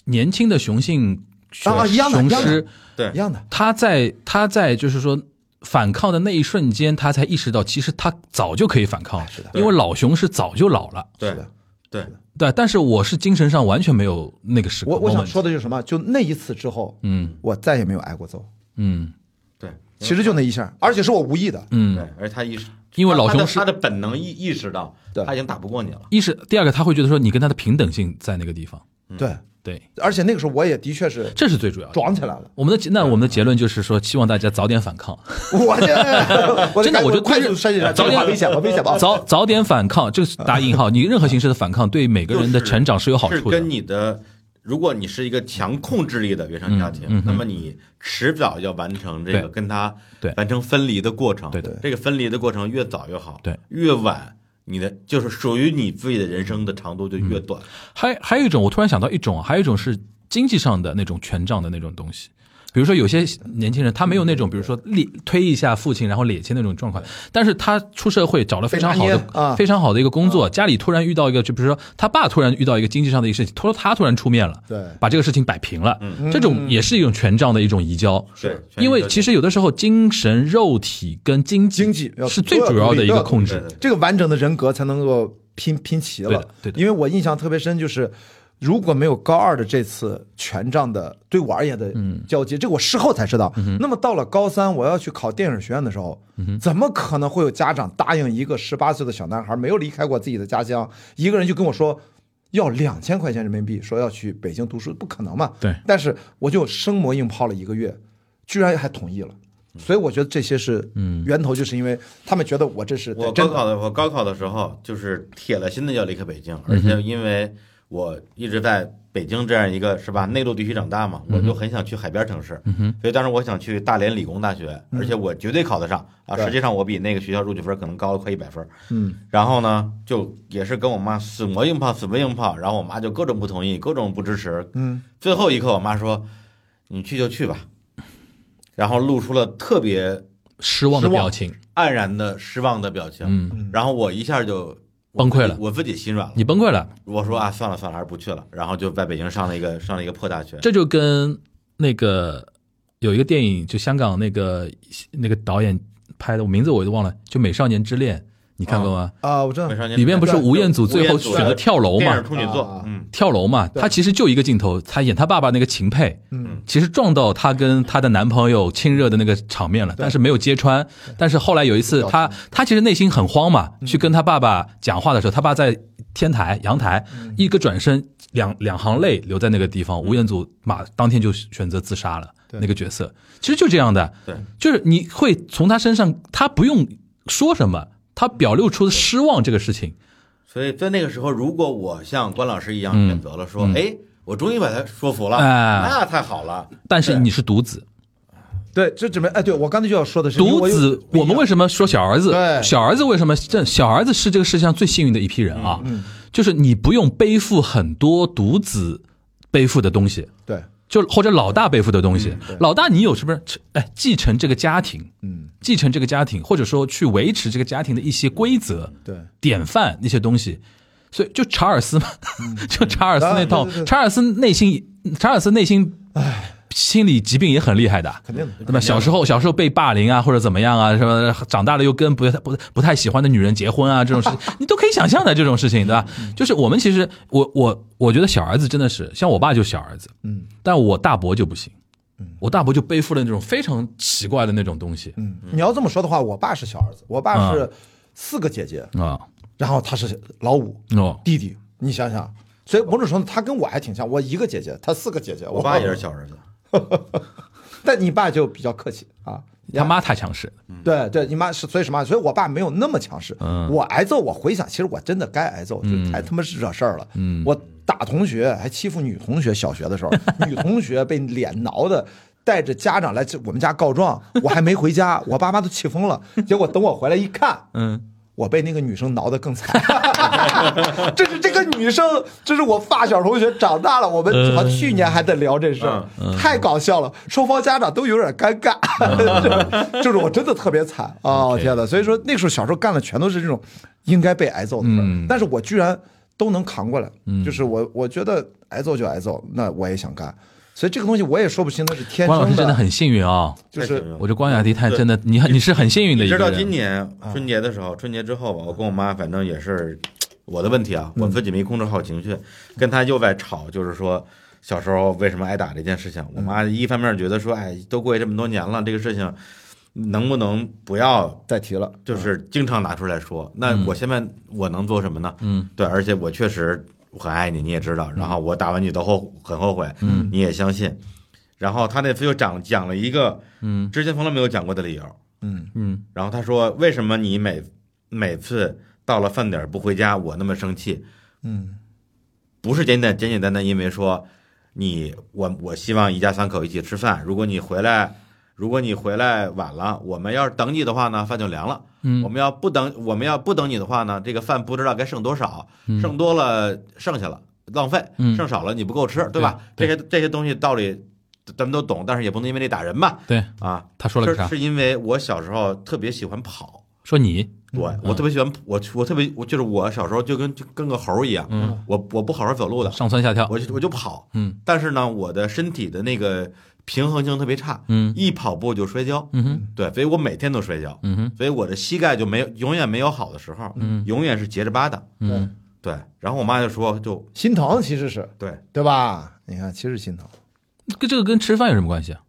[SPEAKER 2] 年轻的雄性雄
[SPEAKER 3] 啊一样的
[SPEAKER 2] 雄
[SPEAKER 3] 一样的
[SPEAKER 2] 狮，
[SPEAKER 4] 对
[SPEAKER 3] 一，样的，
[SPEAKER 2] 他在他在就是说反抗的那一瞬间，他才意识到其实他早就可以反抗了，
[SPEAKER 3] 是的
[SPEAKER 2] 因为老雄狮早就老了。
[SPEAKER 4] 对
[SPEAKER 3] 是的
[SPEAKER 4] 对，
[SPEAKER 2] 对，但是我是精神上完全没有那个时刻。
[SPEAKER 3] 我我想
[SPEAKER 2] moment
[SPEAKER 3] 说，的就是什么？就那一次之后，
[SPEAKER 2] 嗯
[SPEAKER 3] 我再也没有挨过揍，
[SPEAKER 2] 嗯
[SPEAKER 4] 对，
[SPEAKER 3] 其实就那一下，而且是我无意的。
[SPEAKER 4] 对
[SPEAKER 2] 嗯，，
[SPEAKER 4] 而且他意识，
[SPEAKER 2] 因为老
[SPEAKER 4] 他的
[SPEAKER 2] 熊是
[SPEAKER 4] 他的本能意意识到
[SPEAKER 3] 对
[SPEAKER 4] 他已经打不过你了，
[SPEAKER 2] 一是第二个，他会觉得说你跟他的平等性在那个地方，
[SPEAKER 3] 对，
[SPEAKER 2] 对，
[SPEAKER 3] 而且那个时候我也的确是
[SPEAKER 2] 这是最主要的。
[SPEAKER 3] 装起来了。
[SPEAKER 2] 我们的结那我们的结论就是说，希望大家早点反抗，
[SPEAKER 3] 我 这我
[SPEAKER 2] 真的我觉得
[SPEAKER 3] 快速
[SPEAKER 2] 就是
[SPEAKER 3] 筛选一下，
[SPEAKER 2] 早
[SPEAKER 3] 这
[SPEAKER 2] 点
[SPEAKER 3] 个话危险吧，危险吧。
[SPEAKER 2] 早早点反抗，这是打引号。你任何形式的反抗对每个人的
[SPEAKER 4] 就是
[SPEAKER 2] 成长是有好
[SPEAKER 4] 是
[SPEAKER 2] 处的
[SPEAKER 4] 跟。你的。如果你是一个强控制力的原生家庭，
[SPEAKER 2] 嗯嗯嗯
[SPEAKER 4] 那么你迟早要完成这
[SPEAKER 2] 对
[SPEAKER 4] 个跟他
[SPEAKER 2] 对
[SPEAKER 4] 完成分离的过程。
[SPEAKER 2] 对的
[SPEAKER 4] 这个分离的过程越早越好，
[SPEAKER 2] 对，
[SPEAKER 4] 越晚你的就是属于你自己的人生的长度就
[SPEAKER 2] 嗯
[SPEAKER 4] 越短。
[SPEAKER 2] 还还有一种，我突然想到一种，啊还有一种是经济上的那种权杖的那种东西。比如说，有些年轻人他没有那种，比如说力推一下父亲，然后趔趄那种状况，但是他出社会找了非常好
[SPEAKER 3] 被拿捏
[SPEAKER 2] 的、
[SPEAKER 3] 啊
[SPEAKER 2] 非常好的一个工作，家里突然遇到一个，就比如说他爸突然遇到一个经济上的一个事情，他说他突然出面了，
[SPEAKER 3] 对
[SPEAKER 2] 把这个事情摆平了，这种也是一种权杖的一种移交，
[SPEAKER 4] 是
[SPEAKER 2] 因为其实有的时候精神、肉体跟经济
[SPEAKER 3] 经济要
[SPEAKER 2] 是最主要的一个控
[SPEAKER 4] 对
[SPEAKER 2] 制
[SPEAKER 4] 对，对
[SPEAKER 3] 这个完整的人格才能够拼拼齐
[SPEAKER 2] 对
[SPEAKER 3] 了
[SPEAKER 2] 的。对的
[SPEAKER 3] 因为我印象特别深，就是如果没有高二的这次权杖的对我而言的交接，这个我事后才知道。那么到了高三，我要去考电影学院的时候，怎么可能会有家长答应一个十八岁的小男孩没有离开过自己的家乡，一个人就跟我说？要两千块钱人民币，说要去北京读书，不可能嘛？
[SPEAKER 2] 对
[SPEAKER 3] 但是我就生磨硬泡了一个月，居然还同意了，所以我觉得这些是，嗯，源头就是因为他们觉得我这是
[SPEAKER 4] 我
[SPEAKER 3] 真的
[SPEAKER 4] 高考的我高考的时候就是铁了心的要离开北京，
[SPEAKER 3] 嗯
[SPEAKER 4] 而且因为我一直在北京这样一个是吧内陆地区长大嘛，
[SPEAKER 3] 嗯
[SPEAKER 4] 我就很想去海边城市，所以当时我想去大连理工大学，而且我绝对考得上啊！
[SPEAKER 3] 嗯对
[SPEAKER 4] 实际上我比那个学校录取分可能高了快一百分，
[SPEAKER 3] 嗯，
[SPEAKER 4] 然后呢就也是跟我妈死磨硬泡死磨硬泡，然后我妈就各种不同意，各种不支持，
[SPEAKER 3] 嗯，
[SPEAKER 4] 最后一刻我妈说你去就去吧，然后露出了特别
[SPEAKER 2] 失望的
[SPEAKER 4] 失望
[SPEAKER 2] 表情，
[SPEAKER 4] 黯然的失望的表情，
[SPEAKER 2] 嗯，
[SPEAKER 4] 然后我一下就我
[SPEAKER 2] 崩溃
[SPEAKER 4] 自己
[SPEAKER 2] 了
[SPEAKER 4] 我自己心软了。
[SPEAKER 2] 你崩溃了。
[SPEAKER 4] 我说啊，算了算了，还是不去了。然后就在北京上了一个上了一个破大学。
[SPEAKER 2] 这就跟那个有一个电影，就香港那个那个导演拍的，我名字我都忘了，就《美少年之恋》，你看过吗？
[SPEAKER 3] 啊，我知道
[SPEAKER 4] 美，少年
[SPEAKER 2] 里面不是
[SPEAKER 4] 对
[SPEAKER 2] 吴彦祖最后
[SPEAKER 4] 吴彦祖
[SPEAKER 2] 选择跳楼
[SPEAKER 4] 电影
[SPEAKER 2] 嘛？
[SPEAKER 4] 处女座
[SPEAKER 3] 啊，
[SPEAKER 4] 嗯，
[SPEAKER 2] 跳楼嘛，
[SPEAKER 3] 对
[SPEAKER 2] 他其实就一个镜头，他演他爸爸那个秦沛，
[SPEAKER 3] 嗯，
[SPEAKER 2] 其实撞到她跟她的男朋友亲热的那个场面了，但是没有揭穿。但是后来有一次，她她其实内心很慌嘛，
[SPEAKER 3] 嗯
[SPEAKER 2] 去跟她爸爸讲话的时候，她爸在天台阳台，
[SPEAKER 3] 嗯
[SPEAKER 2] 一个转身，两两行泪流在那个地方。吴彦祖马当天就选择自杀了，
[SPEAKER 3] 对
[SPEAKER 2] 那个角色其实就这样的，
[SPEAKER 4] 对，
[SPEAKER 2] 就是你会从他身上，他不用说什么，他表露出失望这个事情，
[SPEAKER 4] 所以在那个时候，如果我像关老师一样
[SPEAKER 2] 嗯
[SPEAKER 4] 选择了说，哎，我终于把他说服了，
[SPEAKER 2] 哎
[SPEAKER 4] 那太好了。
[SPEAKER 2] 但是你是独子。
[SPEAKER 3] 对，这准备哎，对我刚才就要说的是，因为
[SPEAKER 2] 独
[SPEAKER 3] 我有
[SPEAKER 2] 子，我们为什么说小儿子？
[SPEAKER 3] 对
[SPEAKER 2] 小儿子为什么这小儿子是这个世界上最幸运的一批人啊？
[SPEAKER 3] 嗯
[SPEAKER 2] 就是你不用背负很多独子背负的东西，
[SPEAKER 3] 对，
[SPEAKER 2] 就或者老大背负的东西。老大，你有是不是？哎，继承这个家庭，
[SPEAKER 3] 嗯，
[SPEAKER 2] 继承这个家庭，或者说去维持这个家庭的一些规则、
[SPEAKER 3] 对，
[SPEAKER 2] 典范那些东西。所以就查尔斯嘛， 就查尔斯那
[SPEAKER 3] 嗯啊
[SPEAKER 2] 套
[SPEAKER 3] 对对，对
[SPEAKER 2] 查尔斯内心，查尔斯内心，心理疾病也很厉害的。啊
[SPEAKER 3] 肯定的，
[SPEAKER 2] 对吧？小时候小时候被霸凌啊，或者怎么样啊，什么长大了又跟不太不不太喜欢的女人结婚啊，这种事 情你都可以想象的这种事情，对吧？
[SPEAKER 3] 嗯
[SPEAKER 2] 就是我们其实我我我觉得小儿子真的是像我爸就小儿子，
[SPEAKER 3] 嗯，
[SPEAKER 2] 但我大伯就不行，我大伯就背负了那种非常奇怪的那种东西
[SPEAKER 3] 嗯，你要这么说的话，我爸是小儿子，我爸是四个姐姐，
[SPEAKER 2] 啊
[SPEAKER 3] 然后他是老五
[SPEAKER 2] 哦，
[SPEAKER 3] 弟弟，你想想，所以某种程度他跟我还挺像，我一个姐姐，他四个姐姐，
[SPEAKER 4] 我爸也是，小儿子，
[SPEAKER 3] 但你爸就比较客气啊，
[SPEAKER 2] 他妈太强势了，
[SPEAKER 3] 对对，你妈是所以什么？所以我爸没有那么强势。我挨揍，我回想，其实我真的该挨揍，就还他妈是惹事儿了。我打同学，还欺负女同学，小学的时候，女同学被脸挠的。带着家长来这我们家告状，我还没回家，我爸妈都气疯了。结果等我回来一看，
[SPEAKER 2] 嗯，
[SPEAKER 3] 我被那个女生挠得更惨。 这是这个女生，这是我发小同学，长大了，我们好
[SPEAKER 2] 嗯
[SPEAKER 3] 像去年还在聊这事儿，太搞笑了，双方家长都有点尴尬， 就是我真的特别惨啊！
[SPEAKER 2] 嗯 OK
[SPEAKER 3] 天呐，所以说那时候小时候干的全都是这种应该被挨揍的事儿，
[SPEAKER 2] 嗯
[SPEAKER 3] 但是我居然都能扛过来，就是我我觉得挨揍就挨揍，那我也想干。所以这个东西我也说不清，它是天
[SPEAKER 2] 关老
[SPEAKER 3] 生
[SPEAKER 2] 师真的很幸运啊，
[SPEAKER 3] 就
[SPEAKER 4] 太幸
[SPEAKER 3] 是
[SPEAKER 4] 运了
[SPEAKER 2] 我觉得关雅迪太真的，你很你是很幸运的
[SPEAKER 4] 哎你
[SPEAKER 2] 一个
[SPEAKER 4] 知道
[SPEAKER 2] 人
[SPEAKER 4] 今。年春节的时候，春节之后吧，我跟我妈反正也是我的问题
[SPEAKER 2] 嗯
[SPEAKER 4] 啊，我自己没控制好情绪，跟他又在吵，就是说小时候为什么挨打这件事情。我妈
[SPEAKER 2] 嗯
[SPEAKER 4] 一方面觉得说，哎，都过去这么多年了，这个事情能不能不要
[SPEAKER 3] 再提
[SPEAKER 2] 嗯
[SPEAKER 3] 了，
[SPEAKER 4] 就是经常拿出来说？那我现在我能做什么呢？
[SPEAKER 2] 嗯，
[SPEAKER 4] 对，而且我确实很爱你，你也知道。然后我打完你都后很后悔，嗯，你也相信。然后他那次又讲讲了一个，
[SPEAKER 2] 嗯，
[SPEAKER 4] 之前从来没有讲过的理由。
[SPEAKER 3] 嗯
[SPEAKER 2] 嗯
[SPEAKER 4] 然后他说：“为什么你每每次到了饭点儿不回家，我那么生气？
[SPEAKER 3] 嗯
[SPEAKER 4] 不是简简简简单单因为说你我我希望一家三口一起吃饭，如果你回来，如果你回来晚了，我们要是等你的话呢，饭就凉了；我
[SPEAKER 2] 嗯
[SPEAKER 4] 们要不等，我们要不等你的话呢，这个饭不知道该剩多少，
[SPEAKER 2] 嗯
[SPEAKER 4] 剩多了剩下了浪费，
[SPEAKER 2] 嗯
[SPEAKER 4] 剩少了你不够吃，对吧？
[SPEAKER 2] 对
[SPEAKER 4] 这些这些东西道理咱们都懂，但是也不能因为这打人吧？
[SPEAKER 2] 对，
[SPEAKER 4] 啊，
[SPEAKER 2] 他说了个
[SPEAKER 4] 是
[SPEAKER 2] 啥？
[SPEAKER 4] 是因为我小时候特别喜欢跑。”
[SPEAKER 2] 说你，
[SPEAKER 4] 对，
[SPEAKER 2] 嗯
[SPEAKER 4] 我特别喜欢我我特别我就是我小时候就跟就跟个猴儿一样，
[SPEAKER 2] 嗯，
[SPEAKER 4] 我我不好好走路的，
[SPEAKER 2] 上蹿下跳，
[SPEAKER 4] 我就我就跑，
[SPEAKER 2] 嗯
[SPEAKER 4] 但是呢，我的身体的那个平衡性特别差，
[SPEAKER 2] 嗯
[SPEAKER 4] 一跑步就摔跤，
[SPEAKER 2] 嗯哼
[SPEAKER 4] 对，所以我每天都摔跤，
[SPEAKER 2] 嗯哼
[SPEAKER 4] 所以我的膝盖就没有永远没有好的时候，
[SPEAKER 2] 嗯
[SPEAKER 4] 永远是结着疤的，
[SPEAKER 2] 嗯，
[SPEAKER 4] 对。然后我妈就说，就
[SPEAKER 3] 心疼其实是
[SPEAKER 4] 对，
[SPEAKER 3] 对吧？你看，其实心疼
[SPEAKER 2] 跟这个跟吃饭有什么关系啊？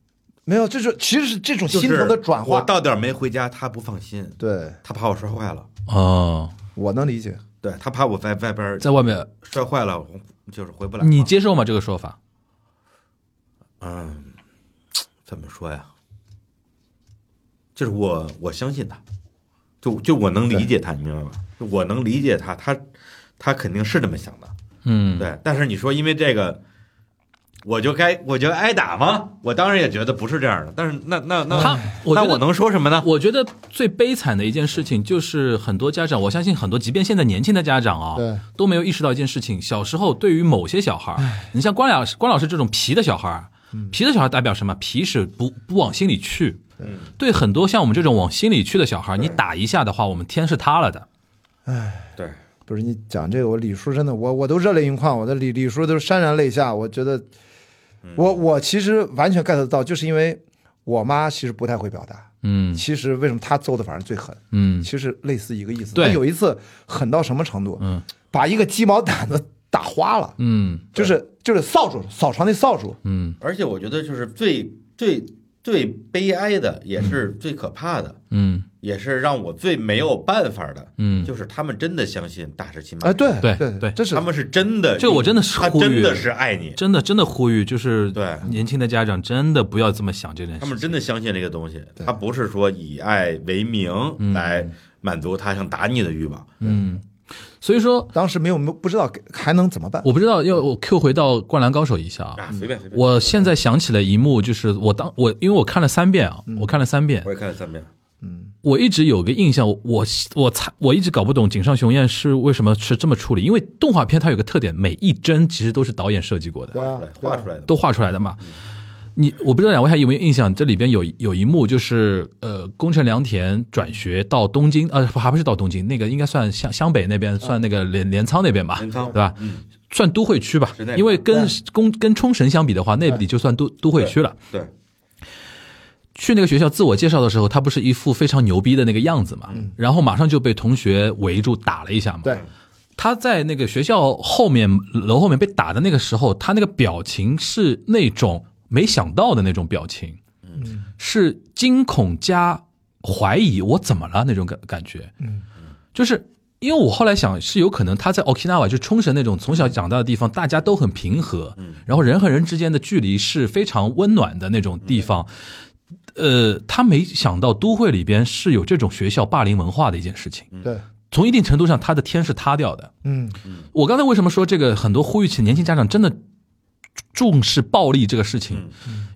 [SPEAKER 3] 没有，这是其实是这种
[SPEAKER 4] 就
[SPEAKER 3] 心
[SPEAKER 4] 是
[SPEAKER 3] 疼的转
[SPEAKER 4] 我
[SPEAKER 3] 化。
[SPEAKER 4] 到点儿没回家，她不放心，
[SPEAKER 3] 对，
[SPEAKER 4] 她怕我摔坏了，
[SPEAKER 2] 哦，
[SPEAKER 3] 我能理解。
[SPEAKER 4] 对她怕我在外边儿
[SPEAKER 2] 在外面
[SPEAKER 4] 摔坏了，我就是回不来了。
[SPEAKER 2] 你接受吗？这个说法？
[SPEAKER 4] 嗯，怎么说呀？就是我我相信他，就就我能理解他，你明白吗？就我能理解他，他他肯定是这么想的，
[SPEAKER 2] 嗯，
[SPEAKER 4] 对。但是你说因为这个，我就该我就挨打吗？我当然也觉得不是这样的，但是那那那
[SPEAKER 2] 他我
[SPEAKER 4] 那
[SPEAKER 2] 觉得
[SPEAKER 4] 我能说什么呢？
[SPEAKER 2] 我觉得最悲惨的一件事情就是很多家长，我相信很多，即便现在年轻的家长啊、
[SPEAKER 3] 对
[SPEAKER 2] 都没有意识到一件事情：小时候对于某些小孩儿，你像关老师、关老师这种皮的小孩儿，皮的小孩儿代表什么？皮是不不往心里去。对很多像我们这种往心里去的小孩儿，你打一下的话，我们天是塌了的。
[SPEAKER 4] 对，
[SPEAKER 3] 不是你讲这个，我李叔真的，我我都热泪盈眶，我的李李叔都潸然泪下。我觉得，
[SPEAKER 2] 嗯
[SPEAKER 3] 我我其实完全 get 得到，就是因为我妈其实不太会表达。
[SPEAKER 2] 嗯
[SPEAKER 3] 其实为什么她揍的反而最狠？
[SPEAKER 2] 嗯
[SPEAKER 3] 其实类似一个意思。
[SPEAKER 2] 对
[SPEAKER 3] 她有一次狠到什么程度？
[SPEAKER 2] 嗯，
[SPEAKER 3] 把一个鸡毛掸子打花了，
[SPEAKER 2] 嗯
[SPEAKER 3] 就是就是扫帚，扫床那扫帚。
[SPEAKER 2] 嗯
[SPEAKER 4] 而且我觉得就是最最最悲哀的，也是最可怕的，
[SPEAKER 2] 嗯
[SPEAKER 4] 也是让我最没有办法的，
[SPEAKER 2] 嗯，
[SPEAKER 4] 就是他们真的相信大石亲妈
[SPEAKER 3] 哎，对
[SPEAKER 2] 对
[SPEAKER 3] 对
[SPEAKER 2] 对
[SPEAKER 3] 这是
[SPEAKER 4] 他啊们是真的，
[SPEAKER 2] 这我真的是
[SPEAKER 4] 他
[SPEAKER 2] 呼吁
[SPEAKER 4] 真的是爱你，
[SPEAKER 2] 真的真的呼吁，就是
[SPEAKER 4] 对
[SPEAKER 2] 年轻的家长真的不要这么想这件事。
[SPEAKER 4] 他们真的相信这个东西，他不是说以爱为名来满足他想打你的欲望。
[SPEAKER 2] 嗯，所以说
[SPEAKER 3] 当时没有没有不知道给还能怎么办。
[SPEAKER 2] 我不知道要我 Q 回到《灌篮高手》一下啊，
[SPEAKER 4] 啊，随便随便，
[SPEAKER 2] 我现在想起了一幕，就是我当我因为我看了三遍啊，我看了三遍
[SPEAKER 4] 我，也看了三遍，
[SPEAKER 2] 我一直有个印象，我我猜我一直搞不懂井上雄彦是为什么是这么处理，因为动画片它有个特点，每一帧其实都是导演设计过
[SPEAKER 3] 对
[SPEAKER 2] 的，
[SPEAKER 3] 啊对
[SPEAKER 4] 对，
[SPEAKER 3] 啊
[SPEAKER 4] 画出来的
[SPEAKER 2] 都画出来的
[SPEAKER 4] 嗯
[SPEAKER 2] 嘛。你我不知道两位还有没有印象，这里边有有一幕就是呃，宫城良田转学到东京，呃，还不是到东京，那个应该算湘湘北那边，算那个镰镰仓那边吧，
[SPEAKER 4] 镰仓
[SPEAKER 2] 对吧？
[SPEAKER 4] 嗯，
[SPEAKER 2] 算都会区吧
[SPEAKER 4] 是那，边
[SPEAKER 2] 因为跟宫跟冲绳相比的话，那里就算都都会区了。
[SPEAKER 4] 对，
[SPEAKER 2] 去那个学校自我介绍的时候，他不是一副非常牛逼的那个样子嘛，
[SPEAKER 4] 嗯
[SPEAKER 2] 然后马上就被同学围住打了一下嘛。
[SPEAKER 3] 对，
[SPEAKER 2] 他在那个学校后面楼后面被打的那个时候，他那个表情是那种没想到的那种表情，嗯，是惊恐加怀疑我怎么了那种感感觉，
[SPEAKER 3] 嗯，
[SPEAKER 2] 就是因为我后来想是有可能他在 Okinawa 就冲绳那种从小长大的地方，大家都很平和，嗯，然后人和人之间的距离是非常温暖的那种地方。呃，他没想到都会里边是有这种学校霸凌文化的一件事情，
[SPEAKER 3] 嗯对，
[SPEAKER 2] 从一定程度上，他的天是塌掉的。
[SPEAKER 3] 嗯，
[SPEAKER 2] 我刚才为什么说这个很多呼吁起年轻家长真的重视暴力这个事情？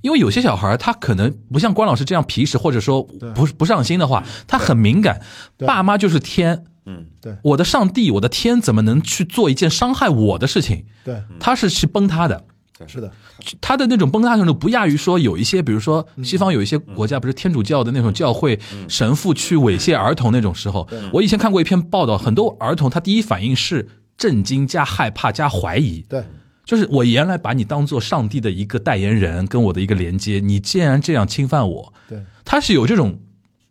[SPEAKER 2] 因为有些小孩儿他可能不像关老师这样皮实，或者说不不上心的话，他很敏感。爸妈就是天，
[SPEAKER 4] 嗯，
[SPEAKER 2] 我的上帝，我的天怎么能去做一件伤害我的事情？
[SPEAKER 3] 对，
[SPEAKER 2] 他是去崩塌的。
[SPEAKER 3] 是的，
[SPEAKER 2] 他的那种崩塌程度不亚于说有一些，比如说西方有一些国家不是天主教的那种教会神父去猥亵儿童那种时候。我以前看过一篇报道，很多儿童他第一反应是震惊加害怕加怀疑，
[SPEAKER 3] 对，
[SPEAKER 2] 就是我原来把你当做上帝的一个代言人，跟我的一个连接，你竟然这样侵犯我，
[SPEAKER 3] 对，
[SPEAKER 2] 他是有这种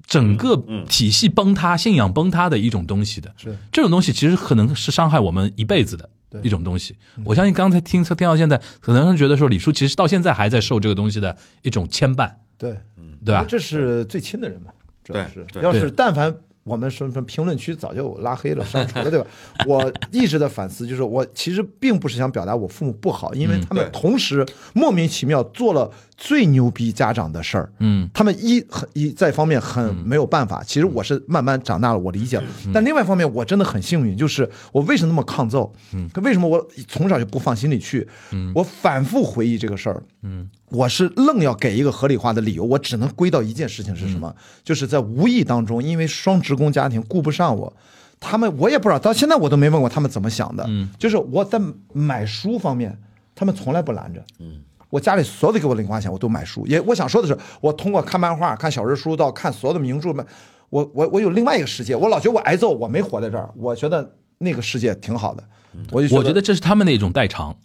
[SPEAKER 2] 整个体系崩塌、信仰崩塌的一种东西的。
[SPEAKER 3] 是
[SPEAKER 2] 这种东西其实可能是伤害我们一辈子的一种东西。我相信刚才听听到现在，可能觉得说李叔其实到现在还在受这个东西的一种牵绊，
[SPEAKER 3] 对，
[SPEAKER 2] 对吧？
[SPEAKER 3] 这是最亲的人嘛，主要
[SPEAKER 4] 对
[SPEAKER 3] 是
[SPEAKER 4] 对
[SPEAKER 3] 要是但凡我们什么什么评论区早就拉黑了、删除了，对吧？我一直的反思就是，我其实并不是想表达我父母不好，因为他们
[SPEAKER 4] 对
[SPEAKER 3] 同时莫名其妙做了最牛逼家长的事儿，
[SPEAKER 2] 嗯，
[SPEAKER 3] 他们一很一在一方面很没有办法，其实我是慢慢长大了，我理解了。但另外一方面，我真的很幸运，就是我为什么那么抗揍？嗯，为什么我从小就不放心里去？嗯，我反复回忆这个事儿。嗯，我是愣要给一个合理化的理由，我只能归到一件事情是什么？
[SPEAKER 2] 嗯
[SPEAKER 3] 就是在无意当中，因为双职工家庭顾不上我。他们我也不知道，到现在我都没问过他们怎么想的。嗯，就是我在买书方面，他们从来不拦着。嗯，我家里所有的给我零花钱，我都买书。也我想说的是，我通过看漫画、看小人书到看所有的名著们，我我我有另外一个世界。我老觉得我挨揍，我没活在这儿，我觉得那个世界挺好的。我就
[SPEAKER 2] 嗯我觉得这是他们的一种代偿，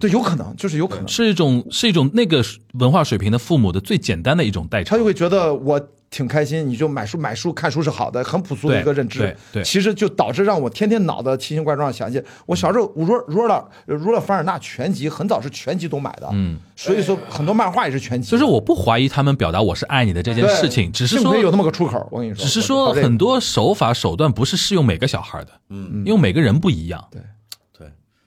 [SPEAKER 3] 对，有可能就是有可能，
[SPEAKER 2] 是一种是一种那个文化水平的父母的最简单的一种代
[SPEAKER 3] 他
[SPEAKER 2] 偿
[SPEAKER 3] 就。会觉得我挺开心，你就买书买书看书是好的，很朴素的一个认知。
[SPEAKER 2] 对对对
[SPEAKER 3] 其实就导致让我天天脑子奇形怪状地想一些。我小时候儒儒勒儒勒凡尔纳全集很早是全集都买的，嗯，所以说很多漫画也是全集。
[SPEAKER 2] 就是我不怀疑他们表达我是爱你的这件
[SPEAKER 3] 对
[SPEAKER 2] 事情，只是
[SPEAKER 3] 幸
[SPEAKER 2] 说
[SPEAKER 3] 亏有那么个出口，我跟你说，
[SPEAKER 2] 只是
[SPEAKER 3] 我
[SPEAKER 2] 说
[SPEAKER 3] 我这个
[SPEAKER 2] 很多手法手段不是适用每个小孩的，嗯，因为每个人不一样，
[SPEAKER 4] 对，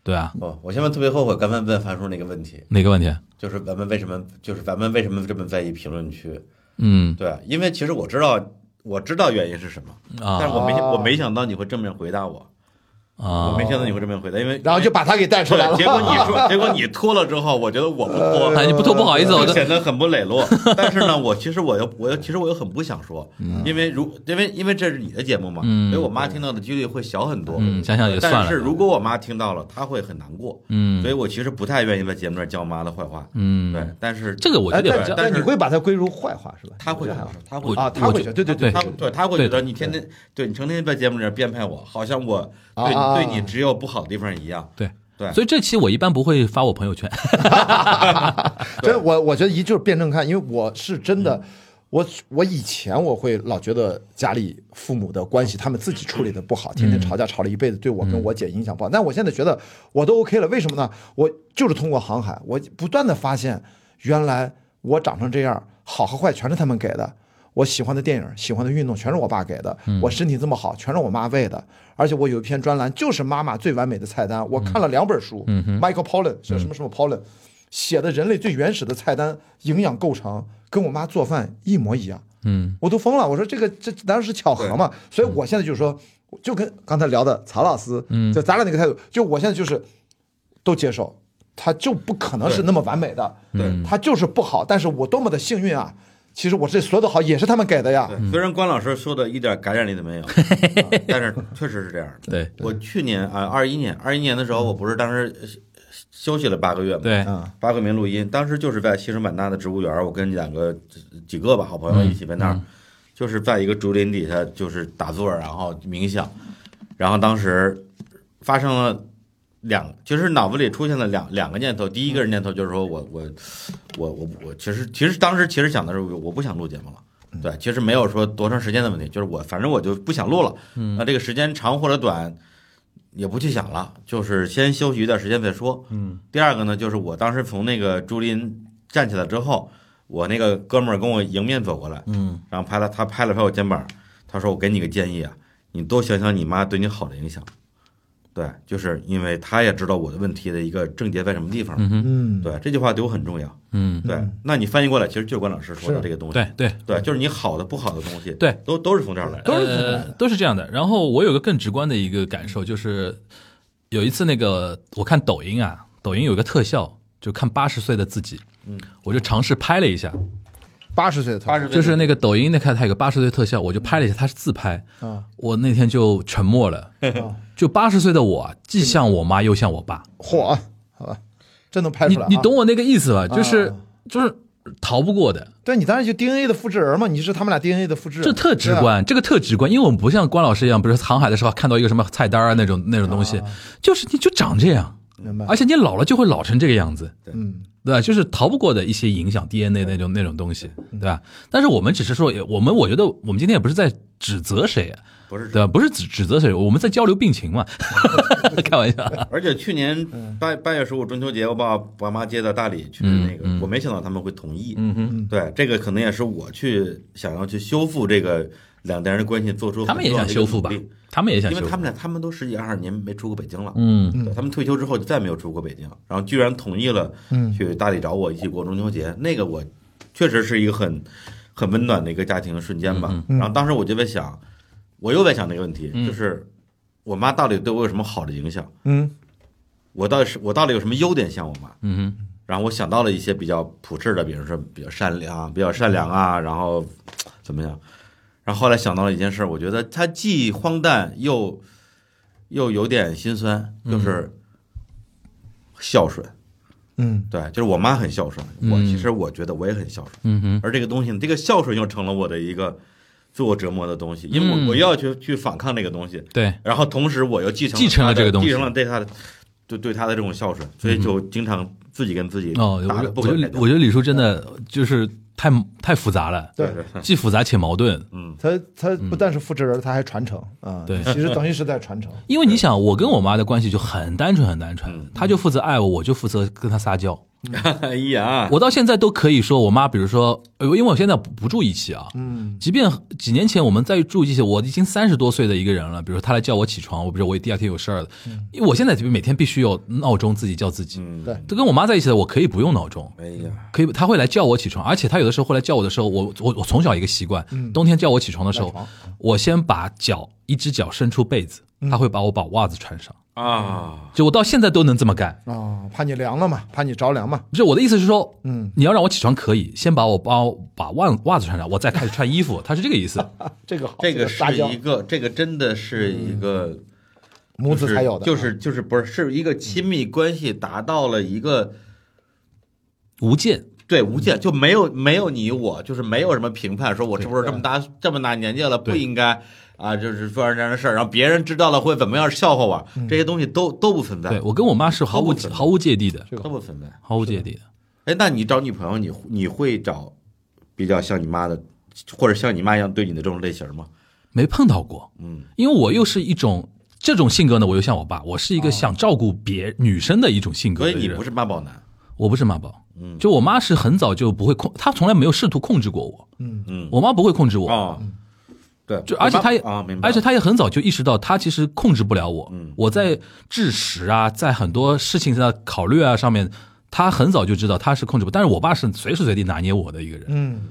[SPEAKER 2] 对啊，
[SPEAKER 4] 哦，我现在特别后悔刚才问樊叔那个问题，
[SPEAKER 2] 哪个问题？
[SPEAKER 4] 就是咱们为什么，就是咱们为什么这么在意评论区？
[SPEAKER 2] 嗯
[SPEAKER 4] 对，因为其实我知道，我知道原因是什么，但是
[SPEAKER 2] 啊
[SPEAKER 4] 我没
[SPEAKER 3] 啊
[SPEAKER 4] 我没想到你会正面回答我，我
[SPEAKER 2] 啊，
[SPEAKER 4] 没想到你会正面回答，因为
[SPEAKER 3] 然后就把他给带出来了。
[SPEAKER 4] 对结果你说， 结果你脱了之后，我觉得我不 脱，
[SPEAKER 2] 哎，你不脱不好意思，我的
[SPEAKER 4] 就 显得很不磊落。但是呢，我其实我又我又其实我又很不想说，因为如因为因为这是你的节目嘛，
[SPEAKER 2] 嗯
[SPEAKER 4] 所以我妈听到的几率会小很多。
[SPEAKER 2] 嗯想想也算
[SPEAKER 4] 但
[SPEAKER 2] 了
[SPEAKER 4] 是如果我妈听到了，她会很难过。
[SPEAKER 2] 嗯
[SPEAKER 4] 所以我其实不太愿意在节目上讲我妈的坏话。
[SPEAKER 2] 嗯
[SPEAKER 4] 对，但是
[SPEAKER 2] 这个我觉
[SPEAKER 3] 哎，
[SPEAKER 2] 得也
[SPEAKER 3] 但
[SPEAKER 2] 不
[SPEAKER 4] 对
[SPEAKER 2] 叫
[SPEAKER 4] 但
[SPEAKER 3] 但
[SPEAKER 4] 是
[SPEAKER 3] 你会把它归入坏话是吧？
[SPEAKER 4] 她
[SPEAKER 3] 我
[SPEAKER 4] 会
[SPEAKER 3] 觉
[SPEAKER 4] 怎
[SPEAKER 3] 得还好
[SPEAKER 4] 么说？她
[SPEAKER 2] 我
[SPEAKER 4] 会
[SPEAKER 3] 啊，他
[SPEAKER 2] 我
[SPEAKER 3] 会
[SPEAKER 2] 觉
[SPEAKER 3] 觉得对对
[SPEAKER 4] 她
[SPEAKER 3] 对
[SPEAKER 4] 对她会
[SPEAKER 2] 对
[SPEAKER 4] 觉得你天天对你成天在节目里边编排我，好像我对
[SPEAKER 3] 啊啊啊
[SPEAKER 4] 对你只有不好的地方一样。
[SPEAKER 2] 对
[SPEAKER 4] 对
[SPEAKER 2] 所以这期我一般不会发我朋友圈，
[SPEAKER 3] 所以我我觉得一就是辩证看，因为我是真的，我我以前我会老觉得家里父母的关系他们自己处理的不好，天天吵架吵了一辈子，对我跟我姐影响不好。但我现在觉得我都 OK 了，为什么呢？我就是通过航海，我不断的发现，原来我长成这样，好和坏全是他们给的。我喜欢的电影、喜欢的运动，全是我爸给的。我身体这么好，全是我妈喂的。而且我有一篇专栏，就是妈妈最完美的菜单。我看了两本书、m i c h a e l Pollan 叫什么什么 Pollan，、写的人类最原始的菜单营养构成，跟我妈做饭一模一样。
[SPEAKER 2] 嗯，
[SPEAKER 3] 我都疯了，我说这个这难道是巧合吗？所以我现在就是说，就跟刚才聊的曹老师，嗯，就咱俩那个态度，就我现在就是都接受，他就不可能是那么完美的，
[SPEAKER 4] 对
[SPEAKER 3] 他就是不好，但是我多么的幸运啊！其实我这所有的好也是他们给的呀，
[SPEAKER 4] 对，虽然关老师说的一点感染力都没有，啊但是确实是这样的。
[SPEAKER 2] 对
[SPEAKER 4] 我去年啊，二一年，二一年的时候，我不是当时呃休休息了八个月嘛，，
[SPEAKER 2] 对，
[SPEAKER 3] 嗯
[SPEAKER 4] 八个月没录音，当时就是在西双版纳的植物园，我跟两个几个吧好朋友一起在那儿，就是在一个竹林底下就是打坐，然后冥想，然后当时发生了两，就是脑子里出现了两两个念头，第一个念头就是说我我我我我，其实其实当时其实想的是我我不想录节目了。对，其实没有说多长时间的问题，就是我反正我就不想录了。那这个时间长或者短，也不去想了，就是先休息一段时间再说。嗯，第二个呢，就是我当时从那个竹林站起来之后，我那个哥们儿跟我迎面走过来，嗯，然后拍了他拍了拍我肩膀，他说：“我给你个建议啊，你多想想你妈对你好的影响。”对，就是因为他也知道我的问题的一个症结在什么地方。
[SPEAKER 3] 嗯，
[SPEAKER 4] 对，这句话对我很重要。
[SPEAKER 2] 嗯，
[SPEAKER 4] 对，那你翻译过来，其实就是关老师说的
[SPEAKER 3] 是
[SPEAKER 4] 这个东西。
[SPEAKER 2] 对对，
[SPEAKER 4] 对，就是你好的、不好的东西，
[SPEAKER 2] 对，
[SPEAKER 4] 都都是从这儿来的。
[SPEAKER 2] 呃都是这样的。然后我有个更直观的一个感受，就是有一次那个我看抖音啊，抖音有一个特效，就看八十岁的自己，嗯，我就尝试拍了一下，
[SPEAKER 3] 八十岁的他，
[SPEAKER 4] 十
[SPEAKER 2] 就是那个抖音那看它有个八十岁特效，我就拍了一下，它是自拍
[SPEAKER 3] 啊，
[SPEAKER 2] 我那天就沉默了，
[SPEAKER 4] 哦
[SPEAKER 2] 就八十岁的我啊既像我妈又像我爸，
[SPEAKER 3] 嚯，好吧，真能拍
[SPEAKER 2] 你
[SPEAKER 3] 出来、啊
[SPEAKER 2] 你懂？我那个意思吧？就是
[SPEAKER 4] 啊
[SPEAKER 2] 就是逃不过的，
[SPEAKER 3] 对你当然就 DNA 的复制人嘛，你是他们俩 DNA 的复制人，
[SPEAKER 2] 这特直
[SPEAKER 3] 对啊。
[SPEAKER 2] 观，这个特直观，因为我
[SPEAKER 4] 啊
[SPEAKER 2] 们不像关老师一样，不是航海的时候看到一个什么菜单啊那种那种东西，就是你就长这样，
[SPEAKER 3] 明白？
[SPEAKER 2] 而且你老了就会老成这个样子，
[SPEAKER 3] 嗯，
[SPEAKER 2] 对吧？就是逃不过的一些影响，DNA 那种那种东西，
[SPEAKER 4] 嗯
[SPEAKER 2] 对吧？但是我们只是说，也我们我觉得我们今天也不是在指责谁，
[SPEAKER 4] 不是
[SPEAKER 2] 对吧？不是指指责谁，我们在交流病情嘛，
[SPEAKER 4] 嗯
[SPEAKER 2] 开玩笑。
[SPEAKER 4] 而且去年八八月十五中秋节，我把爸妈接到大理去
[SPEAKER 2] 嗯
[SPEAKER 4] 那个，
[SPEAKER 2] 嗯
[SPEAKER 4] 我没想到他们会同意。
[SPEAKER 3] 嗯哼，
[SPEAKER 4] 对，这个可能也是我去想要去修复这个两代人的关系，做出
[SPEAKER 2] 他们也想
[SPEAKER 4] 很重
[SPEAKER 2] 修
[SPEAKER 4] 要的一个
[SPEAKER 2] 复吧
[SPEAKER 4] 努力，
[SPEAKER 2] 他们也想
[SPEAKER 4] 因
[SPEAKER 2] 修
[SPEAKER 4] 为
[SPEAKER 2] 复
[SPEAKER 4] 他们俩他们都十几二十年没出过北京了。
[SPEAKER 2] 嗯
[SPEAKER 4] 对他们退休之后就再没有出过北京，然后居然同意了
[SPEAKER 2] 嗯
[SPEAKER 4] 去大理找我一起过中秋节，那个我确实是一个很很温暖的一个家庭的瞬间吧。
[SPEAKER 2] 嗯
[SPEAKER 4] 然后当时我就在想，我又在想这个问题，就是我妈到底对我有什么好的影响？
[SPEAKER 3] 嗯，
[SPEAKER 4] 我到底是我到底有什么优点像我妈？
[SPEAKER 2] 嗯哼
[SPEAKER 4] 然后我想到了一些比较普世的，比如说比较善良、比较善良啊，然后嘖怎么样？然后后来想到了一件事儿，我觉得它既荒诞又又有点心酸，
[SPEAKER 2] 嗯
[SPEAKER 4] 就是孝顺。
[SPEAKER 3] 嗯，
[SPEAKER 4] 对，就是我妈很孝顺，我其实我觉得我也很孝顺，
[SPEAKER 2] 嗯哼，
[SPEAKER 4] 而这个东西，这个孝顺又成了我的一个自我折磨的东西，因为
[SPEAKER 2] 嗯
[SPEAKER 4] 我我要去去反抗这个东西，
[SPEAKER 2] 对，
[SPEAKER 4] 然后同时我又继承
[SPEAKER 2] 继承了
[SPEAKER 4] 他
[SPEAKER 2] 这
[SPEAKER 4] 的
[SPEAKER 2] 个东西嗯
[SPEAKER 4] 继承了对他的对对他的这种孝顺，所以就经常自己跟自己
[SPEAKER 2] 哦，我
[SPEAKER 4] 打
[SPEAKER 2] 觉
[SPEAKER 4] 得
[SPEAKER 2] 得
[SPEAKER 4] 不
[SPEAKER 2] 我觉
[SPEAKER 4] 可开
[SPEAKER 2] 得
[SPEAKER 4] 交
[SPEAKER 2] 我觉得李叔真的就是太太复杂了，
[SPEAKER 3] 对，
[SPEAKER 4] 对
[SPEAKER 2] 既复杂且矛盾。
[SPEAKER 4] 嗯，
[SPEAKER 3] 他他不但是复制人，他还传承啊，
[SPEAKER 2] 对
[SPEAKER 3] 其实等于是在传承，
[SPEAKER 2] 因为你想，我跟我妈的关系就很单纯，很单
[SPEAKER 4] 嗯
[SPEAKER 2] 纯，她就负责爱我，我就负责跟她撒娇。
[SPEAKER 4] 哎呀，
[SPEAKER 2] 我到现在都可以说，我妈，比如说，呃因为我现在不不住一起啊，嗯，即便几年前我们再住一起，我已经三十多岁的一个人了，比如她来叫我起床，我比如我第二天有事儿了，因为我现在每天必须有闹钟自己叫自己，
[SPEAKER 4] 嗯，
[SPEAKER 3] 对，
[SPEAKER 2] 这跟我妈在一起的，我可以不用闹钟，
[SPEAKER 4] 哎呀，
[SPEAKER 2] 可以，她会来叫我起床，而且她有的时候会来叫我的时候，我我我从小一个习惯，冬天叫我起床的时候
[SPEAKER 3] 赖床，
[SPEAKER 2] 我先把脚一只脚伸出被子，她会把我把袜子穿上，
[SPEAKER 3] 嗯
[SPEAKER 4] 啊，
[SPEAKER 2] 就我到现在都能这么干。
[SPEAKER 3] 啊，怕你凉了嘛，怕你着凉嘛，
[SPEAKER 2] 不是我的意思是说，
[SPEAKER 3] 嗯，
[SPEAKER 2] 你要让我起床可以，先把我把我把袜袜子穿上，我再开始穿衣服，他是这个意思。
[SPEAKER 3] 这个好，
[SPEAKER 4] 这
[SPEAKER 3] 个
[SPEAKER 4] 个
[SPEAKER 3] 撒
[SPEAKER 4] 是
[SPEAKER 3] 娇嗯
[SPEAKER 4] 一个，这个真的是一个
[SPEAKER 3] 母
[SPEAKER 4] 就
[SPEAKER 3] 子
[SPEAKER 4] 是
[SPEAKER 3] 才有的，
[SPEAKER 4] 就是就是不是是一个亲密关系达到了一个
[SPEAKER 2] 无间，
[SPEAKER 4] 对无界，就没有没有你我，就是没有什么评判，说我是不是这么大这么大年纪了不
[SPEAKER 2] 对
[SPEAKER 4] 应该啊，就是做这样的事儿，然后别人知道了会怎么样笑话我，这些东西都都不存在
[SPEAKER 2] 对，我跟我妈是毫无
[SPEAKER 4] 毫无存在
[SPEAKER 2] 毫无芥蒂的，
[SPEAKER 3] 这个
[SPEAKER 4] 都不存在。
[SPEAKER 2] 毫无芥蒂的。
[SPEAKER 4] 哎，那你找女朋友，你你会找比较像你妈的，或者像你妈一样对你的这种类型吗？
[SPEAKER 2] 没碰到过，
[SPEAKER 4] 嗯，
[SPEAKER 2] 因为我又是一种这种性格呢，我又像我爸，我是一个想照顾别女生的一种性格
[SPEAKER 4] 所
[SPEAKER 2] 的
[SPEAKER 4] 以
[SPEAKER 2] 人。
[SPEAKER 4] 你不是妈宝男，
[SPEAKER 2] 我不是妈宝，
[SPEAKER 4] 嗯
[SPEAKER 2] 就我妈是很早就不会控，她从来没有试图控制过我，
[SPEAKER 3] 嗯
[SPEAKER 4] 嗯，
[SPEAKER 2] 我妈不会控制我，嗯
[SPEAKER 4] 哦，对，
[SPEAKER 2] 就而且她也
[SPEAKER 4] 啊，明白，
[SPEAKER 2] 而且她也很早就意识到，她其实控制不了我。
[SPEAKER 4] 嗯
[SPEAKER 2] 我在制食啊，在很多事情上考虑啊上面，她很早就知道她是控制不。但是我爸是随时随地拿捏我的一个人，
[SPEAKER 3] 嗯，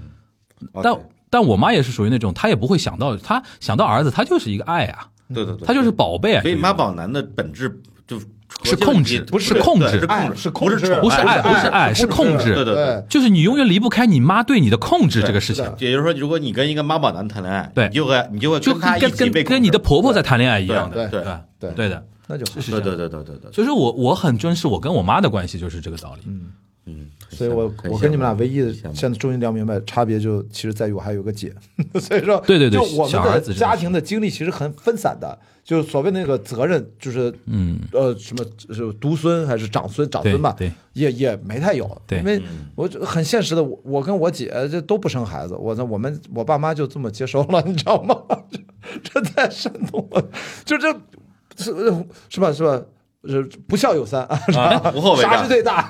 [SPEAKER 4] 哦
[SPEAKER 2] 但但我妈也是属于那种，她也不会想到，她想到儿子，她就是一个爱啊，
[SPEAKER 4] 对对对，
[SPEAKER 2] 她就是宝贝啊。
[SPEAKER 4] 所以
[SPEAKER 2] 属于
[SPEAKER 4] 妈宝男的本质就核心
[SPEAKER 2] 是控制
[SPEAKER 4] 不
[SPEAKER 2] 是控制
[SPEAKER 4] 对是控
[SPEAKER 3] 爱
[SPEAKER 4] 制，
[SPEAKER 3] 是
[SPEAKER 4] 不
[SPEAKER 3] 控
[SPEAKER 4] 是
[SPEAKER 3] 制，
[SPEAKER 4] 宠
[SPEAKER 2] 不是哎
[SPEAKER 4] 爱
[SPEAKER 2] 爱，不是爱，是控
[SPEAKER 4] 对
[SPEAKER 2] 制。
[SPEAKER 4] 对对。
[SPEAKER 2] 就是你永远离不开你妈对你的控制这个事情
[SPEAKER 3] 是，的
[SPEAKER 4] 也就是说，如果你跟一个妈宝男谈恋爱，
[SPEAKER 2] 对
[SPEAKER 4] 你就会你就会
[SPEAKER 2] 就
[SPEAKER 4] 他
[SPEAKER 2] 跟
[SPEAKER 4] 一
[SPEAKER 2] 跟
[SPEAKER 4] 起
[SPEAKER 2] 跟
[SPEAKER 4] 被控
[SPEAKER 2] 跟
[SPEAKER 4] 制
[SPEAKER 2] 你的婆婆在谈恋爱一样的，
[SPEAKER 4] 对对
[SPEAKER 2] 吧？
[SPEAKER 3] 对
[SPEAKER 2] 对的，
[SPEAKER 3] 那就好。
[SPEAKER 2] 是
[SPEAKER 4] 对
[SPEAKER 2] 这样。
[SPEAKER 4] 对对对对对，
[SPEAKER 2] 所以说我我很珍视我跟我妈的关系，就是这个道理。
[SPEAKER 4] 嗯，很
[SPEAKER 3] 所以我
[SPEAKER 4] 羡慕
[SPEAKER 3] 我跟你们俩唯一的
[SPEAKER 4] 很羡慕
[SPEAKER 3] 现在终于聊明白差别就其实在于我还有个姐， 所以说
[SPEAKER 2] 对对对
[SPEAKER 3] 就我
[SPEAKER 2] 小
[SPEAKER 3] 们
[SPEAKER 2] 儿
[SPEAKER 3] 的
[SPEAKER 2] 子真的是
[SPEAKER 3] 家庭的精力其实很分散的，就是所谓那个责任就是嗯呃什么就是独孙还是长孙长孙吧，
[SPEAKER 2] 对对
[SPEAKER 3] 也也没太有，
[SPEAKER 2] 对
[SPEAKER 3] 因为
[SPEAKER 4] 嗯
[SPEAKER 3] 我就很现实的，我我跟我姐这都不生孩子，我呢我们我爸妈就这么接收了，你知道吗？ 这这太煽动了，就这是是吧是吧？是不孝有三啊，是吧
[SPEAKER 4] 啊无后为大
[SPEAKER 3] 啥是最大？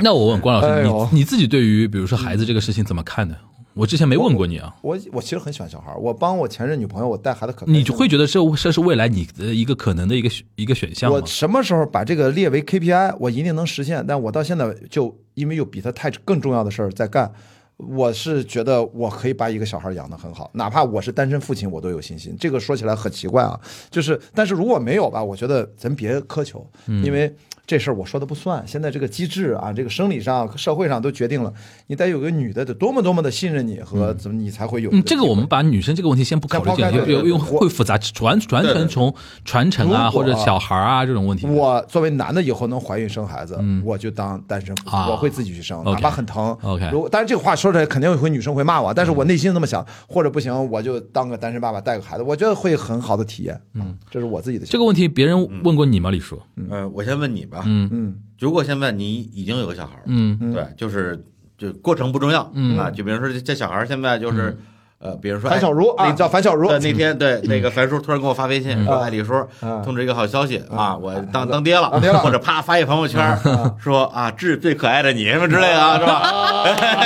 [SPEAKER 2] 那我问关老
[SPEAKER 3] 哎
[SPEAKER 2] 师，
[SPEAKER 3] 呦
[SPEAKER 2] 你你自己对于比如说孩子这个事情怎么看呢？我之前没问过你啊，
[SPEAKER 3] 我我其实很喜欢小孩儿，我帮我前任女朋友，我带孩子可开心了
[SPEAKER 2] 你就会觉得这这是未来你的一个可能的一个选一个选项吗
[SPEAKER 3] 我？什么时候把这个列为 KPI，我一定能实现。但我到现在就因为有比他太更重要的事儿在干，我是觉得我可以把一个小孩养得很好，哪怕我是单身父亲，我都有信心。这个说起来很奇怪啊，就是但是如果没有吧，我觉得咱别苛求，
[SPEAKER 2] 嗯
[SPEAKER 3] 因为。这事儿我说的不算，现在这个机制啊，这个生理上、社会上都决定了，你得有个女的得多么多么的信任你和怎么你才会有
[SPEAKER 2] 嗯，
[SPEAKER 3] 个
[SPEAKER 2] 这个
[SPEAKER 3] 机会
[SPEAKER 2] 我们把女生这个问题先不考虑
[SPEAKER 3] 先抛
[SPEAKER 2] 进
[SPEAKER 3] 开
[SPEAKER 2] 来，因为
[SPEAKER 3] 对
[SPEAKER 2] 因
[SPEAKER 3] 对
[SPEAKER 2] 为
[SPEAKER 3] 对我
[SPEAKER 2] 会复杂，传传
[SPEAKER 4] 对
[SPEAKER 2] 承
[SPEAKER 4] 对
[SPEAKER 2] 从传承啊
[SPEAKER 3] 如果
[SPEAKER 2] 或者小孩啊这种问题。
[SPEAKER 3] 我作为男的，以后能怀孕生孩子，我就当单身父亲，
[SPEAKER 2] 啊
[SPEAKER 3] 我会自己去生，
[SPEAKER 2] OK
[SPEAKER 3] 哪怕很疼。
[SPEAKER 2] OK 嗯
[SPEAKER 3] 如果但是这个话说说出来肯定会女生会骂我，但是我内心这么想，或者不行我就当个单身爸爸带个孩子，我觉得会很好的体验。嗯，这是我自己的想
[SPEAKER 2] 这个问题别人问过你吗，李叔？
[SPEAKER 4] 呃，我先问你吧，
[SPEAKER 2] 嗯
[SPEAKER 3] 嗯
[SPEAKER 4] 如果现在你已经有个小孩儿，
[SPEAKER 2] 嗯
[SPEAKER 4] 对，就是就过程不重要
[SPEAKER 2] 嗯
[SPEAKER 4] 啊，就比如说这这小孩儿现在就是呃，比如说
[SPEAKER 3] 樊小茹啊，叫樊小茹，
[SPEAKER 4] 对，那天对那个樊叔突然给我发微信说：“
[SPEAKER 3] 嗯
[SPEAKER 4] 哎，李叔
[SPEAKER 3] 嗯
[SPEAKER 4] 通知一个好消息啊，我当当爹
[SPEAKER 3] 当爹了嗯
[SPEAKER 4] 了， 或者啪发一朋友圈说啊，致最可爱的你什么之类的，啊，是吧？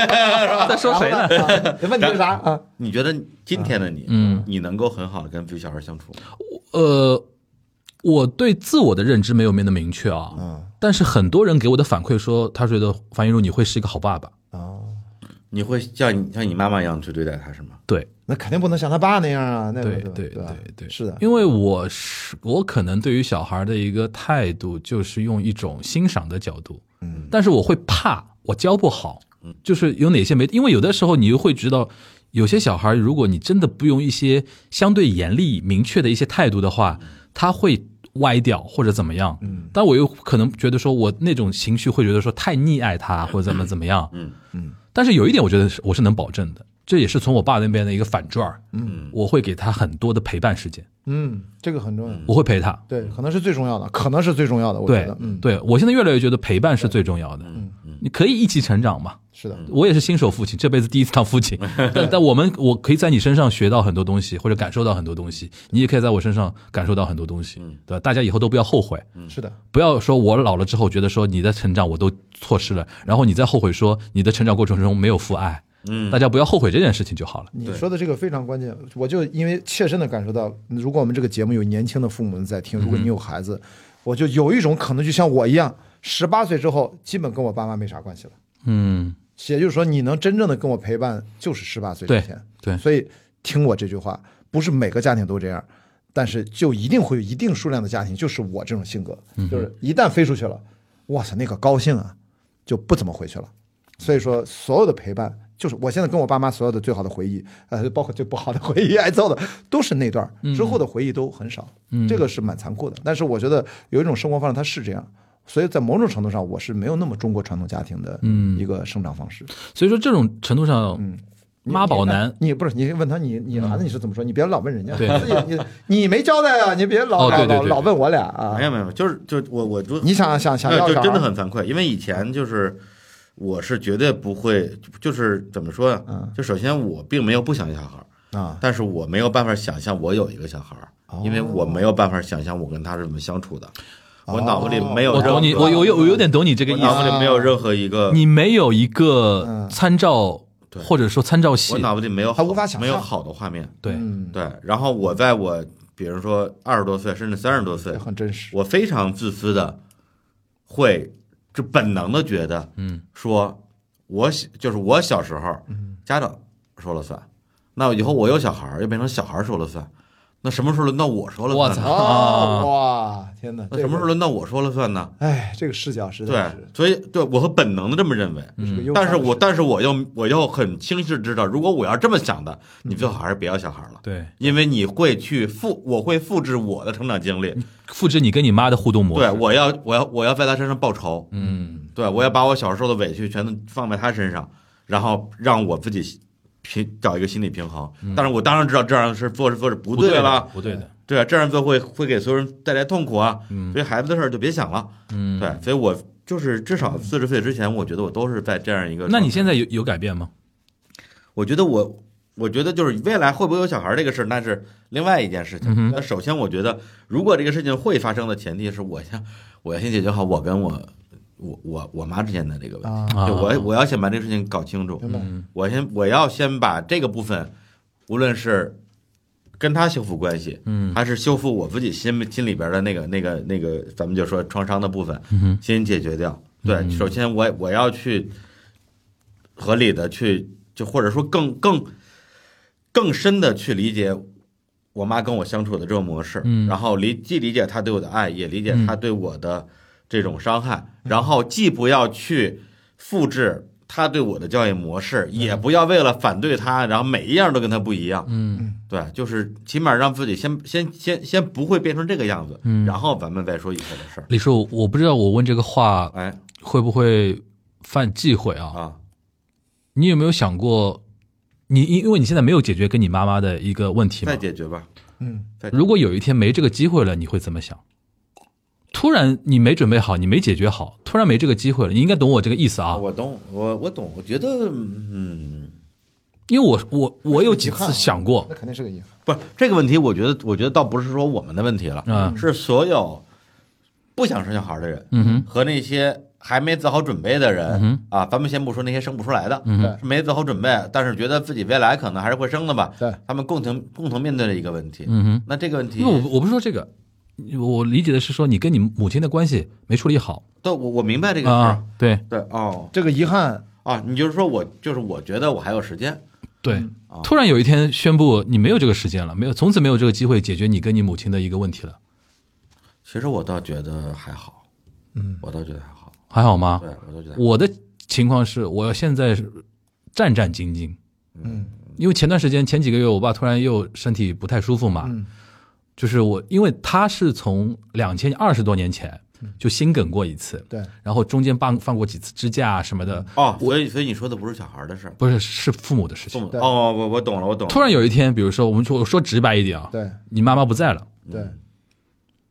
[SPEAKER 2] 在说谁呢？
[SPEAKER 3] 呢？问题是啥 啊？
[SPEAKER 4] 你觉得今天的你，
[SPEAKER 2] 嗯，
[SPEAKER 4] 你能够很好的跟自己小孩相处吗？
[SPEAKER 2] 呃，我对自我的认知没有那么明确啊，
[SPEAKER 3] 嗯
[SPEAKER 2] 但是很多人给我的反馈说，他觉得樊一茹你会是一个好爸爸。
[SPEAKER 3] 哦，
[SPEAKER 4] 你会像你像你妈妈一样去对待他是吗？
[SPEAKER 2] 对
[SPEAKER 3] 那肯定不能像他爸那样啊，那个
[SPEAKER 2] 对
[SPEAKER 3] 吧
[SPEAKER 2] 对
[SPEAKER 3] 吧
[SPEAKER 2] 对，
[SPEAKER 3] 是的，
[SPEAKER 2] 因为我是我可能对于小孩的一个态度，就是用一种欣赏的角度，嗯，但是我会怕我教不好，
[SPEAKER 4] 嗯
[SPEAKER 2] 就是有哪些没，因为有的时候你又会知道。有些小孩，如果你真的不用一些相对严厉、明确的一些态度的话，
[SPEAKER 3] 嗯
[SPEAKER 2] 他会歪掉或者怎么样。嗯，但我又可能觉得说，我那种情绪会觉得说太溺爱他或者怎么怎么样。
[SPEAKER 4] 嗯
[SPEAKER 2] 但是有一点，我觉得是我是能保证的，这也是从我爸那边的一个反转儿。
[SPEAKER 4] 嗯，
[SPEAKER 2] 我会给他很多的陪伴时间，
[SPEAKER 3] 嗯，这个很重要，
[SPEAKER 2] 我会陪他。
[SPEAKER 3] 对，可能是最重要的，可能是最重要的，我觉
[SPEAKER 2] 对
[SPEAKER 3] 得，，嗯，
[SPEAKER 2] 对我现在越来越觉得陪伴是最重要的。你可以一起成长嘛。
[SPEAKER 3] 是的，
[SPEAKER 2] 我也是新手父亲，这辈子第一次当父 亲，但但我们我可以在你身上学到很多东西，或者感受到很多东西，你也可以在我身上感受到很多东西，
[SPEAKER 3] 嗯
[SPEAKER 2] 对吧？大家以后都不要后悔，
[SPEAKER 3] 是的，
[SPEAKER 2] 不要说我老了之后觉得说你的成长我都错失了，然后你再后悔说你的成长过程中没有父爱，
[SPEAKER 4] 嗯
[SPEAKER 2] 大家不要后悔这件事情就好了。
[SPEAKER 3] 你说的这个非常关键，我就因为切身的感受到，如果我们这个节目有年轻的父母在听，如果你有孩子，我就有一种可能就像我一样，十八岁之后基本跟我爸妈没啥关系了。
[SPEAKER 2] 嗯，
[SPEAKER 3] 也就是说，你能真正的跟我陪伴，就是十八岁之
[SPEAKER 2] 对
[SPEAKER 3] 前。
[SPEAKER 2] 对
[SPEAKER 3] 所以听我这句话，不是每个家庭都这样，但是就一定会有一定数量的家庭，就是我这种性格，就是一旦飞出去了，哇塞，那个高兴啊，就不怎么回去了。所以说，所有的陪伴，就是我现在跟我爸妈所有的最好的回忆，呃，包括最不好的回忆、挨揍的，都是那段儿之后的回忆都很少。
[SPEAKER 2] 嗯
[SPEAKER 3] 这个是蛮残酷的。但是我觉得有一种生活方式，它是这样。所以在某种程度上，我是没有那么中国传统家庭的一个生长方式。
[SPEAKER 2] 所以说这种程度上，妈宝男
[SPEAKER 3] 嗯
[SPEAKER 2] 嗯
[SPEAKER 3] 你不是你问他你你孩子你是怎么说？你别老问人家，
[SPEAKER 2] 对
[SPEAKER 3] 自己你你没交代啊！你别老
[SPEAKER 2] 哦对对
[SPEAKER 3] 老
[SPEAKER 2] 对
[SPEAKER 3] 老问我俩
[SPEAKER 4] 嗯没
[SPEAKER 3] 啊！
[SPEAKER 4] 有没有，就是就我我就
[SPEAKER 3] 你想想想
[SPEAKER 4] 没有
[SPEAKER 3] 要
[SPEAKER 4] 哎就
[SPEAKER 3] 啥？
[SPEAKER 4] 真的很惭愧，因为以前就是我是绝对不会，就是怎么说呀？
[SPEAKER 3] 嗯
[SPEAKER 4] 就首先我并没有不想要小孩儿。
[SPEAKER 3] 啊，
[SPEAKER 4] 但是我没有办法想象我有一个小孩儿，
[SPEAKER 3] 哦
[SPEAKER 4] 因为我没有办法想象我跟他是怎么相处的，我
[SPEAKER 3] 哦
[SPEAKER 4] 脑子里没有
[SPEAKER 2] 我
[SPEAKER 4] 任何，
[SPEAKER 2] 懂你，我有有我有点懂你这个
[SPEAKER 4] 我
[SPEAKER 2] 意
[SPEAKER 4] 脑
[SPEAKER 2] 思。
[SPEAKER 4] 子里没有任何一个，
[SPEAKER 2] 你没有一个参照，
[SPEAKER 4] 嗯对
[SPEAKER 2] 或者说参照系
[SPEAKER 4] 我，脑子里没有
[SPEAKER 3] 他
[SPEAKER 4] 好，
[SPEAKER 3] 无法想象
[SPEAKER 4] 没有好的画面，
[SPEAKER 2] 对，
[SPEAKER 3] 嗯，
[SPEAKER 4] 对。然后我在我比如说二十多岁甚至三十多岁
[SPEAKER 3] 这，很真实。
[SPEAKER 4] 我非常自私的会就本能的觉得，
[SPEAKER 2] 嗯，
[SPEAKER 4] 说我小就是我小时候，
[SPEAKER 3] 嗯
[SPEAKER 4] 家长说了算，那以后我有小孩儿又变成小孩儿说了算，那什么时候轮到我说了
[SPEAKER 2] 我
[SPEAKER 4] 算呢？
[SPEAKER 2] 操
[SPEAKER 3] 哦
[SPEAKER 2] 啊！
[SPEAKER 3] 哇，天哪！
[SPEAKER 4] 那什么时候
[SPEAKER 3] 这个？
[SPEAKER 4] 轮到我说了算呢？
[SPEAKER 3] 哎，这个视角实
[SPEAKER 4] 对
[SPEAKER 3] 在是，嗯
[SPEAKER 4] 所以对我和本能的这么认为，
[SPEAKER 2] 嗯
[SPEAKER 3] 这个忧伤
[SPEAKER 4] 但
[SPEAKER 3] 的
[SPEAKER 4] 是
[SPEAKER 3] 视角，
[SPEAKER 4] 我但是我又我又很清晰地知道，如果我要这么想的，你最好还是别要小孩了，
[SPEAKER 2] 对，
[SPEAKER 4] 因为你会去复，我会复制我的成长经历，
[SPEAKER 2] 复制你跟你妈的互动模式。
[SPEAKER 4] 对我要我要我要在他身上报仇，
[SPEAKER 2] 嗯，
[SPEAKER 4] 对我要把我小时候的委屈全都放在他身上，然后让我自己平找一个心理平衡。但是我当然知道这样是做是做是不
[SPEAKER 2] 不对
[SPEAKER 4] 对
[SPEAKER 2] 的
[SPEAKER 4] 了，
[SPEAKER 2] 不对的。
[SPEAKER 4] 对啊，这样做会会给所有人带来痛苦啊，所以孩子的事儿就别想了。
[SPEAKER 2] 嗯，
[SPEAKER 4] 对，所以我就是至少四十岁之前，我觉得我都是在这样一个。
[SPEAKER 2] 那你现在有有改变吗？
[SPEAKER 4] 我觉得我，我觉得就是未来会不会有小孩儿这个事儿，那是另外一件事
[SPEAKER 2] 嗯
[SPEAKER 4] 情。那、首先，我觉得如果这个事情会发生的前提是我先，我要先解决好我跟我我我我妈之间的这个问题。
[SPEAKER 3] 啊，
[SPEAKER 2] 啊
[SPEAKER 4] 就我我要先把这个事情搞清楚，
[SPEAKER 3] 明白
[SPEAKER 2] 嗯
[SPEAKER 4] 我先我要先把这个部分，无论是跟他修复关系，
[SPEAKER 2] 嗯，
[SPEAKER 4] 还是修复我自己心心里边的那个那个那个，咱们就说创伤的部分，
[SPEAKER 2] 嗯哼嗯
[SPEAKER 4] 先解决掉。对，首先我我要去合理的去，就或者说更更更深的去理解我妈跟我相处的这种模式，
[SPEAKER 2] 嗯
[SPEAKER 4] 然后理既理解她对我的爱，也理解她对我的这种伤害，
[SPEAKER 2] 嗯
[SPEAKER 4] 然后既不要去复制她对我的教育模式，也不要为了反对她，然后每一样都跟她不一样。
[SPEAKER 2] 嗯
[SPEAKER 4] 对，就是起码让自己先先先先不会变成这个样子，
[SPEAKER 2] 嗯
[SPEAKER 4] 然后咱们再说以后的事儿。
[SPEAKER 2] 李叔，我不知道我问这个话
[SPEAKER 4] 哎
[SPEAKER 2] 会不会犯忌讳啊？
[SPEAKER 4] 啊，
[SPEAKER 2] 你有没有想过，你因因为你现在没有解决跟你妈妈的一个问题嘛
[SPEAKER 4] 再？解决吧。
[SPEAKER 3] 嗯，
[SPEAKER 4] 再
[SPEAKER 2] 如果有一天没这个机会了，你会怎么想？突然你没准备好，你没解决好，突然没这个机会了，你应该懂我这个意思啊。
[SPEAKER 4] 我懂，我我懂，我觉得嗯，
[SPEAKER 2] 因为我我我有几
[SPEAKER 3] 遗憾
[SPEAKER 2] 次
[SPEAKER 3] 啊
[SPEAKER 2] 想过
[SPEAKER 3] 那，肯定是个遗憾。
[SPEAKER 4] 不是这个问题，我觉得我觉得倒不是说我们的问题了，
[SPEAKER 2] 嗯
[SPEAKER 4] 是所有不想生小孩的人，
[SPEAKER 2] 嗯哼，
[SPEAKER 4] 和那些还没做好准备的人、
[SPEAKER 2] 嗯
[SPEAKER 4] 啊，咱们先不说那些生不出来的，
[SPEAKER 2] 嗯
[SPEAKER 3] 对
[SPEAKER 4] 是没做好准备，但是觉得自己未来可能还是会生的吧，
[SPEAKER 3] 对，
[SPEAKER 4] 他们共同共同面对的一个问题。
[SPEAKER 2] 嗯哼，
[SPEAKER 4] 那这个问题
[SPEAKER 2] 因为，我我不是说这个，我理解的是说你跟你母亲的关系没处理好
[SPEAKER 4] 对，我我明白这个事儿，
[SPEAKER 2] 啊，对
[SPEAKER 4] 对，哦
[SPEAKER 3] 这个遗憾，
[SPEAKER 4] 啊，你就是说我就是我觉得我还有时间，
[SPEAKER 2] 对
[SPEAKER 4] 啊。
[SPEAKER 2] 突然有一天宣布你没有这个时间了，没有，从此没有这个机会解决你跟你母亲的一个问题了，
[SPEAKER 4] 其实我倒觉得还好，
[SPEAKER 3] 嗯，
[SPEAKER 4] 我倒觉得还好，
[SPEAKER 2] 还好吗？
[SPEAKER 4] 对我倒觉得还好
[SPEAKER 2] 我的情况是我现在是战战兢兢，
[SPEAKER 3] 嗯，
[SPEAKER 2] 因为前段时间前几个月我爸突然又身体不太舒服嘛，
[SPEAKER 3] 嗯
[SPEAKER 2] 就是我因为他是从两千二十多年前
[SPEAKER 3] 嗯
[SPEAKER 2] 就心梗过一次，
[SPEAKER 3] 对，
[SPEAKER 2] 然后中间放放过几次支架什么
[SPEAKER 3] 嗯
[SPEAKER 2] 的，
[SPEAKER 4] 哦，所以所以你说的不是小孩的事儿，
[SPEAKER 2] 不是是父母的事
[SPEAKER 4] 父
[SPEAKER 2] 情。
[SPEAKER 4] 母哦，我我懂了，我懂了，
[SPEAKER 2] 突然有一天，比如说我们说我说直白一点啊，
[SPEAKER 3] 对
[SPEAKER 2] 你妈妈不在了，
[SPEAKER 3] 对，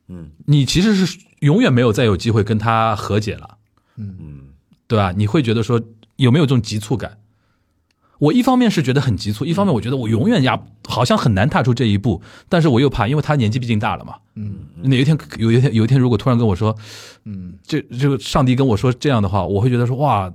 [SPEAKER 4] 嗯
[SPEAKER 2] 你其实是永远没有再有机会跟她和解了。
[SPEAKER 4] 嗯
[SPEAKER 2] 对吧？你会觉得说有没有这种急促感？我一方面是觉得很急
[SPEAKER 4] 嗯
[SPEAKER 2] 促，一方面我觉得我永远呀好像很难踏出这一步，但是我又怕，因为他年纪毕竟大了嘛。
[SPEAKER 3] 嗯
[SPEAKER 2] 哪一天有一天有一天如果突然跟我说，
[SPEAKER 3] 嗯，
[SPEAKER 2] 这这个上帝跟我说这样的话，我会觉得说哇，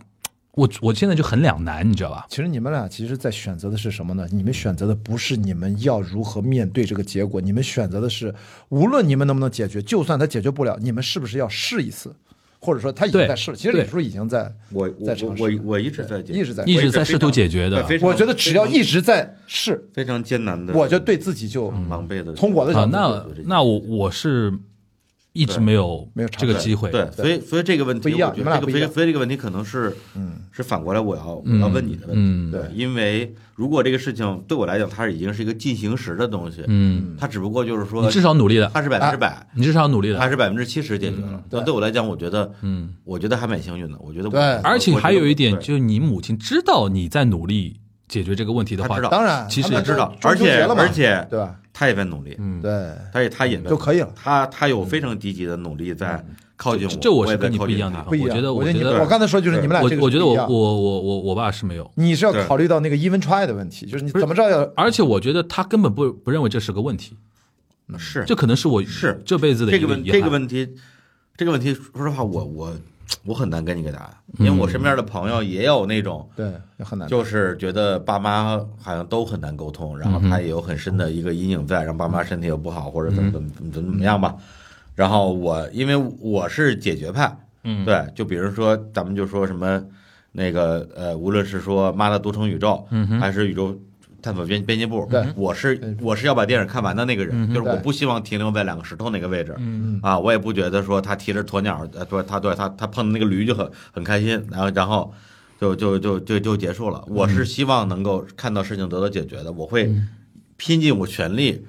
[SPEAKER 2] 我我现在就很两难，你知道吧？
[SPEAKER 3] 其实你们俩其实，在选择的是什么呢？你们选择的不是你们要如何面对这个结果，你们选择的是，无论你们能不能解决，就算他解决不了，你们是不是要试一次，或者说他已经
[SPEAKER 2] 对
[SPEAKER 3] 在试了。其实
[SPEAKER 2] 对
[SPEAKER 3] 李叔已经在，
[SPEAKER 4] 我
[SPEAKER 3] 在
[SPEAKER 4] 我我
[SPEAKER 3] 尝试
[SPEAKER 4] 我我一直在解决
[SPEAKER 3] 一直在
[SPEAKER 2] 一直在试图解决的
[SPEAKER 4] 对非常
[SPEAKER 3] 我觉得只要一直在试，
[SPEAKER 4] 非常艰难的，
[SPEAKER 3] 我就对自己就
[SPEAKER 4] 狼狈的
[SPEAKER 3] 从我的
[SPEAKER 2] 啊
[SPEAKER 3] 角，度
[SPEAKER 2] 那那我我是一直没有
[SPEAKER 3] 没有尝
[SPEAKER 2] 这
[SPEAKER 3] 试
[SPEAKER 2] 个机会，
[SPEAKER 4] 对，所以所以这个问题
[SPEAKER 3] 不一样
[SPEAKER 4] 我觉
[SPEAKER 3] 你们俩
[SPEAKER 4] 得
[SPEAKER 3] 不一
[SPEAKER 4] 这个所以
[SPEAKER 3] 样
[SPEAKER 4] 所以这个问题可能是嗯是反过来我要我要问你的问
[SPEAKER 2] 嗯
[SPEAKER 4] 题，对，因为如果这个事情对我来讲，它已经是一个进行时的东西，
[SPEAKER 2] 嗯，
[SPEAKER 4] 它只不过就是说
[SPEAKER 2] 你至少努力了，
[SPEAKER 4] 它是百分之
[SPEAKER 3] 啊
[SPEAKER 4] 百。
[SPEAKER 2] 你至少努力了
[SPEAKER 4] 它，是百分之七十解
[SPEAKER 3] 嗯
[SPEAKER 4] 决了，但对我来讲，我觉得，嗯，我觉得还蛮幸运的。我觉得我，
[SPEAKER 3] 对
[SPEAKER 2] 而且还有一点，
[SPEAKER 4] 对
[SPEAKER 2] 就是你母亲知道你在努力解决这个问题的
[SPEAKER 4] 她
[SPEAKER 2] 话
[SPEAKER 4] 知，道
[SPEAKER 3] 当然，
[SPEAKER 2] 其实
[SPEAKER 3] 他们
[SPEAKER 4] 他啊知道
[SPEAKER 3] 都，中
[SPEAKER 4] 而
[SPEAKER 3] 秋
[SPEAKER 4] 且
[SPEAKER 3] 节了嘛
[SPEAKER 4] 而且
[SPEAKER 3] 对吧？
[SPEAKER 4] 他也在努力，
[SPEAKER 2] 嗯，
[SPEAKER 3] 对，
[SPEAKER 4] 他也他也在
[SPEAKER 3] 就可以了嗯
[SPEAKER 4] 他他有非常积极的努力在靠近我，
[SPEAKER 2] 这我
[SPEAKER 4] 我
[SPEAKER 2] 是
[SPEAKER 4] 也在
[SPEAKER 2] 跟你
[SPEAKER 4] 靠
[SPEAKER 2] 不一
[SPEAKER 4] 近
[SPEAKER 2] 样的地
[SPEAKER 4] 他
[SPEAKER 2] 方
[SPEAKER 3] 不一样。
[SPEAKER 2] 我觉得我
[SPEAKER 3] 觉
[SPEAKER 2] 觉
[SPEAKER 3] 得你
[SPEAKER 2] 得
[SPEAKER 3] 们我刚才说就是你们俩这
[SPEAKER 2] 我
[SPEAKER 3] 个
[SPEAKER 2] 我觉得
[SPEAKER 3] 不
[SPEAKER 2] 我
[SPEAKER 3] 一样
[SPEAKER 2] 我我我我爸是没有，
[SPEAKER 3] 你是要
[SPEAKER 4] 对
[SPEAKER 3] 考虑到那个 even try 的问题，就是你怎么着要
[SPEAKER 2] 而且我觉得他根本不不认为这是个问题，
[SPEAKER 4] 是
[SPEAKER 2] 嗯这可能是我
[SPEAKER 4] 是
[SPEAKER 2] 这辈子的
[SPEAKER 4] 这
[SPEAKER 2] 一
[SPEAKER 4] 个
[SPEAKER 2] 个
[SPEAKER 4] 问
[SPEAKER 2] 遗
[SPEAKER 4] 这个
[SPEAKER 2] 憾。
[SPEAKER 4] 问题，这个问题，说实话，我我我很难给你个答案，
[SPEAKER 3] 嗯
[SPEAKER 4] 因为我身边的朋友也有那种。
[SPEAKER 3] 对，很难。
[SPEAKER 4] 就是觉得爸妈好像都很难沟通，然后他也有很深的一个阴影在，让爸妈身体又不好，或者怎么怎么
[SPEAKER 3] 嗯
[SPEAKER 4] 怎么怎么样吧。然后我因为我是解决派，嗯，对，就比如说咱们就说什么那个呃，无论是说《妈的多重宇宙》，嗯，还是宇宙。探索编编辑部，
[SPEAKER 3] 对嗯
[SPEAKER 4] 我是我是要把电影看完的那个人，就是我不希望停留在两个石头那个位置，嗯啊，我也不觉得说他提着鸵鸟，呃，对，他对他他碰的那个驴就很很开心，然后然后就就就就就结束了。我是希望能够看到事情得到解决的，我会拼尽我全力，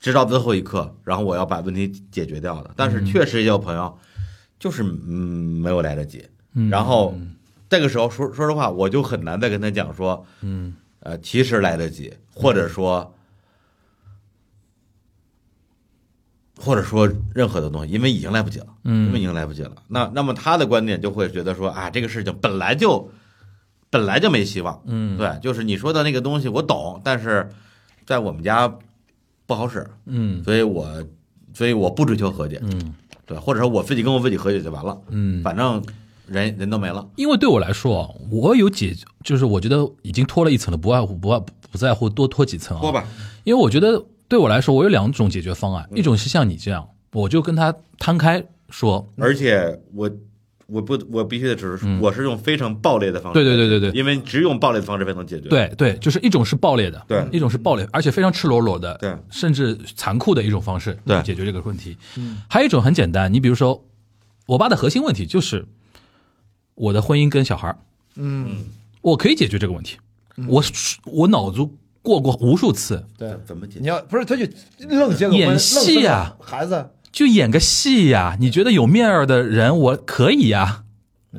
[SPEAKER 4] 直到最后一刻，然后我要把问题解决掉的。但是确实也有朋友，就是嗯没有来得及，然后这个时候说说实话，我就很难再跟他讲说，嗯，呃，其实来得及，或者说。或者说任何的东西，因为已经来不及了，嗯，因为已经来不及了。那那么他的观点就会觉得说啊，这个事情本来就本来就没希望，嗯，对，就是你说的那个东西我懂，但是在我们家不好使，
[SPEAKER 2] 嗯
[SPEAKER 4] 所以我所以我不追求和解，
[SPEAKER 2] 嗯，
[SPEAKER 4] 对，或者说我自己跟我自己和解就完了，
[SPEAKER 2] 嗯，
[SPEAKER 4] 反正人人都没了，
[SPEAKER 2] 因为对我来说啊，我有解，就是我觉得已经脱了一层了，不外乎不外不在乎多脱几层啊。
[SPEAKER 4] 说吧，
[SPEAKER 2] 因为我觉得对我来说，我有两种解决方
[SPEAKER 4] 嗯
[SPEAKER 2] 案，一种是像你这样，我就跟他摊开说，
[SPEAKER 4] 而且我。我不，我必须得指出，我是用非常暴烈的方式，
[SPEAKER 2] 嗯对对对对对
[SPEAKER 4] 因为只用暴烈的方式才能解决，，
[SPEAKER 2] 对对，就是一种是暴烈的，
[SPEAKER 4] 对
[SPEAKER 2] 一种是暴烈，而且非常赤裸裸的，
[SPEAKER 4] 对
[SPEAKER 2] 甚至残酷的一种方式
[SPEAKER 4] 对
[SPEAKER 2] 去解决这个问题。
[SPEAKER 3] 嗯
[SPEAKER 2] 还有一种很简单，你比如说，我爸的核心问题就是我的婚姻跟小孩
[SPEAKER 3] 嗯，
[SPEAKER 2] 我可以解决这个问题，我我脑子过过无数次，
[SPEAKER 3] 对。
[SPEAKER 4] 怎么解
[SPEAKER 3] 你
[SPEAKER 4] 决？
[SPEAKER 3] 要不是他就愣结个婚，
[SPEAKER 2] 演
[SPEAKER 3] 愣
[SPEAKER 2] 戏
[SPEAKER 3] 生个
[SPEAKER 2] 啊
[SPEAKER 3] 孩子，
[SPEAKER 2] 就演个戏呀、你觉得有面儿的人，我可以呀、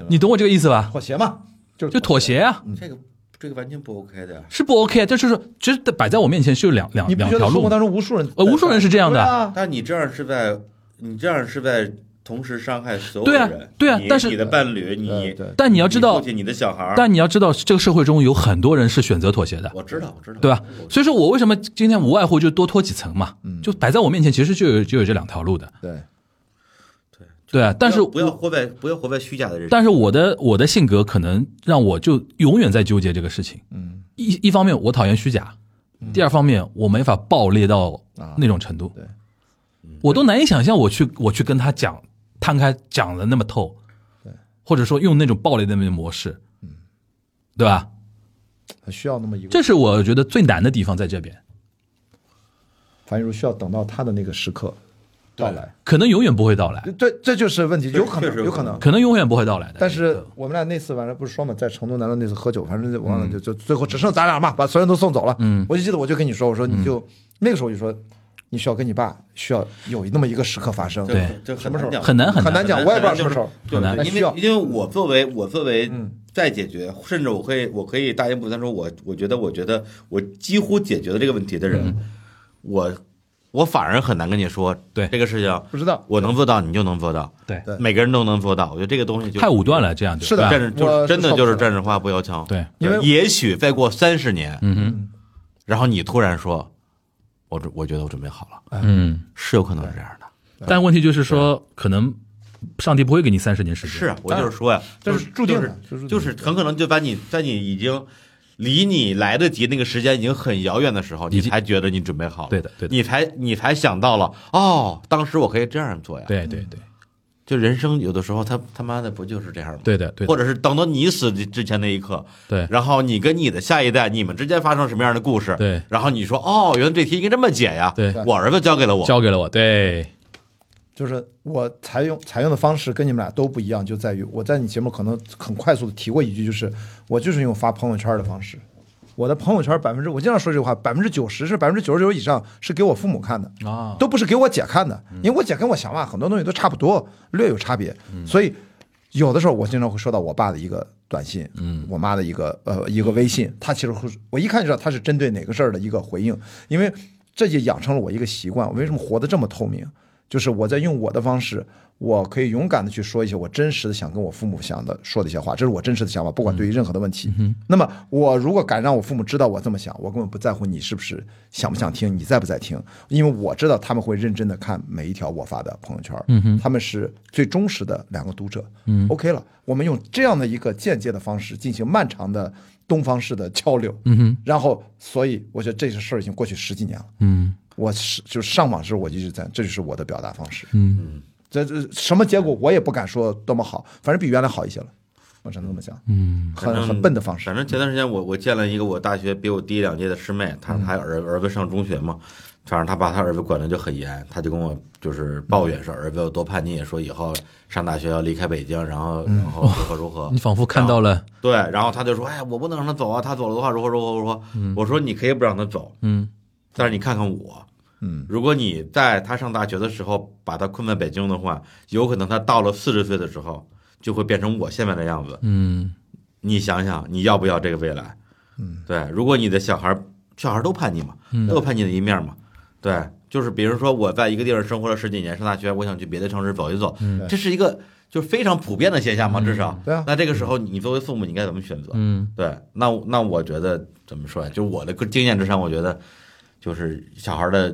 [SPEAKER 2] 你懂我这个意思吧？
[SPEAKER 3] 妥协嘛，就是
[SPEAKER 2] 就妥协啊，
[SPEAKER 4] 这个这个完全不 OK 的呀。
[SPEAKER 2] 是不 OK 啊？这就是就是摆在我面前是有两两
[SPEAKER 3] 你不
[SPEAKER 2] 啊两
[SPEAKER 3] 觉得
[SPEAKER 2] 条
[SPEAKER 3] 生
[SPEAKER 2] 路
[SPEAKER 3] 活当
[SPEAKER 2] 吗，
[SPEAKER 3] 中无数人
[SPEAKER 2] 呃，无数人是这样
[SPEAKER 3] 对
[SPEAKER 2] 的，
[SPEAKER 3] 啊，
[SPEAKER 4] 但你这样是在，你这样是在同时伤害所有
[SPEAKER 2] 对啊
[SPEAKER 4] 人，
[SPEAKER 2] 对啊
[SPEAKER 4] 你
[SPEAKER 2] 但是
[SPEAKER 4] 你的伴侣，你
[SPEAKER 3] 对对
[SPEAKER 2] 但你要知道
[SPEAKER 4] 你父亲你的小孩儿，
[SPEAKER 2] 但你要知道，这个社会中有很多人是选择妥协的，
[SPEAKER 4] 我知道，我知道，
[SPEAKER 2] 对吧？啊所以说我为什么今天无外乎就多拖几层嘛，
[SPEAKER 3] 嗯
[SPEAKER 2] 就摆在我面前，其实就有就有这两条路的，
[SPEAKER 3] 对，
[SPEAKER 2] 对啊。但是
[SPEAKER 4] 不要不要活在不要活在虚假的人生。
[SPEAKER 2] 但是我的我的性格可能让我就永远在纠结这个事情。
[SPEAKER 3] 嗯，
[SPEAKER 2] 一一方面我讨厌虚假，第二方面我没法爆裂到
[SPEAKER 3] 啊
[SPEAKER 2] 那种程度。
[SPEAKER 3] 对
[SPEAKER 2] 我都难以想象我去我去跟他讲摊开讲的那么透，或者说用那种暴力的那种模式，嗯，对吧？
[SPEAKER 3] 他需要那么一个
[SPEAKER 2] 这是我觉得最难的地方在这边，
[SPEAKER 3] 樊玉茹需要等到他的那个时刻到来。
[SPEAKER 2] 可能永远不会到来，
[SPEAKER 3] 对，这就是问题，
[SPEAKER 4] 对
[SPEAKER 3] 有可
[SPEAKER 4] 确实
[SPEAKER 3] 能，
[SPEAKER 4] 有
[SPEAKER 3] 有
[SPEAKER 4] 可
[SPEAKER 3] 可
[SPEAKER 4] 能
[SPEAKER 3] 能。
[SPEAKER 2] 可能永远不会到来的。
[SPEAKER 3] 但是我们俩那次晚上不是说嘛，在成都南路那次喝酒，反正我忘了，就就最后只剩咱俩嘛，把所有人都送走了。嗯，我就记得我就跟你说，我说你
[SPEAKER 2] 嗯
[SPEAKER 3] 就那个时候我就说，你需要跟你爸需要有那么一个时刻发生。
[SPEAKER 2] 对
[SPEAKER 4] 嗯这
[SPEAKER 3] 什么时候
[SPEAKER 2] 很难
[SPEAKER 3] 很
[SPEAKER 2] 难
[SPEAKER 3] 难讲我也不知道什么时候
[SPEAKER 4] 对，
[SPEAKER 2] 很难
[SPEAKER 4] 因
[SPEAKER 3] 需要嗯
[SPEAKER 4] 为因为我作为我作为在解决，甚至我可以我可以大言不惭说我，我觉得我觉得我几乎解决了这个问题的人，我我反而很难跟你说
[SPEAKER 2] 嗯对
[SPEAKER 4] 这个事情，
[SPEAKER 3] 不知道
[SPEAKER 4] 我能做到，你就能做到，
[SPEAKER 2] 对
[SPEAKER 3] 对
[SPEAKER 4] 每个人都能做到。我觉得这个东西就
[SPEAKER 2] 太武断了，这样就是
[SPEAKER 3] 的
[SPEAKER 2] 对
[SPEAKER 4] 战
[SPEAKER 2] 吧
[SPEAKER 4] 士就是
[SPEAKER 3] 我
[SPEAKER 4] 真的
[SPEAKER 3] 受不
[SPEAKER 4] 就是
[SPEAKER 3] 了
[SPEAKER 4] 战士花不摇枪。
[SPEAKER 2] 对
[SPEAKER 3] 因为
[SPEAKER 4] 也许再过三十年，
[SPEAKER 2] 嗯哼，
[SPEAKER 4] 然后你突然说，我准我觉得我准备好了，
[SPEAKER 2] 嗯。
[SPEAKER 4] 是有可能是这样的。
[SPEAKER 2] 但问题就是说，可能上帝不会给你三十年时间。
[SPEAKER 4] 是啊，我就是说呀，
[SPEAKER 3] 这
[SPEAKER 4] 就是
[SPEAKER 3] 注定
[SPEAKER 4] 就是
[SPEAKER 3] 的，
[SPEAKER 2] 嗯
[SPEAKER 3] 就是
[SPEAKER 4] 就是很可能就把你在你已经离你来得及那个时间已经很遥远的时候，
[SPEAKER 2] 已经
[SPEAKER 4] 你才觉得你准备好了，
[SPEAKER 2] 对的对的
[SPEAKER 4] 你才你才想到了哦，当时我可以这样做呀。，
[SPEAKER 2] 对对对
[SPEAKER 4] 就人生有的时候他他妈的不就是这样吗？
[SPEAKER 2] 对的对
[SPEAKER 4] 或
[SPEAKER 2] 的
[SPEAKER 4] 者是等到你死之前那一刻，
[SPEAKER 2] 对
[SPEAKER 4] 然后你跟你的下一代，你们之间发生什么样的故事？
[SPEAKER 2] 对
[SPEAKER 4] 然后你说哦，原来这题应该这么解呀。
[SPEAKER 2] 对
[SPEAKER 4] 我儿子教给了我，
[SPEAKER 2] 交给了我，对
[SPEAKER 3] 就是我采用采用的方式跟你们俩都不一样，就在于我在你节目可能很快速的提过一句，就是我就是用发朋友圈的方式。我的朋友圈百分之，我经常说这句话，百分之九十是百分之九十九以上是给我父母看的，
[SPEAKER 2] 啊，
[SPEAKER 3] 都不是给我姐看的，因为我姐跟我想法很多东西都差不多，略有差别，所以有的时候我经常会收到我爸的一个短信，嗯，我妈的一个呃一个微信，他其实会我一看就知道他是针对哪个事儿的一个回应，因为这就养成了我一个习惯，我为什么活得这么透明？就是我在用我的方式，我可以勇敢的去说一些我真实的想跟我父母想的说的一些话，这是我真实的想法，不管对于任何的问题。那么我如果敢让我父母知道我这么想，我根本不在乎你是不是想不想听，你在不在听，因为我知道他们会认真的看每一条我发的朋友圈，他们是最忠实的两个读者。OK 了，我们用这样的一个间接的方式进行漫长的。东方式的交流，然后，所以我觉得这些事儿已经过去十几年了，
[SPEAKER 2] 嗯
[SPEAKER 3] 我是就是上网时候我一直在，这就是我的表达方式。
[SPEAKER 2] 嗯，
[SPEAKER 3] 这这什么结果我也不敢说多么好，反正比原来好一些了，我只能这么讲。
[SPEAKER 2] 嗯，
[SPEAKER 4] 反
[SPEAKER 3] 很
[SPEAKER 4] 正
[SPEAKER 3] 很笨的方式
[SPEAKER 4] 反。正前段时间我我见了一个我大学比我低两届的师妹，她
[SPEAKER 3] 嗯
[SPEAKER 4] 她儿儿子上中学嘛，反正她把她儿子管的就很严，她就跟我就是抱怨说儿子有多叛逆，说以后上大学要离开北京，然后
[SPEAKER 3] 嗯
[SPEAKER 4] 然后如何如何。
[SPEAKER 2] 你仿佛看到了，
[SPEAKER 4] 对，然后她就说，哎呀，我不能让他走啊，他走了的话如何如何如何。我说你可以不让他走，
[SPEAKER 2] 嗯，
[SPEAKER 4] 但是你看看我。
[SPEAKER 3] 嗯，
[SPEAKER 4] 如果你在他上大学的时候把他困在北京的话，有可能他到了四十岁的时候就会变成我现在的样子。
[SPEAKER 2] 嗯，
[SPEAKER 4] 你想想，你要不要这个未来？嗯，对，如果你的小孩儿，小孩儿都叛逆嘛，都有叛逆的一面嘛，对，就是比如说我在一个地方生活了十几年，上大学，我想去别的城市走一走，这是一个就是非常普遍的现象嘛，至少，
[SPEAKER 3] 对啊
[SPEAKER 4] 那这个时候你作为父母，你该怎么选择？
[SPEAKER 2] 嗯，
[SPEAKER 4] 对，那我那我觉得怎么说呀？就我的个经验之上，我觉得就是小孩儿的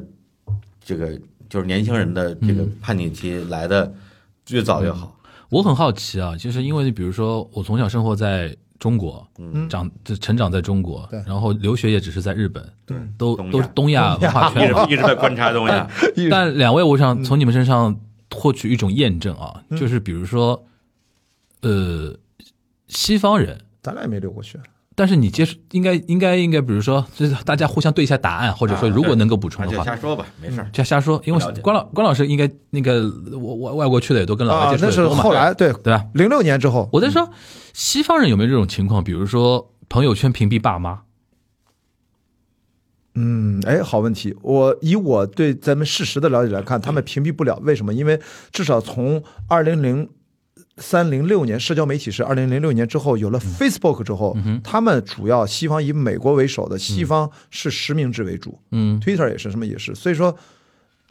[SPEAKER 4] 这个就是年轻人的这个叛逆期来的越早越好，
[SPEAKER 2] 我很好奇啊，就是因为比如说我从小生活在中国，嗯，长就成长在中国
[SPEAKER 3] 对，
[SPEAKER 2] 然后留学也只是在日本，对，都
[SPEAKER 4] 东亚
[SPEAKER 2] 都是东亚嗯文化
[SPEAKER 4] 一
[SPEAKER 2] 圈
[SPEAKER 4] 直，一直在观察东西。啊
[SPEAKER 2] 但两位，我想从你们身上获取一种验证啊，就是比如说，呃，西方人，
[SPEAKER 3] 咱俩也没留过学，
[SPEAKER 2] 但是你接触应该应该应该，比如说，就是大家互相对一下答案，或者说
[SPEAKER 4] 啊
[SPEAKER 2] 如果能够补充的
[SPEAKER 4] 那就
[SPEAKER 2] 话，
[SPEAKER 4] 瞎说吧，没事儿。
[SPEAKER 2] 就瞎说，因为
[SPEAKER 4] 了解
[SPEAKER 2] 关老关老师应该那个我我外国去的也多，跟老
[SPEAKER 3] 啊
[SPEAKER 2] 外接，触
[SPEAKER 3] 那
[SPEAKER 2] 的也
[SPEAKER 3] 是
[SPEAKER 2] 多嘛，
[SPEAKER 3] 后嗯来对
[SPEAKER 2] 对吧？
[SPEAKER 3] 零六年之后，
[SPEAKER 2] 我在说西方人有没有这种情况，比如说朋友圈屏蔽爸妈，
[SPEAKER 3] 嗯，哎，好问题。我以我对
[SPEAKER 2] 嗯
[SPEAKER 3] 咱们事实的了解来看，他们屏蔽不了，为什么？因为至少从二零零三零六年社交媒体是二零零六年之后有
[SPEAKER 2] 嗯
[SPEAKER 3] 了 Facebook 之后，他们主要西方以美国为首的西方是实名制为主，
[SPEAKER 2] 嗯
[SPEAKER 3] ，Twitter 也是什么也是，所以说。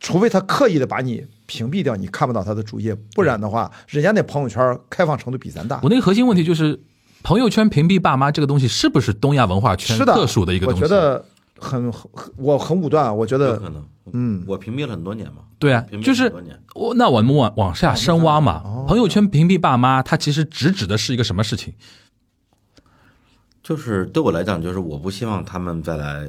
[SPEAKER 3] 除非他刻意的把你屏蔽掉，你看不到他的主页，不然的话，人家那朋友圈开放程度比咱大。
[SPEAKER 2] 我那个核心问题就是，朋友圈屏蔽爸妈这个东西是不是东亚文化圈
[SPEAKER 3] 是的，
[SPEAKER 2] 特殊的一个东西？
[SPEAKER 3] 我觉得很，很我很武断啊。我觉
[SPEAKER 4] 有
[SPEAKER 3] 得
[SPEAKER 4] 可能。嗯，我屏蔽了很多年嘛，
[SPEAKER 2] 对啊
[SPEAKER 4] 屏蔽，了
[SPEAKER 2] 就是
[SPEAKER 4] 很多年
[SPEAKER 2] 我那我们往往下深挖
[SPEAKER 3] 哦
[SPEAKER 2] 嘛。朋友圈屏蔽爸妈，它其实直指的是一个什么事情？
[SPEAKER 4] 就是对我来讲，就是我不希望他们再来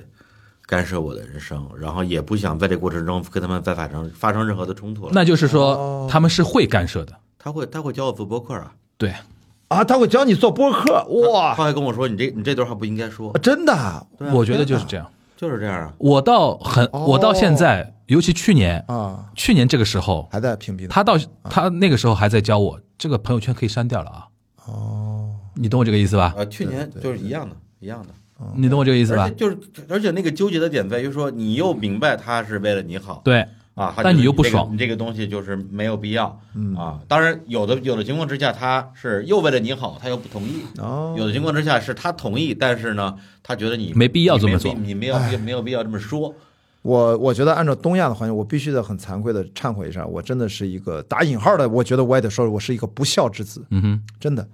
[SPEAKER 4] 干涉我的人生，然后也不想在这过程中跟他们再发生发生任何的冲突了。
[SPEAKER 2] 那就是说
[SPEAKER 3] 哦
[SPEAKER 2] 他们是会干涉的，
[SPEAKER 4] 他会他会教我做播客啊，
[SPEAKER 2] 对，
[SPEAKER 3] 啊，他会教你做播客，
[SPEAKER 2] 啊
[SPEAKER 3] 哇，
[SPEAKER 4] 他会跟我说你这你这段话不应该说，
[SPEAKER 3] 真的啊，
[SPEAKER 4] 对啊
[SPEAKER 2] 我觉得就是这样。
[SPEAKER 4] 就是这样啊。
[SPEAKER 2] 我到很，
[SPEAKER 3] 哦
[SPEAKER 2] 我到现在，尤其去年，
[SPEAKER 3] 啊，
[SPEAKER 2] 去年这个时候，
[SPEAKER 3] 还在屏蔽呢
[SPEAKER 2] 他到他那个时候还在教我，这个朋友圈可以删掉了啊。哦，你懂我这个意思吧？
[SPEAKER 4] 啊，去年就是一样的，一样的。
[SPEAKER 2] 你懂我这个意思
[SPEAKER 4] 而
[SPEAKER 2] 吧
[SPEAKER 4] 且？就是，而且那个纠结的点在于说，你又明白他是为了你好，
[SPEAKER 2] 对，
[SPEAKER 4] 啊，
[SPEAKER 2] 但
[SPEAKER 4] 他觉得
[SPEAKER 2] 你
[SPEAKER 4] 你
[SPEAKER 2] 又不
[SPEAKER 4] 这个
[SPEAKER 2] 爽
[SPEAKER 4] 你这个东西就是没有必要啊。当然，有的有的情况之下，他是又为了你好，他又不同意；
[SPEAKER 3] 哦，
[SPEAKER 4] 有的情况之下是他同意，但是呢，他觉得你
[SPEAKER 2] 没必要
[SPEAKER 4] 你
[SPEAKER 2] 这么
[SPEAKER 4] 没
[SPEAKER 2] 做
[SPEAKER 4] 你没
[SPEAKER 3] 哎
[SPEAKER 4] 有必没有必要这么说。
[SPEAKER 3] 我我觉得按照东亚的环境，我必须得很惭愧的忏悔一下，我真的是一个打引号的，我觉得我也得说，我是一个不孝之子，
[SPEAKER 2] 嗯哼，
[SPEAKER 3] 真的，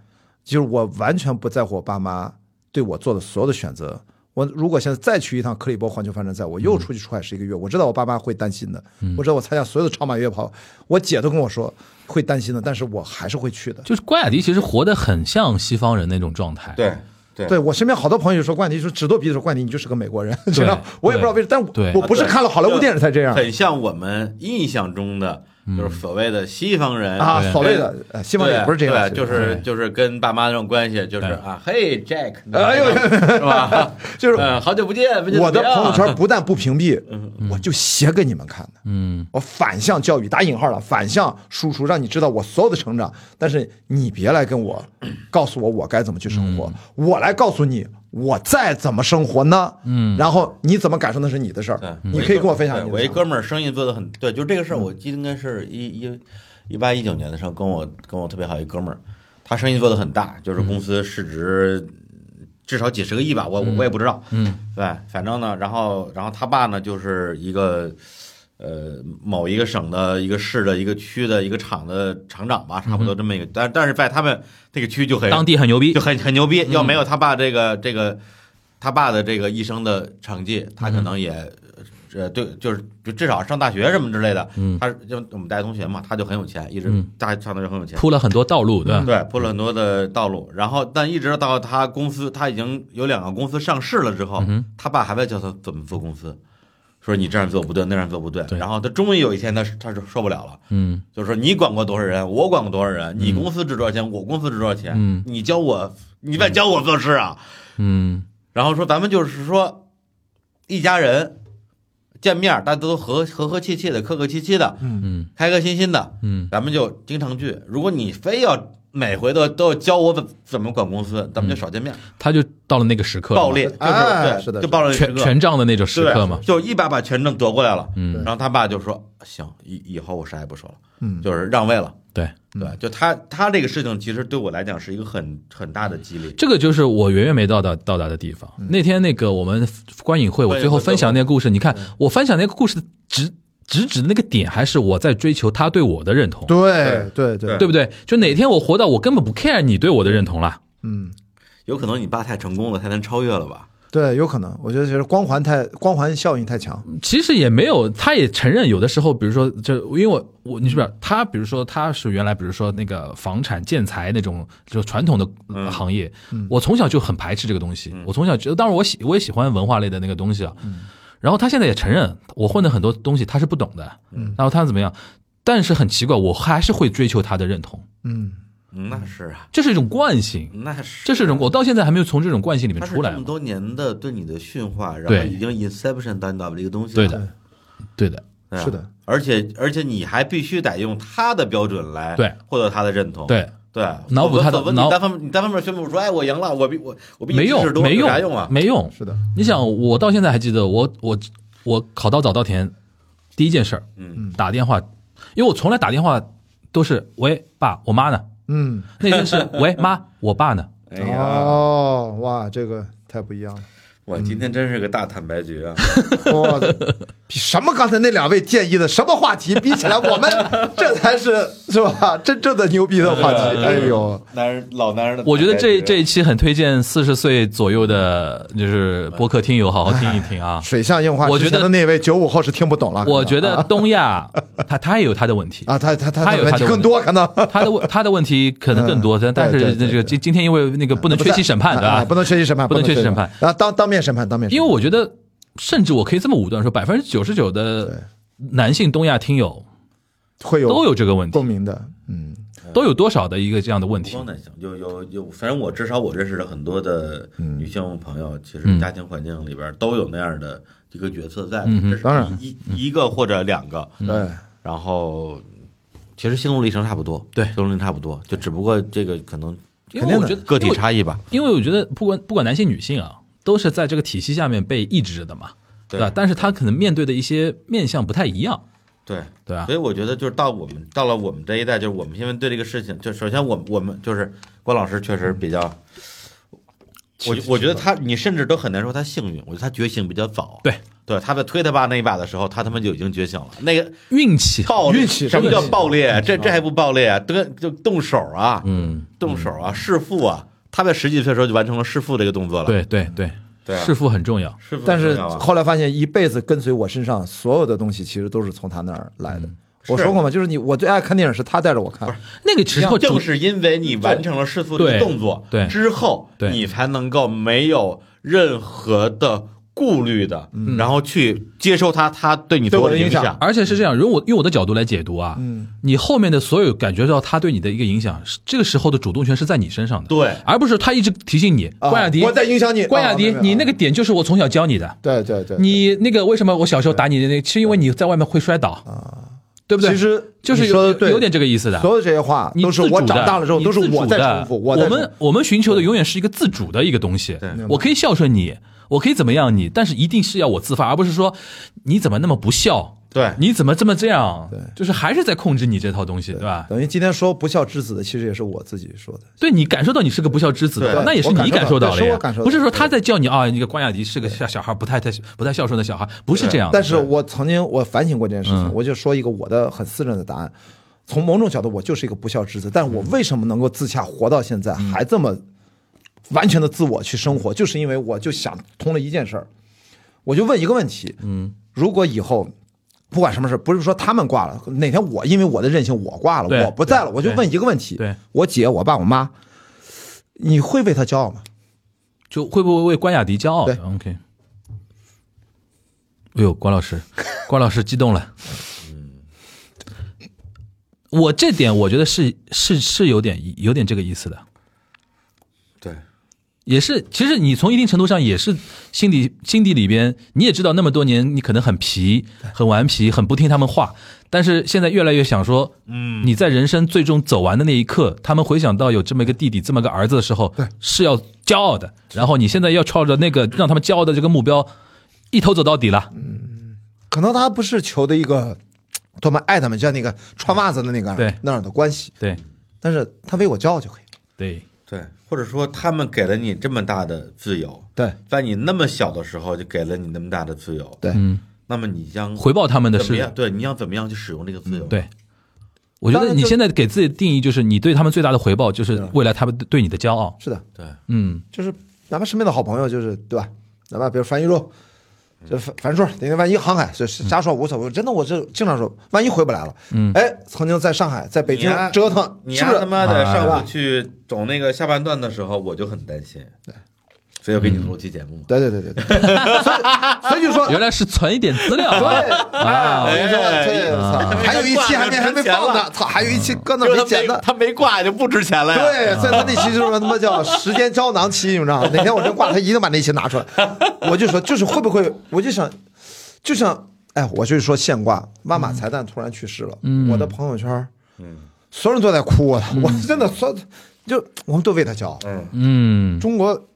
[SPEAKER 3] 就是我完全不在乎我爸妈对我做的所有的选择。我如果现在再去一趟克利伯环球帆船赛，我又出去出海十一个月，我知道我爸妈会担心的。我知道我参加所有的超马越野跑，我姐都跟我说会担心的，但是我还是会去的。
[SPEAKER 2] 就是关雅迪其实活得很像西方人那种状态。
[SPEAKER 4] 对对
[SPEAKER 3] 对我身边好多朋友就说冠迪说指舵鼻子说冠迪你就是个美国人，知道 我也不知道为什么，但
[SPEAKER 2] 对
[SPEAKER 3] 我我不是看了好莱坞电影才这样
[SPEAKER 4] 很像我们印象中的，
[SPEAKER 2] 嗯
[SPEAKER 4] 就是所谓的西方人
[SPEAKER 3] 啊，
[SPEAKER 4] 对
[SPEAKER 3] 所谓的呃西方
[SPEAKER 4] 对
[SPEAKER 3] 也不是这样，
[SPEAKER 4] 对，就是就是跟爸妈那种关系，就是
[SPEAKER 2] 哎对
[SPEAKER 4] 啊，嘿，Jack，
[SPEAKER 3] 哎呦
[SPEAKER 4] 是吧？
[SPEAKER 3] 就是
[SPEAKER 4] 嗯，好久不见，不见啊
[SPEAKER 3] 我的
[SPEAKER 4] 怎么样
[SPEAKER 3] 朋友圈不但不屏蔽，
[SPEAKER 4] 嗯
[SPEAKER 3] 我就写给你们看的。
[SPEAKER 2] 嗯，
[SPEAKER 3] 我反向教育打引号了，反向输出，让你知道我所有的成长。但是你别来跟我告诉我我该怎么去生活，我来告诉你我再怎么生活呢？嗯，然后你怎么感受那是你的事
[SPEAKER 4] 对
[SPEAKER 3] 儿，，你可以跟我分享
[SPEAKER 4] 对
[SPEAKER 3] 你
[SPEAKER 4] 我
[SPEAKER 3] 的
[SPEAKER 4] 一
[SPEAKER 3] 想法。嗯
[SPEAKER 4] 哥们儿生意做的很对，就这个事儿，我记得应该是一一一八一九年的时候，跟我跟我特别好一哥们儿，他生意做的很大，就是
[SPEAKER 3] 嗯
[SPEAKER 4] 公司市值至少几十个亿吧，我我我也不知道，
[SPEAKER 2] 嗯，
[SPEAKER 4] 对，反正呢，然后然后他爸呢就是一个。呃，某一个省的一个市的一个区的一个厂的厂长吧，差不多
[SPEAKER 3] 嗯
[SPEAKER 4] 这么一个，但但是在他们那个区就很
[SPEAKER 2] 当地很牛逼
[SPEAKER 4] 就。很很牛
[SPEAKER 2] 嗯
[SPEAKER 4] 逼。要没有他爸这个这个他爸的这个一生的成绩，他
[SPEAKER 2] 嗯
[SPEAKER 4] 可能也呃对，就是就至少上大学什么之类的。
[SPEAKER 2] 嗯
[SPEAKER 4] 他就我们大学同学嘛，他就很有钱，一直
[SPEAKER 2] 嗯
[SPEAKER 4] 大上大学很有钱。
[SPEAKER 2] 铺了很多道路，对吧？
[SPEAKER 4] 对，铺了很多的道路，然后但一直到他公司，他已经有两个公司上市了之后，
[SPEAKER 2] 嗯哼
[SPEAKER 4] 他爸还在教他怎么做公司，说你这样做不对，那样做不对。
[SPEAKER 2] 对
[SPEAKER 4] 然后他终于有一天他，他他受不了了，
[SPEAKER 2] 嗯
[SPEAKER 4] 就是说你管过多少人，我管过多少人，你公司值多少钱，我公司值多少钱，
[SPEAKER 2] 嗯
[SPEAKER 4] 你教我，你再教我做事啊。
[SPEAKER 2] 嗯
[SPEAKER 4] 然后说咱们就是说，一家人见面，大家都和和和气气的，客客气气的，
[SPEAKER 2] 嗯
[SPEAKER 4] 开开心心的，
[SPEAKER 2] 嗯
[SPEAKER 4] 咱们就经常聚。如果你非要每回都都要教我怎怎么管公司，咱
[SPEAKER 2] 嗯
[SPEAKER 4] 们就少见面，
[SPEAKER 2] 他就到了那个时刻了嘛，
[SPEAKER 4] 暴力，就是
[SPEAKER 3] 哎
[SPEAKER 4] 对
[SPEAKER 3] 是的
[SPEAKER 4] 就暴力时
[SPEAKER 2] 权
[SPEAKER 4] 刻
[SPEAKER 2] 权杖的那种时刻嘛
[SPEAKER 4] 对，。就一把把权证夺过来了。
[SPEAKER 2] 嗯
[SPEAKER 4] 然后他爸就说：“行，以以后我啥也不说了，
[SPEAKER 3] 嗯
[SPEAKER 4] 就是让位了。”
[SPEAKER 2] 对，
[SPEAKER 4] 对，就他他这个事情，其实对我来讲是一个很很大的激励。
[SPEAKER 2] 这个就是我远远没到达到达的地方。那天那个我们嗯观影会，嗯我最后分享那个故事，你看我分享那个故事的直直指的那个点，还是我在追求他对我的认同，
[SPEAKER 3] 对对对，
[SPEAKER 2] 对不对？就哪天我活到我根本不 care 你对我的认同了，
[SPEAKER 3] 嗯，
[SPEAKER 4] 有可能你爸太成功了，太难超越了吧？
[SPEAKER 3] 对，有可能。我觉得其实光环太光环效应太强，
[SPEAKER 2] 其实也没有，他也承认有的时候，比如说，就因为我我你是不是他，比如说他是原来比如说那个房产建材那种就传统的呃行业，我从小就很排斥这个东西，我从小觉得，当然我喜我也喜欢文化类的那个东西啊。然后他现在也承认，我混的很多东西他是不懂的，然后他怎么样？但是很奇怪，我还是会追求他的认同，
[SPEAKER 3] 嗯，
[SPEAKER 4] 嗯那是啊，
[SPEAKER 2] 这是一种惯性，
[SPEAKER 4] 那是
[SPEAKER 2] 这是一种我到现在还没有从这种惯性里面
[SPEAKER 4] 他是
[SPEAKER 2] 出
[SPEAKER 4] 这
[SPEAKER 2] 来
[SPEAKER 4] 么
[SPEAKER 2] 嘛。
[SPEAKER 4] 多年的对你的驯化，然后
[SPEAKER 2] 对
[SPEAKER 4] 已经 inception 到你脑子里一个东西
[SPEAKER 2] 对
[SPEAKER 4] 了。
[SPEAKER 2] 的，对的，
[SPEAKER 4] 对啊
[SPEAKER 3] 是
[SPEAKER 2] 嗯
[SPEAKER 3] 的，
[SPEAKER 4] 而且而且你还必须得用他的标准来
[SPEAKER 2] 对
[SPEAKER 4] 获得他的认同。
[SPEAKER 2] 对，
[SPEAKER 4] 对，啊
[SPEAKER 2] 脑补他的
[SPEAKER 4] 否则你
[SPEAKER 2] 脑
[SPEAKER 4] 单方面你单方面宣布说，哎，我赢了，我比我我比你
[SPEAKER 2] 没
[SPEAKER 4] 知识
[SPEAKER 2] 用，
[SPEAKER 4] 多，
[SPEAKER 2] 没
[SPEAKER 4] 有
[SPEAKER 2] 用
[SPEAKER 4] 啥用啊？
[SPEAKER 2] 没用，
[SPEAKER 3] 是的，
[SPEAKER 2] 你想，我到现在还记得我，我我考到早稻田第一件事儿，
[SPEAKER 4] 嗯，
[SPEAKER 2] 打电话，因为我从来打电话都是喂爸，我妈呢，
[SPEAKER 3] 嗯，
[SPEAKER 2] 那天是喂妈，我爸呢？
[SPEAKER 5] 哎呀，
[SPEAKER 3] 哦，哇，这个太不一样了，
[SPEAKER 5] 我今天真是个大坦白局啊！
[SPEAKER 3] 哇，比什么刚才那两位建议的什么话题比起来，我们 这才是是吧？真正的牛逼的话题，哎呦，
[SPEAKER 5] 男人老男人的坦白局啊，
[SPEAKER 2] 我觉得这这一期很推荐四十岁左右的，就是播客听友好好听一听啊。
[SPEAKER 3] 水象硬化，
[SPEAKER 2] 我觉得
[SPEAKER 3] 之前的那位九五后是听不懂了，可能
[SPEAKER 2] 我觉得东亚，他他也有他的问题
[SPEAKER 3] 啊，他他
[SPEAKER 2] 他
[SPEAKER 3] 他
[SPEAKER 2] 有
[SPEAKER 3] 问
[SPEAKER 2] 他
[SPEAKER 3] 题
[SPEAKER 2] 的
[SPEAKER 3] 更
[SPEAKER 2] 问
[SPEAKER 3] 多，可能
[SPEAKER 2] 他的问他的问题可能更多，
[SPEAKER 3] 嗯
[SPEAKER 2] 但但
[SPEAKER 3] 对
[SPEAKER 2] 是
[SPEAKER 3] 对对
[SPEAKER 2] 那个今今天因为那个不能
[SPEAKER 3] 不
[SPEAKER 2] 缺
[SPEAKER 3] 在
[SPEAKER 2] 席审判，对
[SPEAKER 3] 啊
[SPEAKER 2] 吧？
[SPEAKER 3] 啊不能缺席审判，
[SPEAKER 2] 不能缺席审判
[SPEAKER 3] 啊，当当面审判，当面审
[SPEAKER 2] 因
[SPEAKER 3] 判，
[SPEAKER 2] 为我觉得，甚至我可以这么武断说，百分之九十九的男性东亚听友
[SPEAKER 3] 会有
[SPEAKER 2] 都有这个问题
[SPEAKER 3] 共，鸣的，嗯，
[SPEAKER 2] 都有多少的一个这样的问
[SPEAKER 5] 不
[SPEAKER 2] 题
[SPEAKER 4] 嗯
[SPEAKER 5] 光？男性，有有有，反正我至少我认识的很多的女性朋友，其
[SPEAKER 2] 嗯
[SPEAKER 5] 实家庭环境里边都有那样的一个角色在，
[SPEAKER 2] 嗯哼
[SPEAKER 5] 这是
[SPEAKER 3] 当然
[SPEAKER 5] 一一个或者两个，
[SPEAKER 2] 嗯
[SPEAKER 3] 对，
[SPEAKER 4] 然后其实心路历程差不多，对，心路历程差不多，就只不过这个可能
[SPEAKER 2] 因为我觉得
[SPEAKER 4] 个体，差异吧。
[SPEAKER 2] 因为因为我觉得不管不管男性女性啊，都是在这个体系下面被抑制的嘛，对吧？但是他可能面对的一些面向不太一样，
[SPEAKER 5] 对，
[SPEAKER 2] 对
[SPEAKER 3] 啊
[SPEAKER 2] 吧
[SPEAKER 5] 所？以我觉得就是到我们到了我们这一代，就是我们现在对这个事情，就首先我们我们就是关老师确实比较，
[SPEAKER 4] 我我觉得他，你甚至都很难说他幸运，我觉得他觉醒比较早。
[SPEAKER 2] 对
[SPEAKER 4] 对，他在推他爸那一把的时候，他他妈就已经觉醒了。那个
[SPEAKER 2] 运气好，
[SPEAKER 4] 暴力
[SPEAKER 3] 运气
[SPEAKER 4] 什
[SPEAKER 3] 真
[SPEAKER 4] 么
[SPEAKER 3] 的
[SPEAKER 4] 叫
[SPEAKER 3] 是
[SPEAKER 4] 爆裂？这这还不爆裂啊？跟就动手啊，
[SPEAKER 2] 嗯，
[SPEAKER 4] 动手啊，弑父啊！他在十几岁的时候就完成了弑父这个动作了。
[SPEAKER 2] 对对对，
[SPEAKER 5] 对啊
[SPEAKER 2] 弑父很重要，
[SPEAKER 5] 是不
[SPEAKER 3] 但是
[SPEAKER 5] 重要啊
[SPEAKER 3] 后来发现，一辈子跟随我身上所有的东西，其实都是从他那儿来
[SPEAKER 2] 嗯
[SPEAKER 3] 的。我说过嘛，就是你，我最爱看电影是他带着我看，
[SPEAKER 2] 那个时候
[SPEAKER 4] 正是因为你完成了弑父
[SPEAKER 2] 对
[SPEAKER 4] 的动作
[SPEAKER 2] 对
[SPEAKER 4] 之后，
[SPEAKER 2] 对
[SPEAKER 4] 你才能够没有任何的顾虑的，
[SPEAKER 2] 嗯
[SPEAKER 4] 然后去接受他他对你
[SPEAKER 3] 对我
[SPEAKER 4] 的
[SPEAKER 3] 的影响
[SPEAKER 4] 响。
[SPEAKER 2] 而且是这样，如果我用我的角度来解读啊，
[SPEAKER 3] 嗯
[SPEAKER 2] 你后面的所有感觉到他对你的一个影响，是这个时候的主动权是在你身上的，
[SPEAKER 4] 对
[SPEAKER 2] 而不是他一直提醒你，
[SPEAKER 3] 啊
[SPEAKER 2] 关雅迪，
[SPEAKER 3] 我在影响你
[SPEAKER 2] 关雅迪
[SPEAKER 3] 啊，
[SPEAKER 2] 你那个点就是我从小教你的，
[SPEAKER 3] 对对对，
[SPEAKER 2] 你那个为什么我小时候打你的那，是因为你在外面会摔倒啊，对不对？
[SPEAKER 3] 其实
[SPEAKER 2] 就是
[SPEAKER 3] 你说
[SPEAKER 2] 有
[SPEAKER 3] 的对，
[SPEAKER 2] 有点这个意思的。
[SPEAKER 3] 所有这些话
[SPEAKER 2] 你
[SPEAKER 3] 都是
[SPEAKER 2] 自主
[SPEAKER 3] 我
[SPEAKER 2] 的
[SPEAKER 3] 长大了之后，
[SPEAKER 2] 你
[SPEAKER 3] 都是
[SPEAKER 2] 自主
[SPEAKER 3] 我在
[SPEAKER 2] 的
[SPEAKER 3] 重复。
[SPEAKER 2] 我
[SPEAKER 3] 在重
[SPEAKER 2] 们我们寻求的永远是一个自主的一个东西。我可以孝顺你，我可以怎么样你，但是一定是要我自发，而不是说你怎么那么不孝，
[SPEAKER 4] 对
[SPEAKER 2] 你怎么这么这样，就是还是在控制你这套东西，对吧？
[SPEAKER 3] 等于今天说不孝之子的，其实也是我自己说的。
[SPEAKER 2] 对你感受到你是个不孝之子的话，
[SPEAKER 3] 对
[SPEAKER 2] 那也是你感受到了
[SPEAKER 3] 我感受到对是
[SPEAKER 2] 呀
[SPEAKER 3] 我感，受到
[SPEAKER 2] 不是说他在叫你啊，你个关雅迪是个小小孩，不太太不太孝顺的小孩，不是这样的。嗯
[SPEAKER 3] 但是我曾经我反省过这件事情，我就说一个我的很私人的答案。从某种角度，我就是一个不孝之子，但
[SPEAKER 2] 嗯
[SPEAKER 3] 我为什么能够自洽活到现在，还这么完全的自我去生活，就是因为我就想通了一件事儿，我就问一个问题，嗯，如果以后不管什么事，不是说他们挂了，哪天我因为我的任性我挂
[SPEAKER 2] 对
[SPEAKER 3] 了，我不在了，我就问一个问题，
[SPEAKER 2] 对
[SPEAKER 3] 我姐、我爸、我妈，你会为他骄傲吗？
[SPEAKER 2] 就会不会为关雅迪骄傲
[SPEAKER 3] 对
[SPEAKER 2] ？OK。哎呦，关老师，关老师激动了。我这点我觉得是是是有点有点这个意思的，
[SPEAKER 5] 对，
[SPEAKER 2] 也是其实你从一定程度上也是心底心底里边你也知道那么多年你可能很皮、很顽皮、很不听他们话，但是现在越来越想说，嗯，你在人生最终走完的那一刻，他们回想到有这么一个弟弟、这么个儿子的时候，是要骄傲的。然后你现在要朝着那个让他们骄傲的这个目标一头走到底了，
[SPEAKER 3] 嗯可能他不是求的一个多么爱他们，就像那个穿袜子的那个
[SPEAKER 2] 对
[SPEAKER 3] 那样的关系，
[SPEAKER 2] 对
[SPEAKER 3] 但是他为我骄傲就可以。
[SPEAKER 2] 对，
[SPEAKER 5] 对，或者说他们给了你这么大的自由，
[SPEAKER 3] 对
[SPEAKER 5] 在你那么小的时候就给了你那么大的自由，
[SPEAKER 3] 对，
[SPEAKER 5] 那么你将
[SPEAKER 2] 回报他们的
[SPEAKER 5] 怎么
[SPEAKER 2] 是
[SPEAKER 5] 样？对，你要怎么样去使用这个自由？，
[SPEAKER 2] 对。我觉
[SPEAKER 3] 当
[SPEAKER 2] 得
[SPEAKER 3] 然
[SPEAKER 2] 你
[SPEAKER 3] 就
[SPEAKER 2] 现在给自己的定义就是你对他们最大的回报就是未来他们对你的骄傲。
[SPEAKER 3] 是的，
[SPEAKER 2] 嗯，
[SPEAKER 3] 就是哪怕身边的好朋友，就是对吧？哪怕比如樊一舟，这樊樊硕，那天万一航海，这瞎说无所谓。真的，我这经常说，万一回不来了，嗯，哎，曾经在上海、在北
[SPEAKER 5] 你
[SPEAKER 3] 京
[SPEAKER 5] 呀
[SPEAKER 3] 折腾，
[SPEAKER 5] 你
[SPEAKER 3] 是
[SPEAKER 5] 丫
[SPEAKER 3] 不
[SPEAKER 5] 他
[SPEAKER 3] 是？
[SPEAKER 5] 妈的
[SPEAKER 2] 啊
[SPEAKER 5] 上次去走那个下半段的时候，我就很担心，对，所以我给
[SPEAKER 2] 嗯
[SPEAKER 5] 你录期节目嘛。
[SPEAKER 3] 对对对对对，所以所以就 说，
[SPEAKER 2] 原来是存一点资料
[SPEAKER 3] 对，
[SPEAKER 2] 啊
[SPEAKER 3] 哎，我跟你说，对，操还有一期还没还没放呢，操，还有一期搁那没剪呢。
[SPEAKER 4] 他没挂就不值钱了呀。
[SPEAKER 3] 对，所以他那期就是他妈叫时间胶囊期，你知道吗？哪天我真挂了，他一定把那期拿出来。我就说，就是会不会，我就想，就想，哎，我就是说现挂，万马才旦突然去世了，我的朋友圈，嗯，所有人都在哭啊，我真的所有就我们都为他骄傲。
[SPEAKER 2] 嗯，
[SPEAKER 3] 中国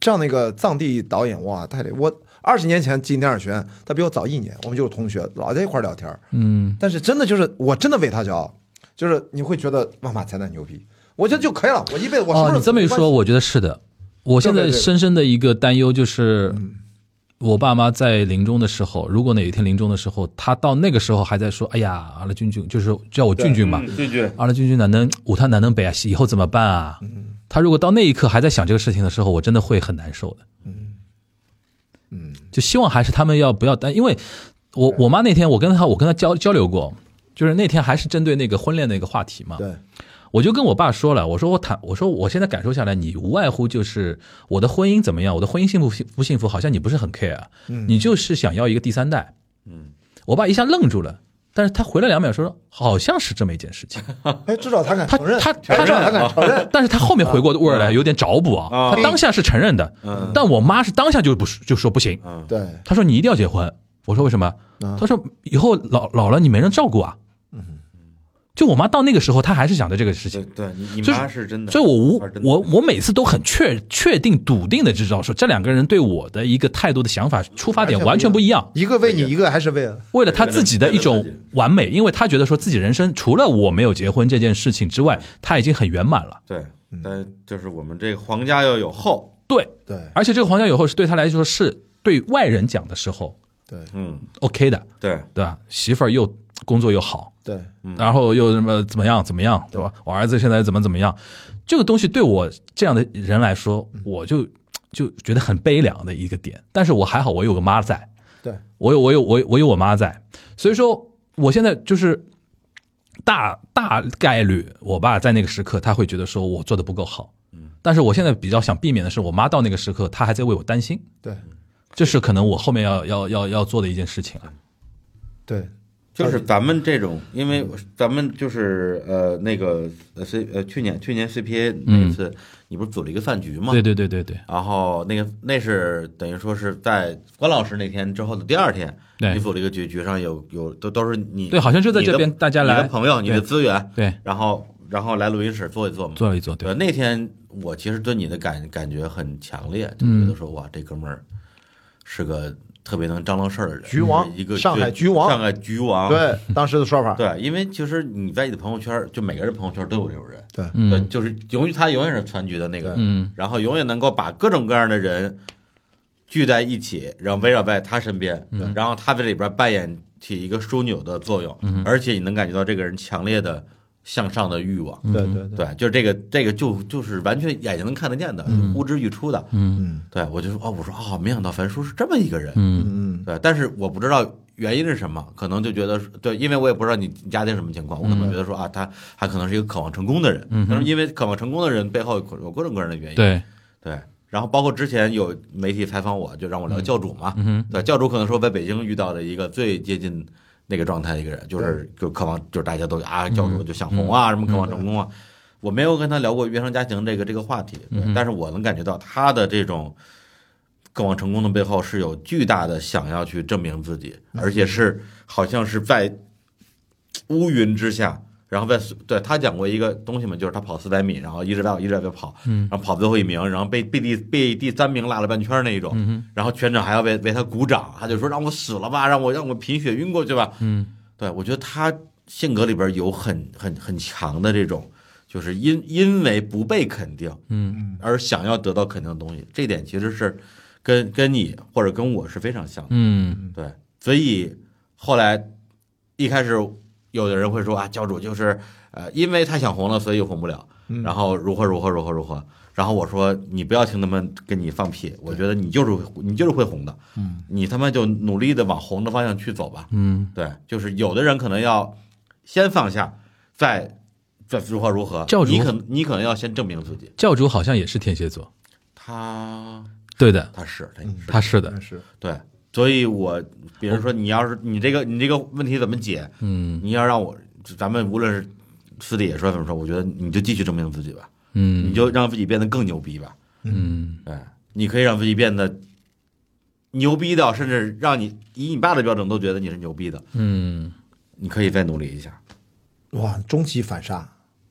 [SPEAKER 3] 这样的一个藏地导演，哇，太厉害！我二十年前进电影学院，他比我早一年，我们就是同学，老在一块儿聊天。嗯，但是真的就是，我真的为他骄傲，就是你会觉得万马才旦牛逼，我觉得就可以了。我一辈子我是
[SPEAKER 2] 哦，
[SPEAKER 3] 不是
[SPEAKER 2] 你这么一说，我觉得是的。我现在
[SPEAKER 3] 对对对嗯
[SPEAKER 2] 深深的一个担忧就是，我爸妈在临终的时候，如果哪一天临终的时候，他到那个时候还在说：“哎呀，阿拉俊俊，就是叫我俊俊
[SPEAKER 3] 嗯
[SPEAKER 2] 嘛，
[SPEAKER 4] 嗯对对，
[SPEAKER 2] 阿拉俊俊哪能武他哪能北啊？以后怎么办啊？”
[SPEAKER 3] 嗯
[SPEAKER 2] 他如果到那一刻还在想这个事情的时候，我真的会很难受的。嗯，就希望还是他们要不要担，因为我我妈那天我跟她我跟她交交流过，就是那天还是针对那个婚恋的一个话题嘛。
[SPEAKER 3] 对
[SPEAKER 2] 我就跟我爸说了，我说我坦，我说我现在感受下来，你无外乎就是我的婚姻怎么样，我的婚姻幸不幸不幸福，好像你不是很 care，、你就是想要一个第三代。嗯，我爸一下愣住了，但是他回了两秒说，好像是这么一件事情。
[SPEAKER 3] 哎，至少他敢
[SPEAKER 2] 他
[SPEAKER 3] 承认，
[SPEAKER 2] 他
[SPEAKER 3] 至少他敢承认。
[SPEAKER 2] 但是他后面回过味儿来，有点找补啊，嗯他当下是承认的，但我妈是当下就不就说不行，
[SPEAKER 5] 嗯
[SPEAKER 3] 对，
[SPEAKER 2] 她说你一定要结婚。我说为什么？她说以后老老了你没人照顾啊。就我妈到那个时候，她还是想着这个事情
[SPEAKER 4] 对。对，你你
[SPEAKER 2] 就是
[SPEAKER 4] 妈是真的，
[SPEAKER 2] 所以我无
[SPEAKER 4] 二真的
[SPEAKER 2] 我我每次都很确确定笃定的知道说这两个人对我的一个态度的想法出发点完全不一样，
[SPEAKER 3] 一个为你，一个还是为了
[SPEAKER 2] 为了他自己的一种完美，因为他觉得说自己人生除了我没有结婚这件事情之外，他已经很圆满了。
[SPEAKER 4] 对，
[SPEAKER 2] 嗯
[SPEAKER 4] 但就是我们这个皇家要有后，
[SPEAKER 2] 对，
[SPEAKER 3] 对
[SPEAKER 2] 而且这个皇家有后是对他来说是对外人讲的时候
[SPEAKER 3] 对
[SPEAKER 4] 嗯，
[SPEAKER 2] OK 的，
[SPEAKER 4] 对，
[SPEAKER 2] 对吧？媳妇儿又工作又好，
[SPEAKER 3] 对
[SPEAKER 2] 然后又什么怎么样怎么样，对吧？我儿子现在怎么怎么样，这个东西对我这样的人来说，我就就觉得很悲凉的一个点。但是我还好，我有个妈在，
[SPEAKER 3] 对
[SPEAKER 2] 我有我有我有我有我妈在，所以说我现在就是大大概率，我爸在那个时刻他会觉得说我做的不够好，嗯，但是我现在比较想避免的是，我妈到那个时刻她还在为我担心，
[SPEAKER 3] 对
[SPEAKER 2] 这是可能我后面要要要要做的一件事情啊。
[SPEAKER 3] 对，
[SPEAKER 4] 就是咱们这种，因为
[SPEAKER 2] 嗯
[SPEAKER 4] 咱们就是呃那个呃 C 呃去年去年 CPA 那次，你不是组了一个饭局嘛？
[SPEAKER 2] 嗯对对对对对，
[SPEAKER 4] 然后那个那是等于说是在关老师那天之后的第二天，
[SPEAKER 2] 对
[SPEAKER 4] 你组了一个局，局上有有都都是你
[SPEAKER 2] 对好像就在
[SPEAKER 4] 你的
[SPEAKER 2] 这边大家来
[SPEAKER 4] 你的朋友、你的
[SPEAKER 2] 对
[SPEAKER 4] 资源，
[SPEAKER 2] 对
[SPEAKER 4] 然后然后来录音室坐一坐嘛。
[SPEAKER 2] 做一做对
[SPEAKER 4] 对，那天我其实对你的感感觉很强烈，就
[SPEAKER 3] 嗯
[SPEAKER 4] 觉得说、哇，这哥们儿是个特别能张罗事儿的人，
[SPEAKER 3] 局王
[SPEAKER 4] 是一个
[SPEAKER 3] 上海
[SPEAKER 4] 对
[SPEAKER 3] 局王
[SPEAKER 4] 上海局王，
[SPEAKER 3] 对当时的说法，
[SPEAKER 4] 对，因为其实你在你的朋友圈儿，就每个人朋友圈儿都有这种人，
[SPEAKER 3] 对
[SPEAKER 4] 对，就是永远他永远是全局的那个，
[SPEAKER 2] 嗯，
[SPEAKER 4] 然后永远能够把各种各样的人聚在一起，然后围绕在他身边，
[SPEAKER 3] 嗯
[SPEAKER 4] 然后他在里边扮演起一个枢纽的作用，而且你能感觉到这个人强烈的向上的欲望，
[SPEAKER 3] 对对对，
[SPEAKER 4] 对，就这个这个就就是完全眼睛能看得见的，呼之欲出的，
[SPEAKER 3] 嗯
[SPEAKER 4] 对我就说哦，我说哦，没想到樊叔是这么一个人，
[SPEAKER 3] 嗯
[SPEAKER 4] 对，但是我不知道原因是什么，可能就觉得是对，因为我也不知道你你家庭什么情况，我可
[SPEAKER 3] 嗯
[SPEAKER 4] 能觉得说啊，他他可能是一个渴望成功的人，但是因为渴望成功的人背后有有各种各样的原因，
[SPEAKER 2] 对，
[SPEAKER 4] 对然后包括之前有媒体采访我，就让我聊教主嘛，对，教主可能说在北京遇到的一个最接近那个状态的一个人，就是就渴望，就是大家都啊，教主就想红啊，什么渴望成功啊。我没有跟他聊过原生家庭这个这个话题，对但是我能感觉到他的这种渴望成功的背后是有巨大的想要去证明自己，而且是好像是在乌云之下。然后在对他讲过一个东西嘛，就是他跑四百米，然后一直在一直在跑，然后跑最后一名，然后被被第被第三名拉了半圈那一种，然后全场还要为为他鼓掌，他就说让我死了吧，让我让我贫血晕过去吧。嗯，对，我觉得他性格里边有很很很强的这种，就是因因为不被肯定，嗯，而想要得到肯定的东西，这点其实是跟跟你或者跟我是非常像的。
[SPEAKER 2] 嗯，
[SPEAKER 4] 对，所以后来一开始有的人会说啊，教主就是呃，因为他想红了，所以红不了，然后如何如何如何如何。然后我说你不要听他们跟你放屁，我觉得你就是会你就是会红的，嗯，你他妈就努力的往红的方向去走吧，嗯，对，就是有的人可能要先放下，再再如何如何，
[SPEAKER 2] 教主
[SPEAKER 4] 你可能你可能要先证明自己，
[SPEAKER 2] 教主好像也是天蝎座，
[SPEAKER 4] 他
[SPEAKER 2] 对的，
[SPEAKER 4] 他是他是
[SPEAKER 2] 他是的
[SPEAKER 3] 嗯，，是
[SPEAKER 4] 对，所以我比如说你要是你这个你这个问题怎么解，
[SPEAKER 2] 嗯
[SPEAKER 4] 你要让我，咱们无论是私底下说怎么说，我觉得你就继续证明自己吧，
[SPEAKER 2] 嗯
[SPEAKER 4] 你就让自己变得更牛逼吧。
[SPEAKER 2] 嗯
[SPEAKER 4] 对，你可以让自己变得牛逼到，甚至让你以你爸的标准都觉得你是牛逼的，
[SPEAKER 2] 嗯，
[SPEAKER 4] 你可以再努力一下。
[SPEAKER 3] 哇，终极反杀，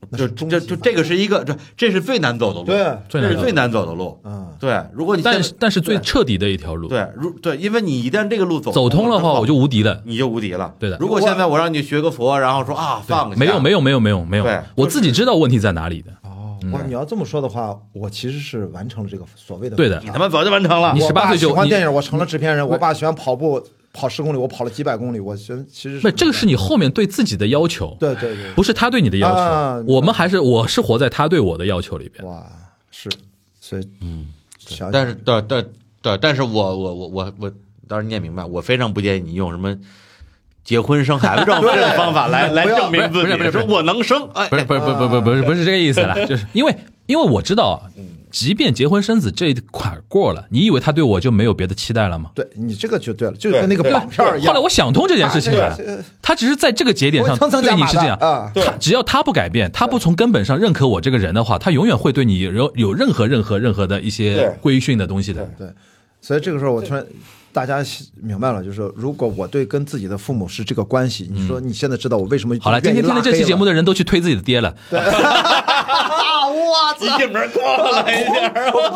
[SPEAKER 3] 那
[SPEAKER 4] 就是
[SPEAKER 3] 终
[SPEAKER 4] 这
[SPEAKER 3] 极
[SPEAKER 4] 就
[SPEAKER 3] 反
[SPEAKER 4] 这个是一个这这是最难走的路，
[SPEAKER 3] 对
[SPEAKER 2] 最
[SPEAKER 4] 这
[SPEAKER 2] 难走的
[SPEAKER 4] 是最难走的路。
[SPEAKER 3] 嗯
[SPEAKER 4] 对，如果你
[SPEAKER 2] 但
[SPEAKER 4] 现
[SPEAKER 2] 是
[SPEAKER 4] 在
[SPEAKER 2] 但是最彻底的一条路，
[SPEAKER 4] 对如对，因为你一旦这个路走
[SPEAKER 2] 走通
[SPEAKER 4] 了
[SPEAKER 2] 的
[SPEAKER 4] 之后
[SPEAKER 2] 话我就无敌了，
[SPEAKER 4] 你就无敌了。
[SPEAKER 2] 对的
[SPEAKER 4] 如果现在我让你学个佛，然后说啊放下，
[SPEAKER 2] 没有没
[SPEAKER 4] 有，
[SPEAKER 2] 有没有没有没有
[SPEAKER 4] 对，
[SPEAKER 2] 我自己知道问题在哪里的，
[SPEAKER 3] 哦我说你要这么说的话，我其实是完成了这个所谓的
[SPEAKER 2] 对的
[SPEAKER 3] 梦
[SPEAKER 4] 你
[SPEAKER 3] 想
[SPEAKER 4] 他妈早就完成了
[SPEAKER 2] 你。
[SPEAKER 3] 我
[SPEAKER 2] 18
[SPEAKER 3] 爸
[SPEAKER 2] 岁就
[SPEAKER 3] 喜欢
[SPEAKER 2] 你
[SPEAKER 3] 电影，我成了制片人。我爸喜欢跑步，跑十公里，我跑了几百公里。我觉得其实
[SPEAKER 2] 那这个是你后面对自己的要求，
[SPEAKER 3] 对对对，
[SPEAKER 2] 不是他对你的要求。
[SPEAKER 3] 啊
[SPEAKER 2] 我们还是我是活在他对我的要求里边。
[SPEAKER 3] 哇，是，所以嗯，
[SPEAKER 2] 啊
[SPEAKER 3] 想
[SPEAKER 4] 但是，对对对，但是我我我我我，当然你也明白，我非常不建议你用什么结婚生孩子这种这种方法来来
[SPEAKER 3] 不要
[SPEAKER 4] 证明自
[SPEAKER 2] 不是不
[SPEAKER 4] 己，
[SPEAKER 2] 是
[SPEAKER 4] 说我能生，哎，
[SPEAKER 2] 不是不是不是不是不是不是这个意思啦，就是因为因为我知道啊，即便结婚生子这一块过了，你以为他对我就没有别的期待了吗？
[SPEAKER 3] 对你这个就对了，就跟那个绑票一
[SPEAKER 2] 后
[SPEAKER 3] 样
[SPEAKER 2] 来。我想通这件事情了
[SPEAKER 3] 啊这个，
[SPEAKER 2] 他只是在这个节点上
[SPEAKER 3] 我层层
[SPEAKER 2] 对
[SPEAKER 3] 加
[SPEAKER 2] 你
[SPEAKER 3] 码
[SPEAKER 2] 是这样，
[SPEAKER 3] 的啊
[SPEAKER 2] 他只要他不改变，他不从根本上认可我这个人的话，他永远会对你有有任何任何任何的一些规训的东西的。
[SPEAKER 3] 对，所以这个时候我突然大家明白了，就是说如果我对跟自己的父母是这个关系，你说你现在知道我为什么
[SPEAKER 2] 好了，今天听了这期节目
[SPEAKER 3] 的
[SPEAKER 2] 的人都去推自己的爹了，
[SPEAKER 4] 一进门咣来一 下，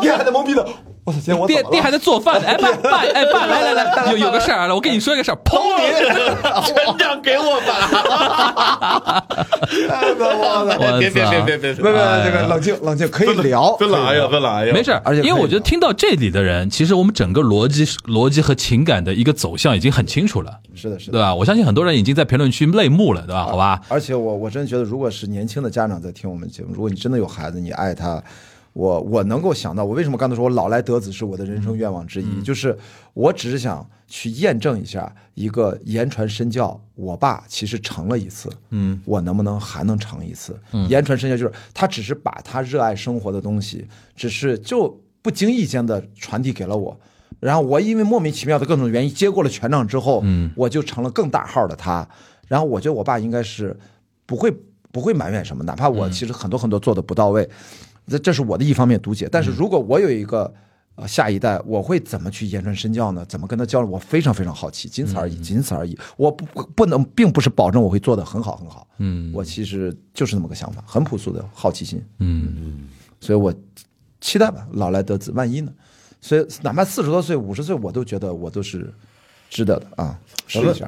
[SPEAKER 3] 爹还在懵逼的，我的天，我
[SPEAKER 2] 爹
[SPEAKER 3] 怎么
[SPEAKER 2] 爹
[SPEAKER 3] 了
[SPEAKER 2] 还在做饭，哎爸爸哎爸，来来 来，有有个事儿啊，我跟你说一个事儿，砰你！
[SPEAKER 4] 全场给我吧！
[SPEAKER 3] 哎我的
[SPEAKER 2] 我
[SPEAKER 4] 别别
[SPEAKER 2] 操
[SPEAKER 4] 别别别
[SPEAKER 3] 不不，
[SPEAKER 4] 别，
[SPEAKER 3] 这个冷静冷静，可以聊，
[SPEAKER 4] 分了哎呦，分了哎呦，
[SPEAKER 2] 没事儿，
[SPEAKER 3] 而且
[SPEAKER 2] 因为
[SPEAKER 3] 可以
[SPEAKER 2] 我觉得
[SPEAKER 3] 聊
[SPEAKER 2] 听到这里的人，其实我们整个逻辑、逻辑和情感的一个走向已经很清楚了，
[SPEAKER 3] 是的，是
[SPEAKER 2] 对
[SPEAKER 3] 的。
[SPEAKER 2] 吧？我相信很多人已经在评论区泪目了，对吧？好吧，
[SPEAKER 3] 而且我我真觉得，如果是年轻的家长在听我们节目，如果你真的有孩子，你爱他，我我能够想到，我为什么刚才说我老来得子是我的人生愿望之一，就是我只是想去验证一下一个言传身教，我爸其实成了一次，嗯，我能不能还能成一次？言传身教就是他只是把他热爱生活的东西，只是就不经意间的传递给了我。然后我因为莫名其妙的各种原因接过了权杖之后，嗯，我就成了更大号的他。然后我觉得我爸应该是不会不会埋怨什么，哪怕我其实很多很多做的不到位，这这是我的一方面读解。但是如果我有一个呃下一代，我会怎么去言传身教呢？怎么跟他交流？我非常非常好奇，仅此而已，仅此而已。我不不不能，并不是保证我会做的很好很好。嗯，我其实就是那么个想法，很朴素的好奇心。
[SPEAKER 2] 嗯，
[SPEAKER 3] 所以我期待吧，老来得子，万一呢？所以哪怕四十多岁、五十岁，我都觉得我都是值得的啊，试一下。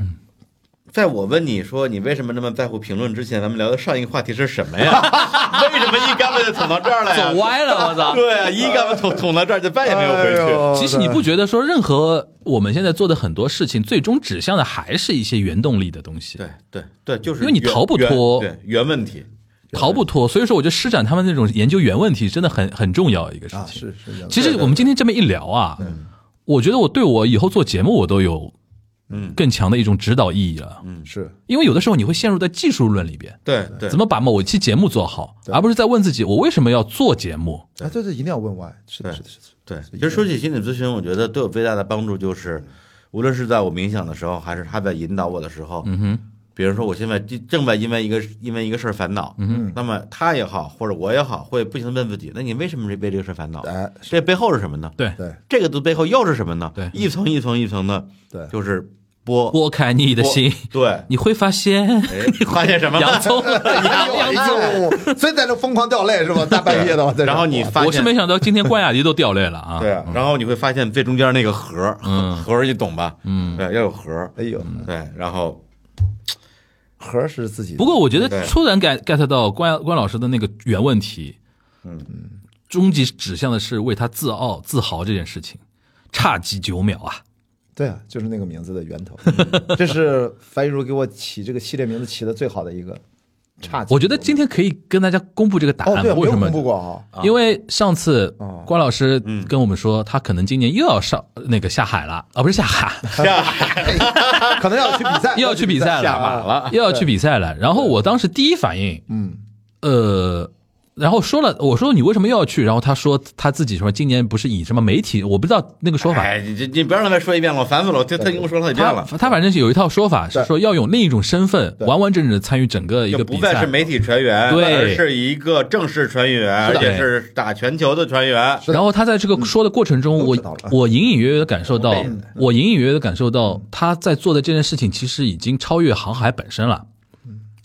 [SPEAKER 4] 在我问你说你为什么那么在乎评论之前，咱们聊的上一个话题是什么呀？ 为什么一竿子就捅到这儿了 呀？
[SPEAKER 2] 走歪了，我操！
[SPEAKER 4] 对啊，一竿子捅捅到这儿就再也没有回
[SPEAKER 3] 哎
[SPEAKER 4] 去。
[SPEAKER 3] 呦
[SPEAKER 2] 其实你不觉得说任何我们现在做的很多事情，最终指向的还是一些原动力的东西，
[SPEAKER 4] 对对对，就是
[SPEAKER 2] 因为你
[SPEAKER 4] 原
[SPEAKER 2] 逃不
[SPEAKER 4] 原
[SPEAKER 2] 脱
[SPEAKER 4] 对原问题。
[SPEAKER 2] 逃不脱。所以说，我觉得施展他们那种研究原问题真的很很重要一个事
[SPEAKER 3] 啊，
[SPEAKER 2] 情。
[SPEAKER 3] 是是这样。
[SPEAKER 2] 其实我们今天这么一聊啊，我觉得我对我以后做节目我都有嗯更强的一种指导意义了。
[SPEAKER 3] 嗯是
[SPEAKER 2] 因为有的时候你会陷入在技术论里边，
[SPEAKER 4] 对对，
[SPEAKER 2] 怎么把某一期节目做好，而不是在问自己我为什么要做节目。
[SPEAKER 3] 啊，对对，一定要问 why。是的，
[SPEAKER 4] 对
[SPEAKER 3] 是的，是的。
[SPEAKER 4] 对，其实说起心理咨询，我觉得对我最大的帮助就是，无论是在我冥想的时候，还是他在引导我的时候，嗯哼，比如说我现在正正在因为一个因为一个事儿烦恼，嗯哼，那么他也好，或者我也好，会不停地问自己，那你为什么为这个事儿烦恼？
[SPEAKER 3] 哎
[SPEAKER 4] 这背后是什么呢？
[SPEAKER 2] 对，
[SPEAKER 3] 对
[SPEAKER 4] 这个的背后又是什么呢？
[SPEAKER 2] 对
[SPEAKER 4] 一层一层一层的，
[SPEAKER 3] 对
[SPEAKER 4] 就是剥
[SPEAKER 2] 拨开你的心，
[SPEAKER 4] 对，
[SPEAKER 2] 你会发现
[SPEAKER 4] 哎，发现什么
[SPEAKER 2] 洋
[SPEAKER 4] 了？
[SPEAKER 2] 葱。
[SPEAKER 3] 哎呦，所以在这疯狂掉泪是吧？大半夜的，我在这
[SPEAKER 4] 然后你发
[SPEAKER 2] 我是
[SPEAKER 4] 现
[SPEAKER 2] 没想到今天关雅迪都掉泪了啊！
[SPEAKER 4] 对，然后你会发现最中间那个核儿，核儿你懂吧？嗯，对，要有核儿，
[SPEAKER 3] 哎呦，
[SPEAKER 4] 对，然后
[SPEAKER 3] 盒是自己的。
[SPEAKER 2] 嗯不过我觉得
[SPEAKER 4] 对
[SPEAKER 2] 突然 get get 到关关老师的那个原问题，嗯，终极指向的是为他自傲自豪这件事情，差几九秒啊！
[SPEAKER 3] 对啊，就是那个名字的源头。嗯这是樊一茹给我起这个系列名字起的最好的一个，差劲。
[SPEAKER 2] 我觉得今天可以跟大家公布这个答
[SPEAKER 3] 哦，
[SPEAKER 2] 案
[SPEAKER 3] 对，
[SPEAKER 2] 了，
[SPEAKER 3] 没
[SPEAKER 2] 为
[SPEAKER 3] 有
[SPEAKER 2] 什么
[SPEAKER 3] 公？布过啊。
[SPEAKER 2] 因为上次
[SPEAKER 3] 哦
[SPEAKER 2] 关老师跟我们说，他可能今年又要上那个下海了，啊，不是下海，
[SPEAKER 3] 可能要去比赛，
[SPEAKER 2] 又 要去比赛
[SPEAKER 3] 下
[SPEAKER 2] 了，
[SPEAKER 3] 马了。
[SPEAKER 2] 又要去比赛了。然后我当时第一反应，
[SPEAKER 3] 嗯，
[SPEAKER 2] 呃，然后说了，我说你为什么又要去？然后他说他自己什么今年不是以什么媒体，我不知道那个说法。
[SPEAKER 4] 哎，你这你不要让他再说一遍了，我烦死了，我他他已经跟我说了好几遍
[SPEAKER 2] 他
[SPEAKER 4] 了，
[SPEAKER 2] 他反正是有一套说法，是
[SPEAKER 3] 对
[SPEAKER 2] 说要用另一种身份完完整整的参与整个一
[SPEAKER 4] 就
[SPEAKER 2] 个
[SPEAKER 4] 不
[SPEAKER 2] 比
[SPEAKER 4] 再
[SPEAKER 2] 赛
[SPEAKER 4] 是。媒体船员，
[SPEAKER 2] 对
[SPEAKER 4] 而是一个正式船员，
[SPEAKER 2] 是
[SPEAKER 4] 而
[SPEAKER 2] 的
[SPEAKER 4] 且是打全球的船员。
[SPEAKER 2] 然后他在这个说的过程中，
[SPEAKER 3] 都
[SPEAKER 2] 我
[SPEAKER 3] 知道了
[SPEAKER 2] 我隐隐约约的感受到
[SPEAKER 4] 嗯，
[SPEAKER 2] 我隐隐约约的感受到他在做的这件事情其实已经超越航海本身了。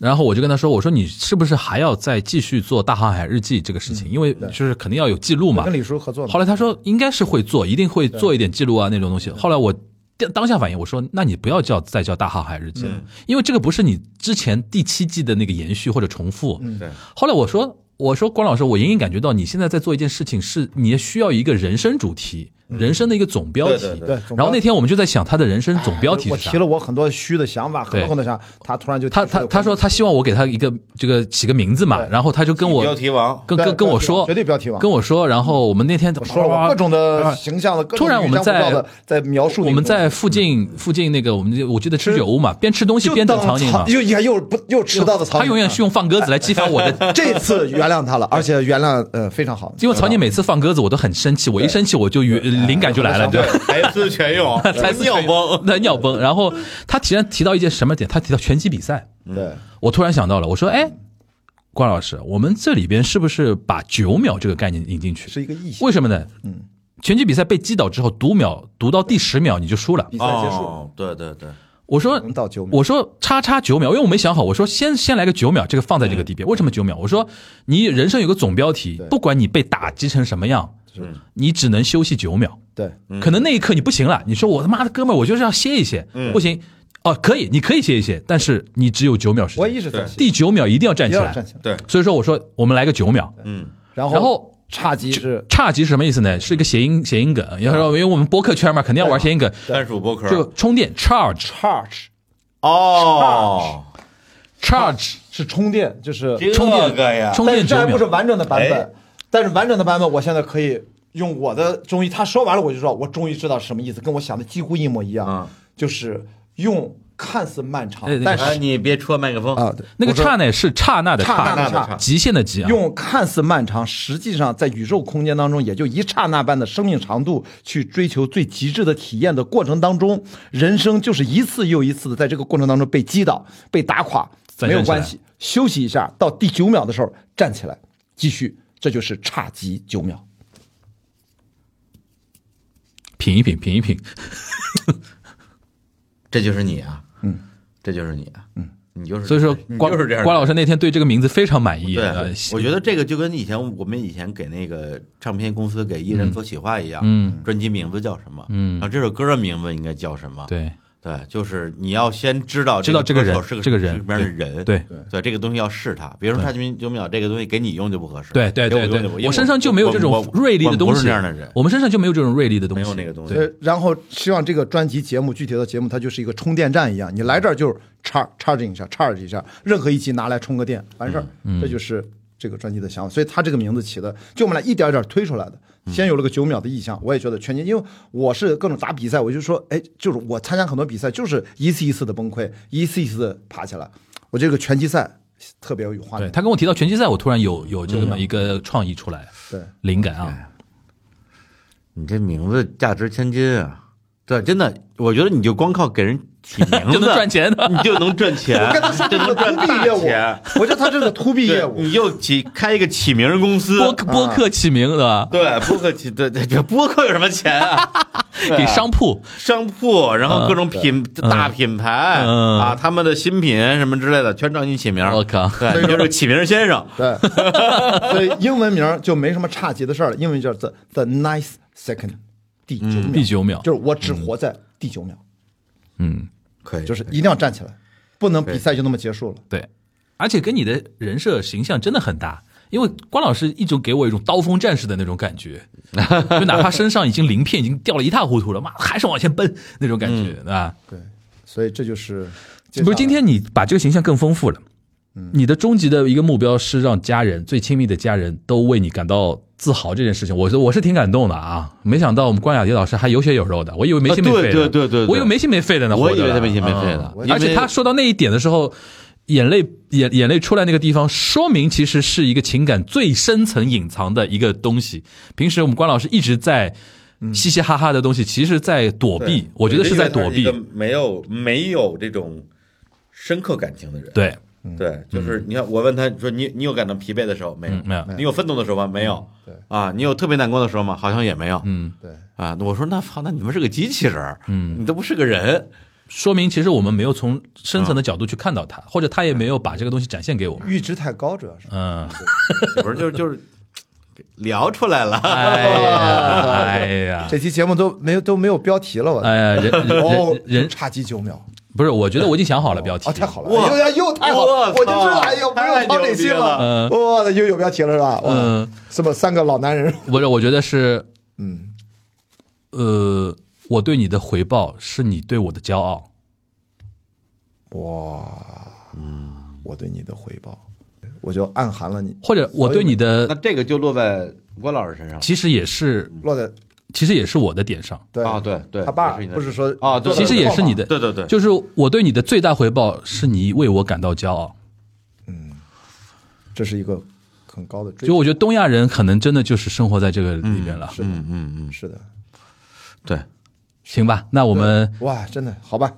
[SPEAKER 2] 然后我就跟他说：“我说你是不是还要再继续做大航海日记这个事情？因为就是肯定要有记录嘛
[SPEAKER 3] 跟。李叔合作嘛
[SPEAKER 2] 后来他说应该是会做，一定会做一点记录啊那种东西。后来我当当下反应，我说那你不要叫再叫《大航海日记》了，因为这个不是你之前第七季的那个延续或者重复。
[SPEAKER 4] 对
[SPEAKER 2] 后来我说我说关老师，我隐隐感觉到你现在在做一件事情，是你需要一个人生主题，人生的一个总标题。
[SPEAKER 4] 嗯对对
[SPEAKER 3] 对总
[SPEAKER 2] 然后那
[SPEAKER 3] 标哎
[SPEAKER 2] 天我们就在想他的人生总标题
[SPEAKER 3] 我
[SPEAKER 2] 是
[SPEAKER 3] 提
[SPEAKER 2] 啥。
[SPEAKER 3] 了我很多虚的想法，很
[SPEAKER 2] 对
[SPEAKER 3] 多很多想法，他突然就
[SPEAKER 2] 他
[SPEAKER 3] 提出
[SPEAKER 2] 他
[SPEAKER 3] 了
[SPEAKER 2] 他说他希望我给他一个这个起个名字嘛，然后他就跟我
[SPEAKER 4] 标题王，
[SPEAKER 2] 跟
[SPEAKER 3] 对
[SPEAKER 2] 跟跟我
[SPEAKER 3] 标题王
[SPEAKER 2] 说，
[SPEAKER 3] 绝对标题王
[SPEAKER 2] 跟我说。然后我们那天
[SPEAKER 3] 我说了我各种的形象的，各种
[SPEAKER 2] 啊突然我们
[SPEAKER 3] 意想不到
[SPEAKER 2] 在
[SPEAKER 3] 的在描述那
[SPEAKER 2] 我
[SPEAKER 3] 个
[SPEAKER 2] 们在附近附近那个我们我记得吃酒屋嘛，边吃东西
[SPEAKER 3] 就
[SPEAKER 2] 边等
[SPEAKER 3] 当
[SPEAKER 2] 苍蝇嘛
[SPEAKER 3] 苍。又你看又不又迟到的苍蝇，。
[SPEAKER 2] 他永远是用放鸽子来激发我的
[SPEAKER 3] 这次原谅他了，而且原谅呃非常好，
[SPEAKER 2] 因为曹宁每次放鸽子，我都很生气，我一生气我就有灵感就来了，对吧？
[SPEAKER 4] 才思泉涌，
[SPEAKER 2] 才是
[SPEAKER 4] 尿崩。
[SPEAKER 2] 那尿崩。然后他提然提到一件什么点？他提到拳击比赛，
[SPEAKER 3] 对
[SPEAKER 2] 我突然想到了，我说，哎，关老师，我们这里边是不是把九秒这个概念引进去？
[SPEAKER 3] 是一个意向。
[SPEAKER 2] 为什么呢？嗯，拳击比赛被击倒之后，读秒读到第十秒你就输了。
[SPEAKER 3] 比赛结束，
[SPEAKER 4] 哦，对对对，
[SPEAKER 2] 我说
[SPEAKER 3] 嗯能到九秒
[SPEAKER 2] 我说叉叉九秒，因为我没想好，我说先先来个九秒，这个放在这个地边。为什么九秒？我说你人生有个总标题，不管你被打击成什么样，你只能休息九秒。
[SPEAKER 3] 对
[SPEAKER 2] 可能那一刻你不行了，你说我他妈的哥们儿，我就是要歇一歇，不行，哦，可以，你可以歇一歇，但是你只有九秒时
[SPEAKER 3] 我一
[SPEAKER 2] 间，
[SPEAKER 3] 直在想
[SPEAKER 2] 第九秒一定要站
[SPEAKER 3] 一
[SPEAKER 2] 起
[SPEAKER 3] 定要
[SPEAKER 2] 来。
[SPEAKER 3] 站起来，
[SPEAKER 4] 对，
[SPEAKER 2] 所以说我说我们来个九秒，
[SPEAKER 4] 嗯，
[SPEAKER 3] 然后
[SPEAKER 2] 然后
[SPEAKER 3] 差级是
[SPEAKER 2] 差级是什么意思呢？是一个谐音谐音梗，要说因为我们播客圈嘛，肯定要玩谐音梗，
[SPEAKER 4] 专属播客
[SPEAKER 2] 就充电 charge
[SPEAKER 3] charge
[SPEAKER 4] 哦，
[SPEAKER 2] charge
[SPEAKER 3] 是充电，就是
[SPEAKER 2] 充电
[SPEAKER 4] 这个呀，
[SPEAKER 2] 充
[SPEAKER 3] 但是
[SPEAKER 2] 电
[SPEAKER 3] 这
[SPEAKER 2] 九
[SPEAKER 3] 还
[SPEAKER 2] 秒
[SPEAKER 3] 不是。完整的版
[SPEAKER 4] 哎
[SPEAKER 3] 本，但是完整的版本我现在可以用我的中医，他说完了我就知道，我终于知道是什么意思，跟我想的几乎一模一样
[SPEAKER 4] 嗯，
[SPEAKER 3] 就是用看似漫长
[SPEAKER 2] 啊哎，
[SPEAKER 3] 但
[SPEAKER 4] 哎，
[SPEAKER 3] 是
[SPEAKER 4] 你别戳麦克风
[SPEAKER 3] 啊，对
[SPEAKER 2] 那个
[SPEAKER 3] 我说
[SPEAKER 2] 刹那是刹那的
[SPEAKER 3] 刹那的刹
[SPEAKER 2] 极限的极啊。
[SPEAKER 3] 用看似漫长，实际上在宇宙空间当中，也就一刹那般的生命长度，去追求最极致的体验的过程当中，人生就是一次又一次的在这个过程当中被击倒、被打垮，
[SPEAKER 2] 再站
[SPEAKER 3] 没
[SPEAKER 2] 起来
[SPEAKER 3] 有关系，休息一下，到第九秒的时候站起来，继续，这就是差极九秒。
[SPEAKER 2] 品一品，品一品，
[SPEAKER 4] 这就是你啊，嗯，这就是你啊，嗯，你就是，
[SPEAKER 2] 所以说
[SPEAKER 4] 你
[SPEAKER 2] 关
[SPEAKER 4] 就是这样的人，
[SPEAKER 2] 关老师那天对这个名字非常满意。
[SPEAKER 4] 对
[SPEAKER 2] 呃，
[SPEAKER 4] 我觉得这个就跟以前我们以前给那个唱片公司给艺人做企划一样，
[SPEAKER 2] 嗯，
[SPEAKER 4] 专辑名字叫什么，嗯，然后这首歌的名字应该叫什么，
[SPEAKER 2] 对
[SPEAKER 4] 对，就是你要先知道
[SPEAKER 2] 知道这个
[SPEAKER 4] 歌手
[SPEAKER 2] 人
[SPEAKER 4] 是
[SPEAKER 2] 这个人
[SPEAKER 4] 什么样的人，
[SPEAKER 2] 对
[SPEAKER 4] 对这个东西要试他，比如说差九九秒这个东西给你用就不合适，
[SPEAKER 2] 对对
[SPEAKER 4] 给我
[SPEAKER 2] 对
[SPEAKER 4] 用就不因
[SPEAKER 2] 对，
[SPEAKER 4] 为
[SPEAKER 2] 我身上就没有这
[SPEAKER 4] 我
[SPEAKER 2] 种
[SPEAKER 4] 我
[SPEAKER 2] 锐利的东
[SPEAKER 4] 我不
[SPEAKER 2] 西。
[SPEAKER 4] 是这样的人，
[SPEAKER 2] 我们身上就没有这种锐利的东西，
[SPEAKER 4] 没有那个东西嗯
[SPEAKER 2] 对
[SPEAKER 3] 呃，然后希望这个专辑节目具体的节目，它就是一个充电站一样，你来这儿就是插插 g 一下，插 g 一下，任何一集拿来充个电，完事儿，这就是这个专辑的想法。所以它这个名字起的，就我们俩一点一点推出来的。先有了个九秒的意向，我也觉得全年，因为我是各种打比赛，我就说，哎，就是我参加很多比赛，就是一次一次的崩溃，一次一次的爬起来。我这个拳击赛特别有画
[SPEAKER 2] 对
[SPEAKER 3] 面，
[SPEAKER 2] 他跟我提到拳击赛，我突然有有这
[SPEAKER 4] 嗯
[SPEAKER 2] 么一个创意出来，
[SPEAKER 3] 对，
[SPEAKER 2] 灵感啊，
[SPEAKER 4] 你这名字价值千金啊！对，真的，我觉得你就光靠给人起名 字
[SPEAKER 2] 就能赚钱的
[SPEAKER 4] 你就能赚钱，
[SPEAKER 3] 我跟他说
[SPEAKER 4] 就
[SPEAKER 3] 这是个
[SPEAKER 4] 能
[SPEAKER 3] to B
[SPEAKER 4] 赚大
[SPEAKER 3] 业务
[SPEAKER 4] 钱。，
[SPEAKER 3] 我觉得他这是个 to B 业
[SPEAKER 4] 对，
[SPEAKER 3] 务，
[SPEAKER 4] 你就起开一个起名公司，
[SPEAKER 2] 播播
[SPEAKER 4] 啊
[SPEAKER 2] 客起名对吧？
[SPEAKER 4] 对播客起对对对，播客有什么钱 啊？对啊
[SPEAKER 2] 给商铺，
[SPEAKER 4] 商铺，然后各种品大品牌
[SPEAKER 2] 嗯哦
[SPEAKER 4] 啊，他们的新品什么之类的，全找你起名。
[SPEAKER 2] 我靠
[SPEAKER 4] 对，你就是起名先生。
[SPEAKER 3] 对， 所以英文名儿就没什么差级的事儿了，英文叫 the the ninth second，第九
[SPEAKER 4] 嗯
[SPEAKER 3] 秒，
[SPEAKER 2] 嗯第九秒
[SPEAKER 3] 就是我只活在第九秒，
[SPEAKER 4] 可以
[SPEAKER 3] 就是一定要站起来，不能比赛就那么结束了。
[SPEAKER 2] 对，而且跟你的人设形象真的很搭。因为关老师一直给我一种刀锋战士的那种感 觉，就哪怕身上已经鳞片已经掉了一塌糊涂了，妈还是往前奔那种感觉，啊对
[SPEAKER 4] 嗯
[SPEAKER 2] 吧？
[SPEAKER 3] 对，所以这就是
[SPEAKER 2] 不是今天你把这个形象更丰富了，
[SPEAKER 4] 嗯
[SPEAKER 2] 你的终极的一个目标是让家人最亲密的家人都为你感到自豪这件事情，我是我是挺感动的啊！没想到我们关雅迪老师还有血有肉的，我以为没心没肺的，
[SPEAKER 4] 啊对对对对对
[SPEAKER 2] 我以为没心没肺的呢，
[SPEAKER 4] 我以为
[SPEAKER 2] 活着
[SPEAKER 4] 他
[SPEAKER 2] 了
[SPEAKER 4] 没心没肺
[SPEAKER 2] 嗯
[SPEAKER 4] 的，因为
[SPEAKER 2] 而且他说到那一点的时候，眼泪眼眼泪出来那个地方，说明其实是一个情感最深层隐藏的一个东西。平时我们关老师一直在
[SPEAKER 4] 嗯
[SPEAKER 2] 嘻嘻哈哈的东西，其实在躲避，我觉得是在躲避
[SPEAKER 4] 因为他是一。个没有没有这种深刻感情的人。
[SPEAKER 2] 对，
[SPEAKER 4] 对，就是你看，我问他说你你有感到疲惫的时候没有
[SPEAKER 2] 嗯？没有
[SPEAKER 4] 你有愤怒的时候吗？没有。
[SPEAKER 3] 对
[SPEAKER 4] 啊，你有特别难过的时候吗？好像也没有。
[SPEAKER 2] 嗯，
[SPEAKER 3] 对
[SPEAKER 4] 啊，我说那操，那你们是个机器人儿，你都不是个人。
[SPEAKER 2] 说明其实我们没有从深层的角度去看到他，或者他也没有把这个东西展现给我们。
[SPEAKER 3] 阈值太高，主要是
[SPEAKER 2] 嗯，
[SPEAKER 4] 不是，就是就是聊出来了。
[SPEAKER 2] 哎呀， 哎呀，哎
[SPEAKER 3] 这期节目都没有都没有标题了，我
[SPEAKER 2] 哎呀，人人
[SPEAKER 3] 哦
[SPEAKER 2] 人人
[SPEAKER 3] 差级九秒，
[SPEAKER 2] 不是，我觉得我已经想好了标题。
[SPEAKER 3] 哦，太好了，
[SPEAKER 4] 哇
[SPEAKER 3] 又又太好
[SPEAKER 4] 我
[SPEAKER 3] 了，
[SPEAKER 4] 操
[SPEAKER 3] 我就知道，哎呦，不
[SPEAKER 4] 太
[SPEAKER 3] 用操这心
[SPEAKER 4] 牛逼了
[SPEAKER 3] 了，哇，那又有标题了是吧？哇，
[SPEAKER 2] 嗯，
[SPEAKER 3] 什么三个老男人，
[SPEAKER 2] 不是，我觉得是，
[SPEAKER 3] 嗯，
[SPEAKER 2] 呃，我对你的回报是你对我的骄傲。
[SPEAKER 3] 哇，嗯，我对你的回报，我就暗含了你
[SPEAKER 2] 或者我对你
[SPEAKER 4] 那
[SPEAKER 2] 的
[SPEAKER 4] 这个就落在郭老师身上了
[SPEAKER 2] 其实也是，
[SPEAKER 3] 落在
[SPEAKER 2] 其实也是我的点上，
[SPEAKER 3] 对
[SPEAKER 4] 啊，对对，
[SPEAKER 3] 他爸
[SPEAKER 4] 也是你的
[SPEAKER 3] 不是说
[SPEAKER 4] 啊，对
[SPEAKER 2] 其实也是你的，
[SPEAKER 4] 对对对，
[SPEAKER 2] 就是我对你的最大回报是你为我感到骄傲。
[SPEAKER 3] 这是一个很高的追
[SPEAKER 2] 就我觉得东亚人可能真的就是生活在这个里边了，
[SPEAKER 4] 嗯嗯嗯，
[SPEAKER 3] 是的，
[SPEAKER 4] 对，
[SPEAKER 2] 行吧？那我们
[SPEAKER 3] 哇，真的好吧，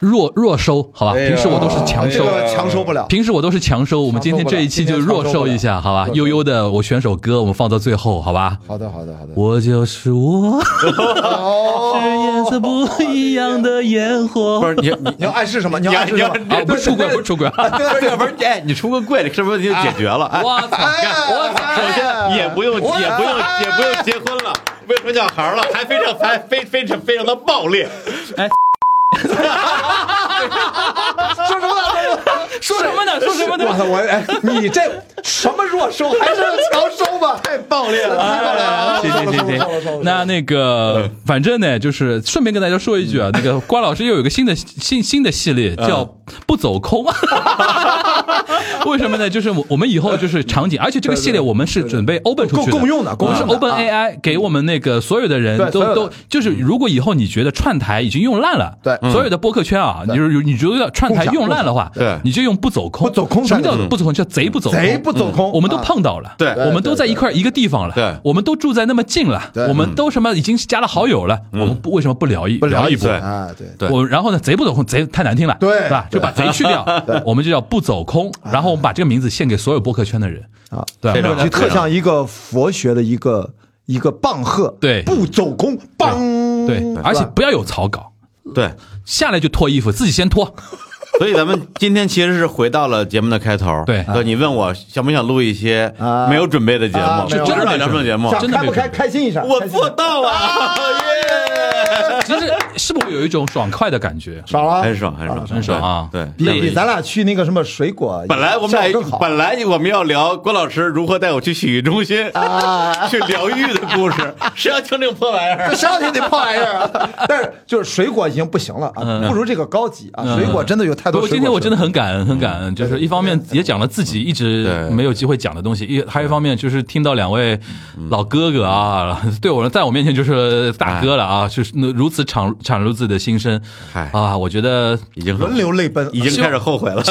[SPEAKER 2] 弱弱收，好吧？
[SPEAKER 4] 哎呀
[SPEAKER 2] 平时我都是强
[SPEAKER 3] 这
[SPEAKER 2] 收，
[SPEAKER 3] 个强嗯收不了，
[SPEAKER 2] 平时我都是哎强收，我们今天这一期就弱收一下，好吧？悠悠的，我选首歌，我们放到最后，好吧？
[SPEAKER 3] 好的，好的，好的，
[SPEAKER 2] 我就是我，
[SPEAKER 3] 哦，
[SPEAKER 2] 是颜色不一样的烟火。
[SPEAKER 4] 不是你你
[SPEAKER 3] 你要暗示什么？你要
[SPEAKER 4] 你
[SPEAKER 3] 暗示
[SPEAKER 4] 你
[SPEAKER 3] 什
[SPEAKER 4] 要
[SPEAKER 3] 么？
[SPEAKER 2] 啊，不是出轨，不是出 轨。
[SPEAKER 4] 不是不是，哎，你出个柜，是不是就解决了？哎，
[SPEAKER 2] 我操！
[SPEAKER 3] 我
[SPEAKER 4] 首先也不用也不用也不用结婚了，未婚小孩了，还非常还非非常非常的暴烈，
[SPEAKER 3] 说什么呢？
[SPEAKER 2] 说什么呢？说什么
[SPEAKER 3] 我
[SPEAKER 2] 呢？
[SPEAKER 3] 操！我哎，你这什么弱收还是强收吧？ 哎太
[SPEAKER 4] 暴烈了。
[SPEAKER 3] 棒 了！
[SPEAKER 2] 行行行 行，那那
[SPEAKER 3] 嗯
[SPEAKER 2] 个，反正呢，就是顺便跟大家说一句啊，那个瓜老师又有一个新的新新的系列
[SPEAKER 3] 嗯
[SPEAKER 2] 叫“不走空”，啊 为什么呢？就是我我们以后就是场景，而且这个系列我们是准备 open 出去
[SPEAKER 3] 共共用的共
[SPEAKER 2] 我
[SPEAKER 3] 用
[SPEAKER 2] 们是
[SPEAKER 3] 的啊
[SPEAKER 2] open AI 给我们那个所有的人
[SPEAKER 3] 对
[SPEAKER 2] 都
[SPEAKER 3] 所有的嗯
[SPEAKER 2] 都就是，如果以后你觉得串台已经用烂了，
[SPEAKER 3] 对嗯
[SPEAKER 2] 所有的播客圈啊，你就是你觉得串台用烂的话，
[SPEAKER 4] 对
[SPEAKER 2] 你就用“不走空”，
[SPEAKER 3] 不走空
[SPEAKER 2] 什么叫
[SPEAKER 3] 三个字
[SPEAKER 2] 不走空？叫贼不走空，
[SPEAKER 3] 贼不走空，
[SPEAKER 2] 我们都碰到了，
[SPEAKER 4] 哦啊对
[SPEAKER 2] 我们都在一块一个地方了，
[SPEAKER 4] 对
[SPEAKER 2] 我们都住在那么近了，
[SPEAKER 3] 对
[SPEAKER 2] 我们都什么已经加了好友了，我们不为什么不聊一不
[SPEAKER 4] 聊
[SPEAKER 2] 一
[SPEAKER 4] 一
[SPEAKER 2] 波？
[SPEAKER 4] 对
[SPEAKER 3] 啊，对，
[SPEAKER 4] 对
[SPEAKER 2] 我然后呢，贼不走空，贼太难听了，
[SPEAKER 3] 对
[SPEAKER 2] 是吧？就
[SPEAKER 3] 对
[SPEAKER 2] 把贼去掉，我们就叫不走空，然后我们把这个名字献给所有播客圈的人
[SPEAKER 3] 啊，
[SPEAKER 2] 对
[SPEAKER 4] 非常
[SPEAKER 2] 吧
[SPEAKER 4] 好
[SPEAKER 3] 就特像一个佛学的一个一个棒喝，
[SPEAKER 2] 对
[SPEAKER 3] 不走空，棒，嗯
[SPEAKER 2] 对，而且不要有草稿，
[SPEAKER 4] 对，
[SPEAKER 2] 下来就脱衣服，自己先脱，
[SPEAKER 4] 所以咱们今天其实是回到了节目的开头。
[SPEAKER 2] 对
[SPEAKER 4] 对，你问我想不想录一些
[SPEAKER 3] 啊
[SPEAKER 4] 没有准备的节
[SPEAKER 3] 啊
[SPEAKER 4] 目，
[SPEAKER 3] 没有
[SPEAKER 4] 不知道聊什么节目，
[SPEAKER 3] 想
[SPEAKER 2] 哦真的
[SPEAKER 3] 开
[SPEAKER 2] 没
[SPEAKER 3] 不
[SPEAKER 2] 有
[SPEAKER 3] 开？开心一下，
[SPEAKER 4] 我
[SPEAKER 3] 开心一
[SPEAKER 4] 做
[SPEAKER 3] 下
[SPEAKER 4] 到 了，耶！
[SPEAKER 2] 其实是不是有一种爽快的感觉？
[SPEAKER 3] 爽了，
[SPEAKER 4] 很爽，很爽，
[SPEAKER 2] 很爽啊
[SPEAKER 4] 对，对
[SPEAKER 3] 比比咱俩去那个什么水果，
[SPEAKER 4] 本来我们
[SPEAKER 3] 效果
[SPEAKER 4] 俩
[SPEAKER 3] 更好，
[SPEAKER 4] 本来我们要聊郭老师如何带我去洗浴中心啊， 去疗愈的故 事，谁要听这种破玩意儿？
[SPEAKER 3] 这上去得破玩 意儿啊！但是就是水果已经不行了啊，不如这个高级啊！水果真的有太
[SPEAKER 2] 嗯不
[SPEAKER 3] 多
[SPEAKER 2] 过
[SPEAKER 3] 水
[SPEAKER 2] 今
[SPEAKER 3] 果吃了。嗯
[SPEAKER 2] 天我真的很感恩，很感恩，就是一方面也讲了自己一直
[SPEAKER 4] 对
[SPEAKER 2] 没有机会讲的东西，一还有一方面就是听到两位
[SPEAKER 4] 嗯
[SPEAKER 2] 老哥哥啊，对我在我面前就是大哥了啊，就是如此敞袒露自己的心声
[SPEAKER 4] 哎嗨
[SPEAKER 2] 啊，我觉得
[SPEAKER 4] 已经
[SPEAKER 3] 轮流泪奔，
[SPEAKER 4] 已经开始后悔了，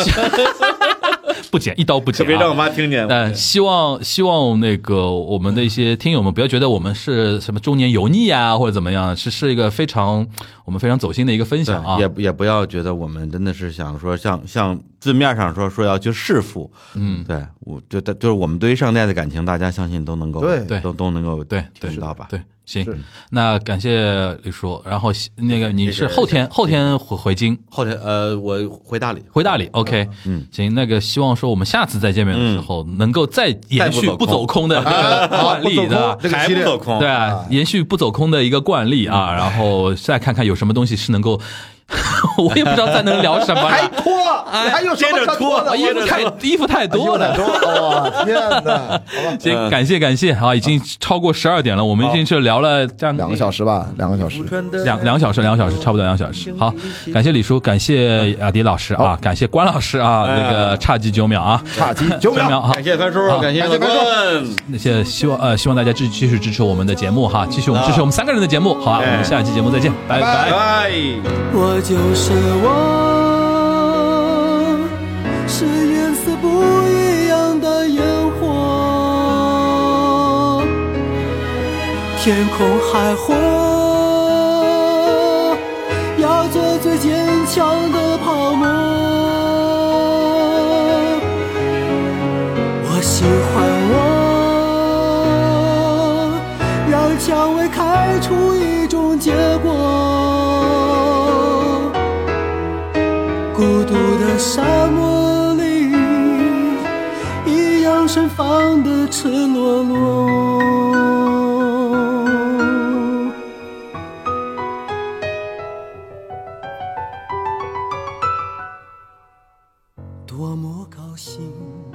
[SPEAKER 2] 不减一刀不
[SPEAKER 4] 可
[SPEAKER 2] 剪
[SPEAKER 4] 别让我
[SPEAKER 2] 啊。
[SPEAKER 4] 妈听见。
[SPEAKER 2] 呃，希望希望那个我们的一些听友们不要觉得我们是什么中年油腻啊，或者怎么样，是是一个非常我们非常走心的一个分享啊
[SPEAKER 4] 对，。也不也不要觉得我们真的是想说像像字面上说说要去弑父，嗯，对我就就是我们对于上代的感情，大家相信都能够
[SPEAKER 3] 对
[SPEAKER 2] 对
[SPEAKER 4] 都都能够
[SPEAKER 2] 对对
[SPEAKER 4] 听到吧？
[SPEAKER 2] 对，行，那感谢李叔。然后那个你是后天后天回回京
[SPEAKER 4] 后天呃，我回大理，
[SPEAKER 2] 回大理，OK，嗯，行，那个希望说我们下次再见面的时候，能够再延续
[SPEAKER 4] 再
[SPEAKER 2] 不
[SPEAKER 4] 不
[SPEAKER 2] 走
[SPEAKER 4] 走
[SPEAKER 2] 空的这个惯例的。
[SPEAKER 4] 这个还不走空，
[SPEAKER 2] 对啊，延续不走空的一个惯例啊，然后再看看有什么东西是能够， 我也不知道再能聊什么
[SPEAKER 3] 啊还
[SPEAKER 2] 了。啊哎
[SPEAKER 3] 拖，还有什么可拖的？
[SPEAKER 2] 衣服太衣服太哎多
[SPEAKER 3] 有
[SPEAKER 2] 了
[SPEAKER 3] 点，多，我天哪！好吧，
[SPEAKER 2] 行，感谢感谢啊，已经超过十二点了，我们已经是聊了将
[SPEAKER 3] 两个小时吧，两个小时。
[SPEAKER 2] 两两个小时，两个小时，差不多两个小时。好，感谢李叔，感谢雅迪老师啊，感谢关老师啊，那个差几九秒啊，
[SPEAKER 3] 差几九
[SPEAKER 2] 九秒
[SPEAKER 3] 秒，
[SPEAKER 2] 哈
[SPEAKER 4] 感。谢樊叔，感谢
[SPEAKER 3] 感谢
[SPEAKER 4] 老
[SPEAKER 3] 樊叔
[SPEAKER 4] 关，
[SPEAKER 2] 那些希望呃，希望大家继继续支持我们的节目哈，继续我们支持我们三个人的节目，好啊吧？我们下一期节目再见，拜拜
[SPEAKER 4] 拜。拜。
[SPEAKER 6] 我就是我，是颜色不一样的烟火，天空海阔，要做最坚强的泡沫。我喜欢我，让蔷薇开出一种结果。孤独的沙漠里，一样盛放的赤裸裸。多么高兴。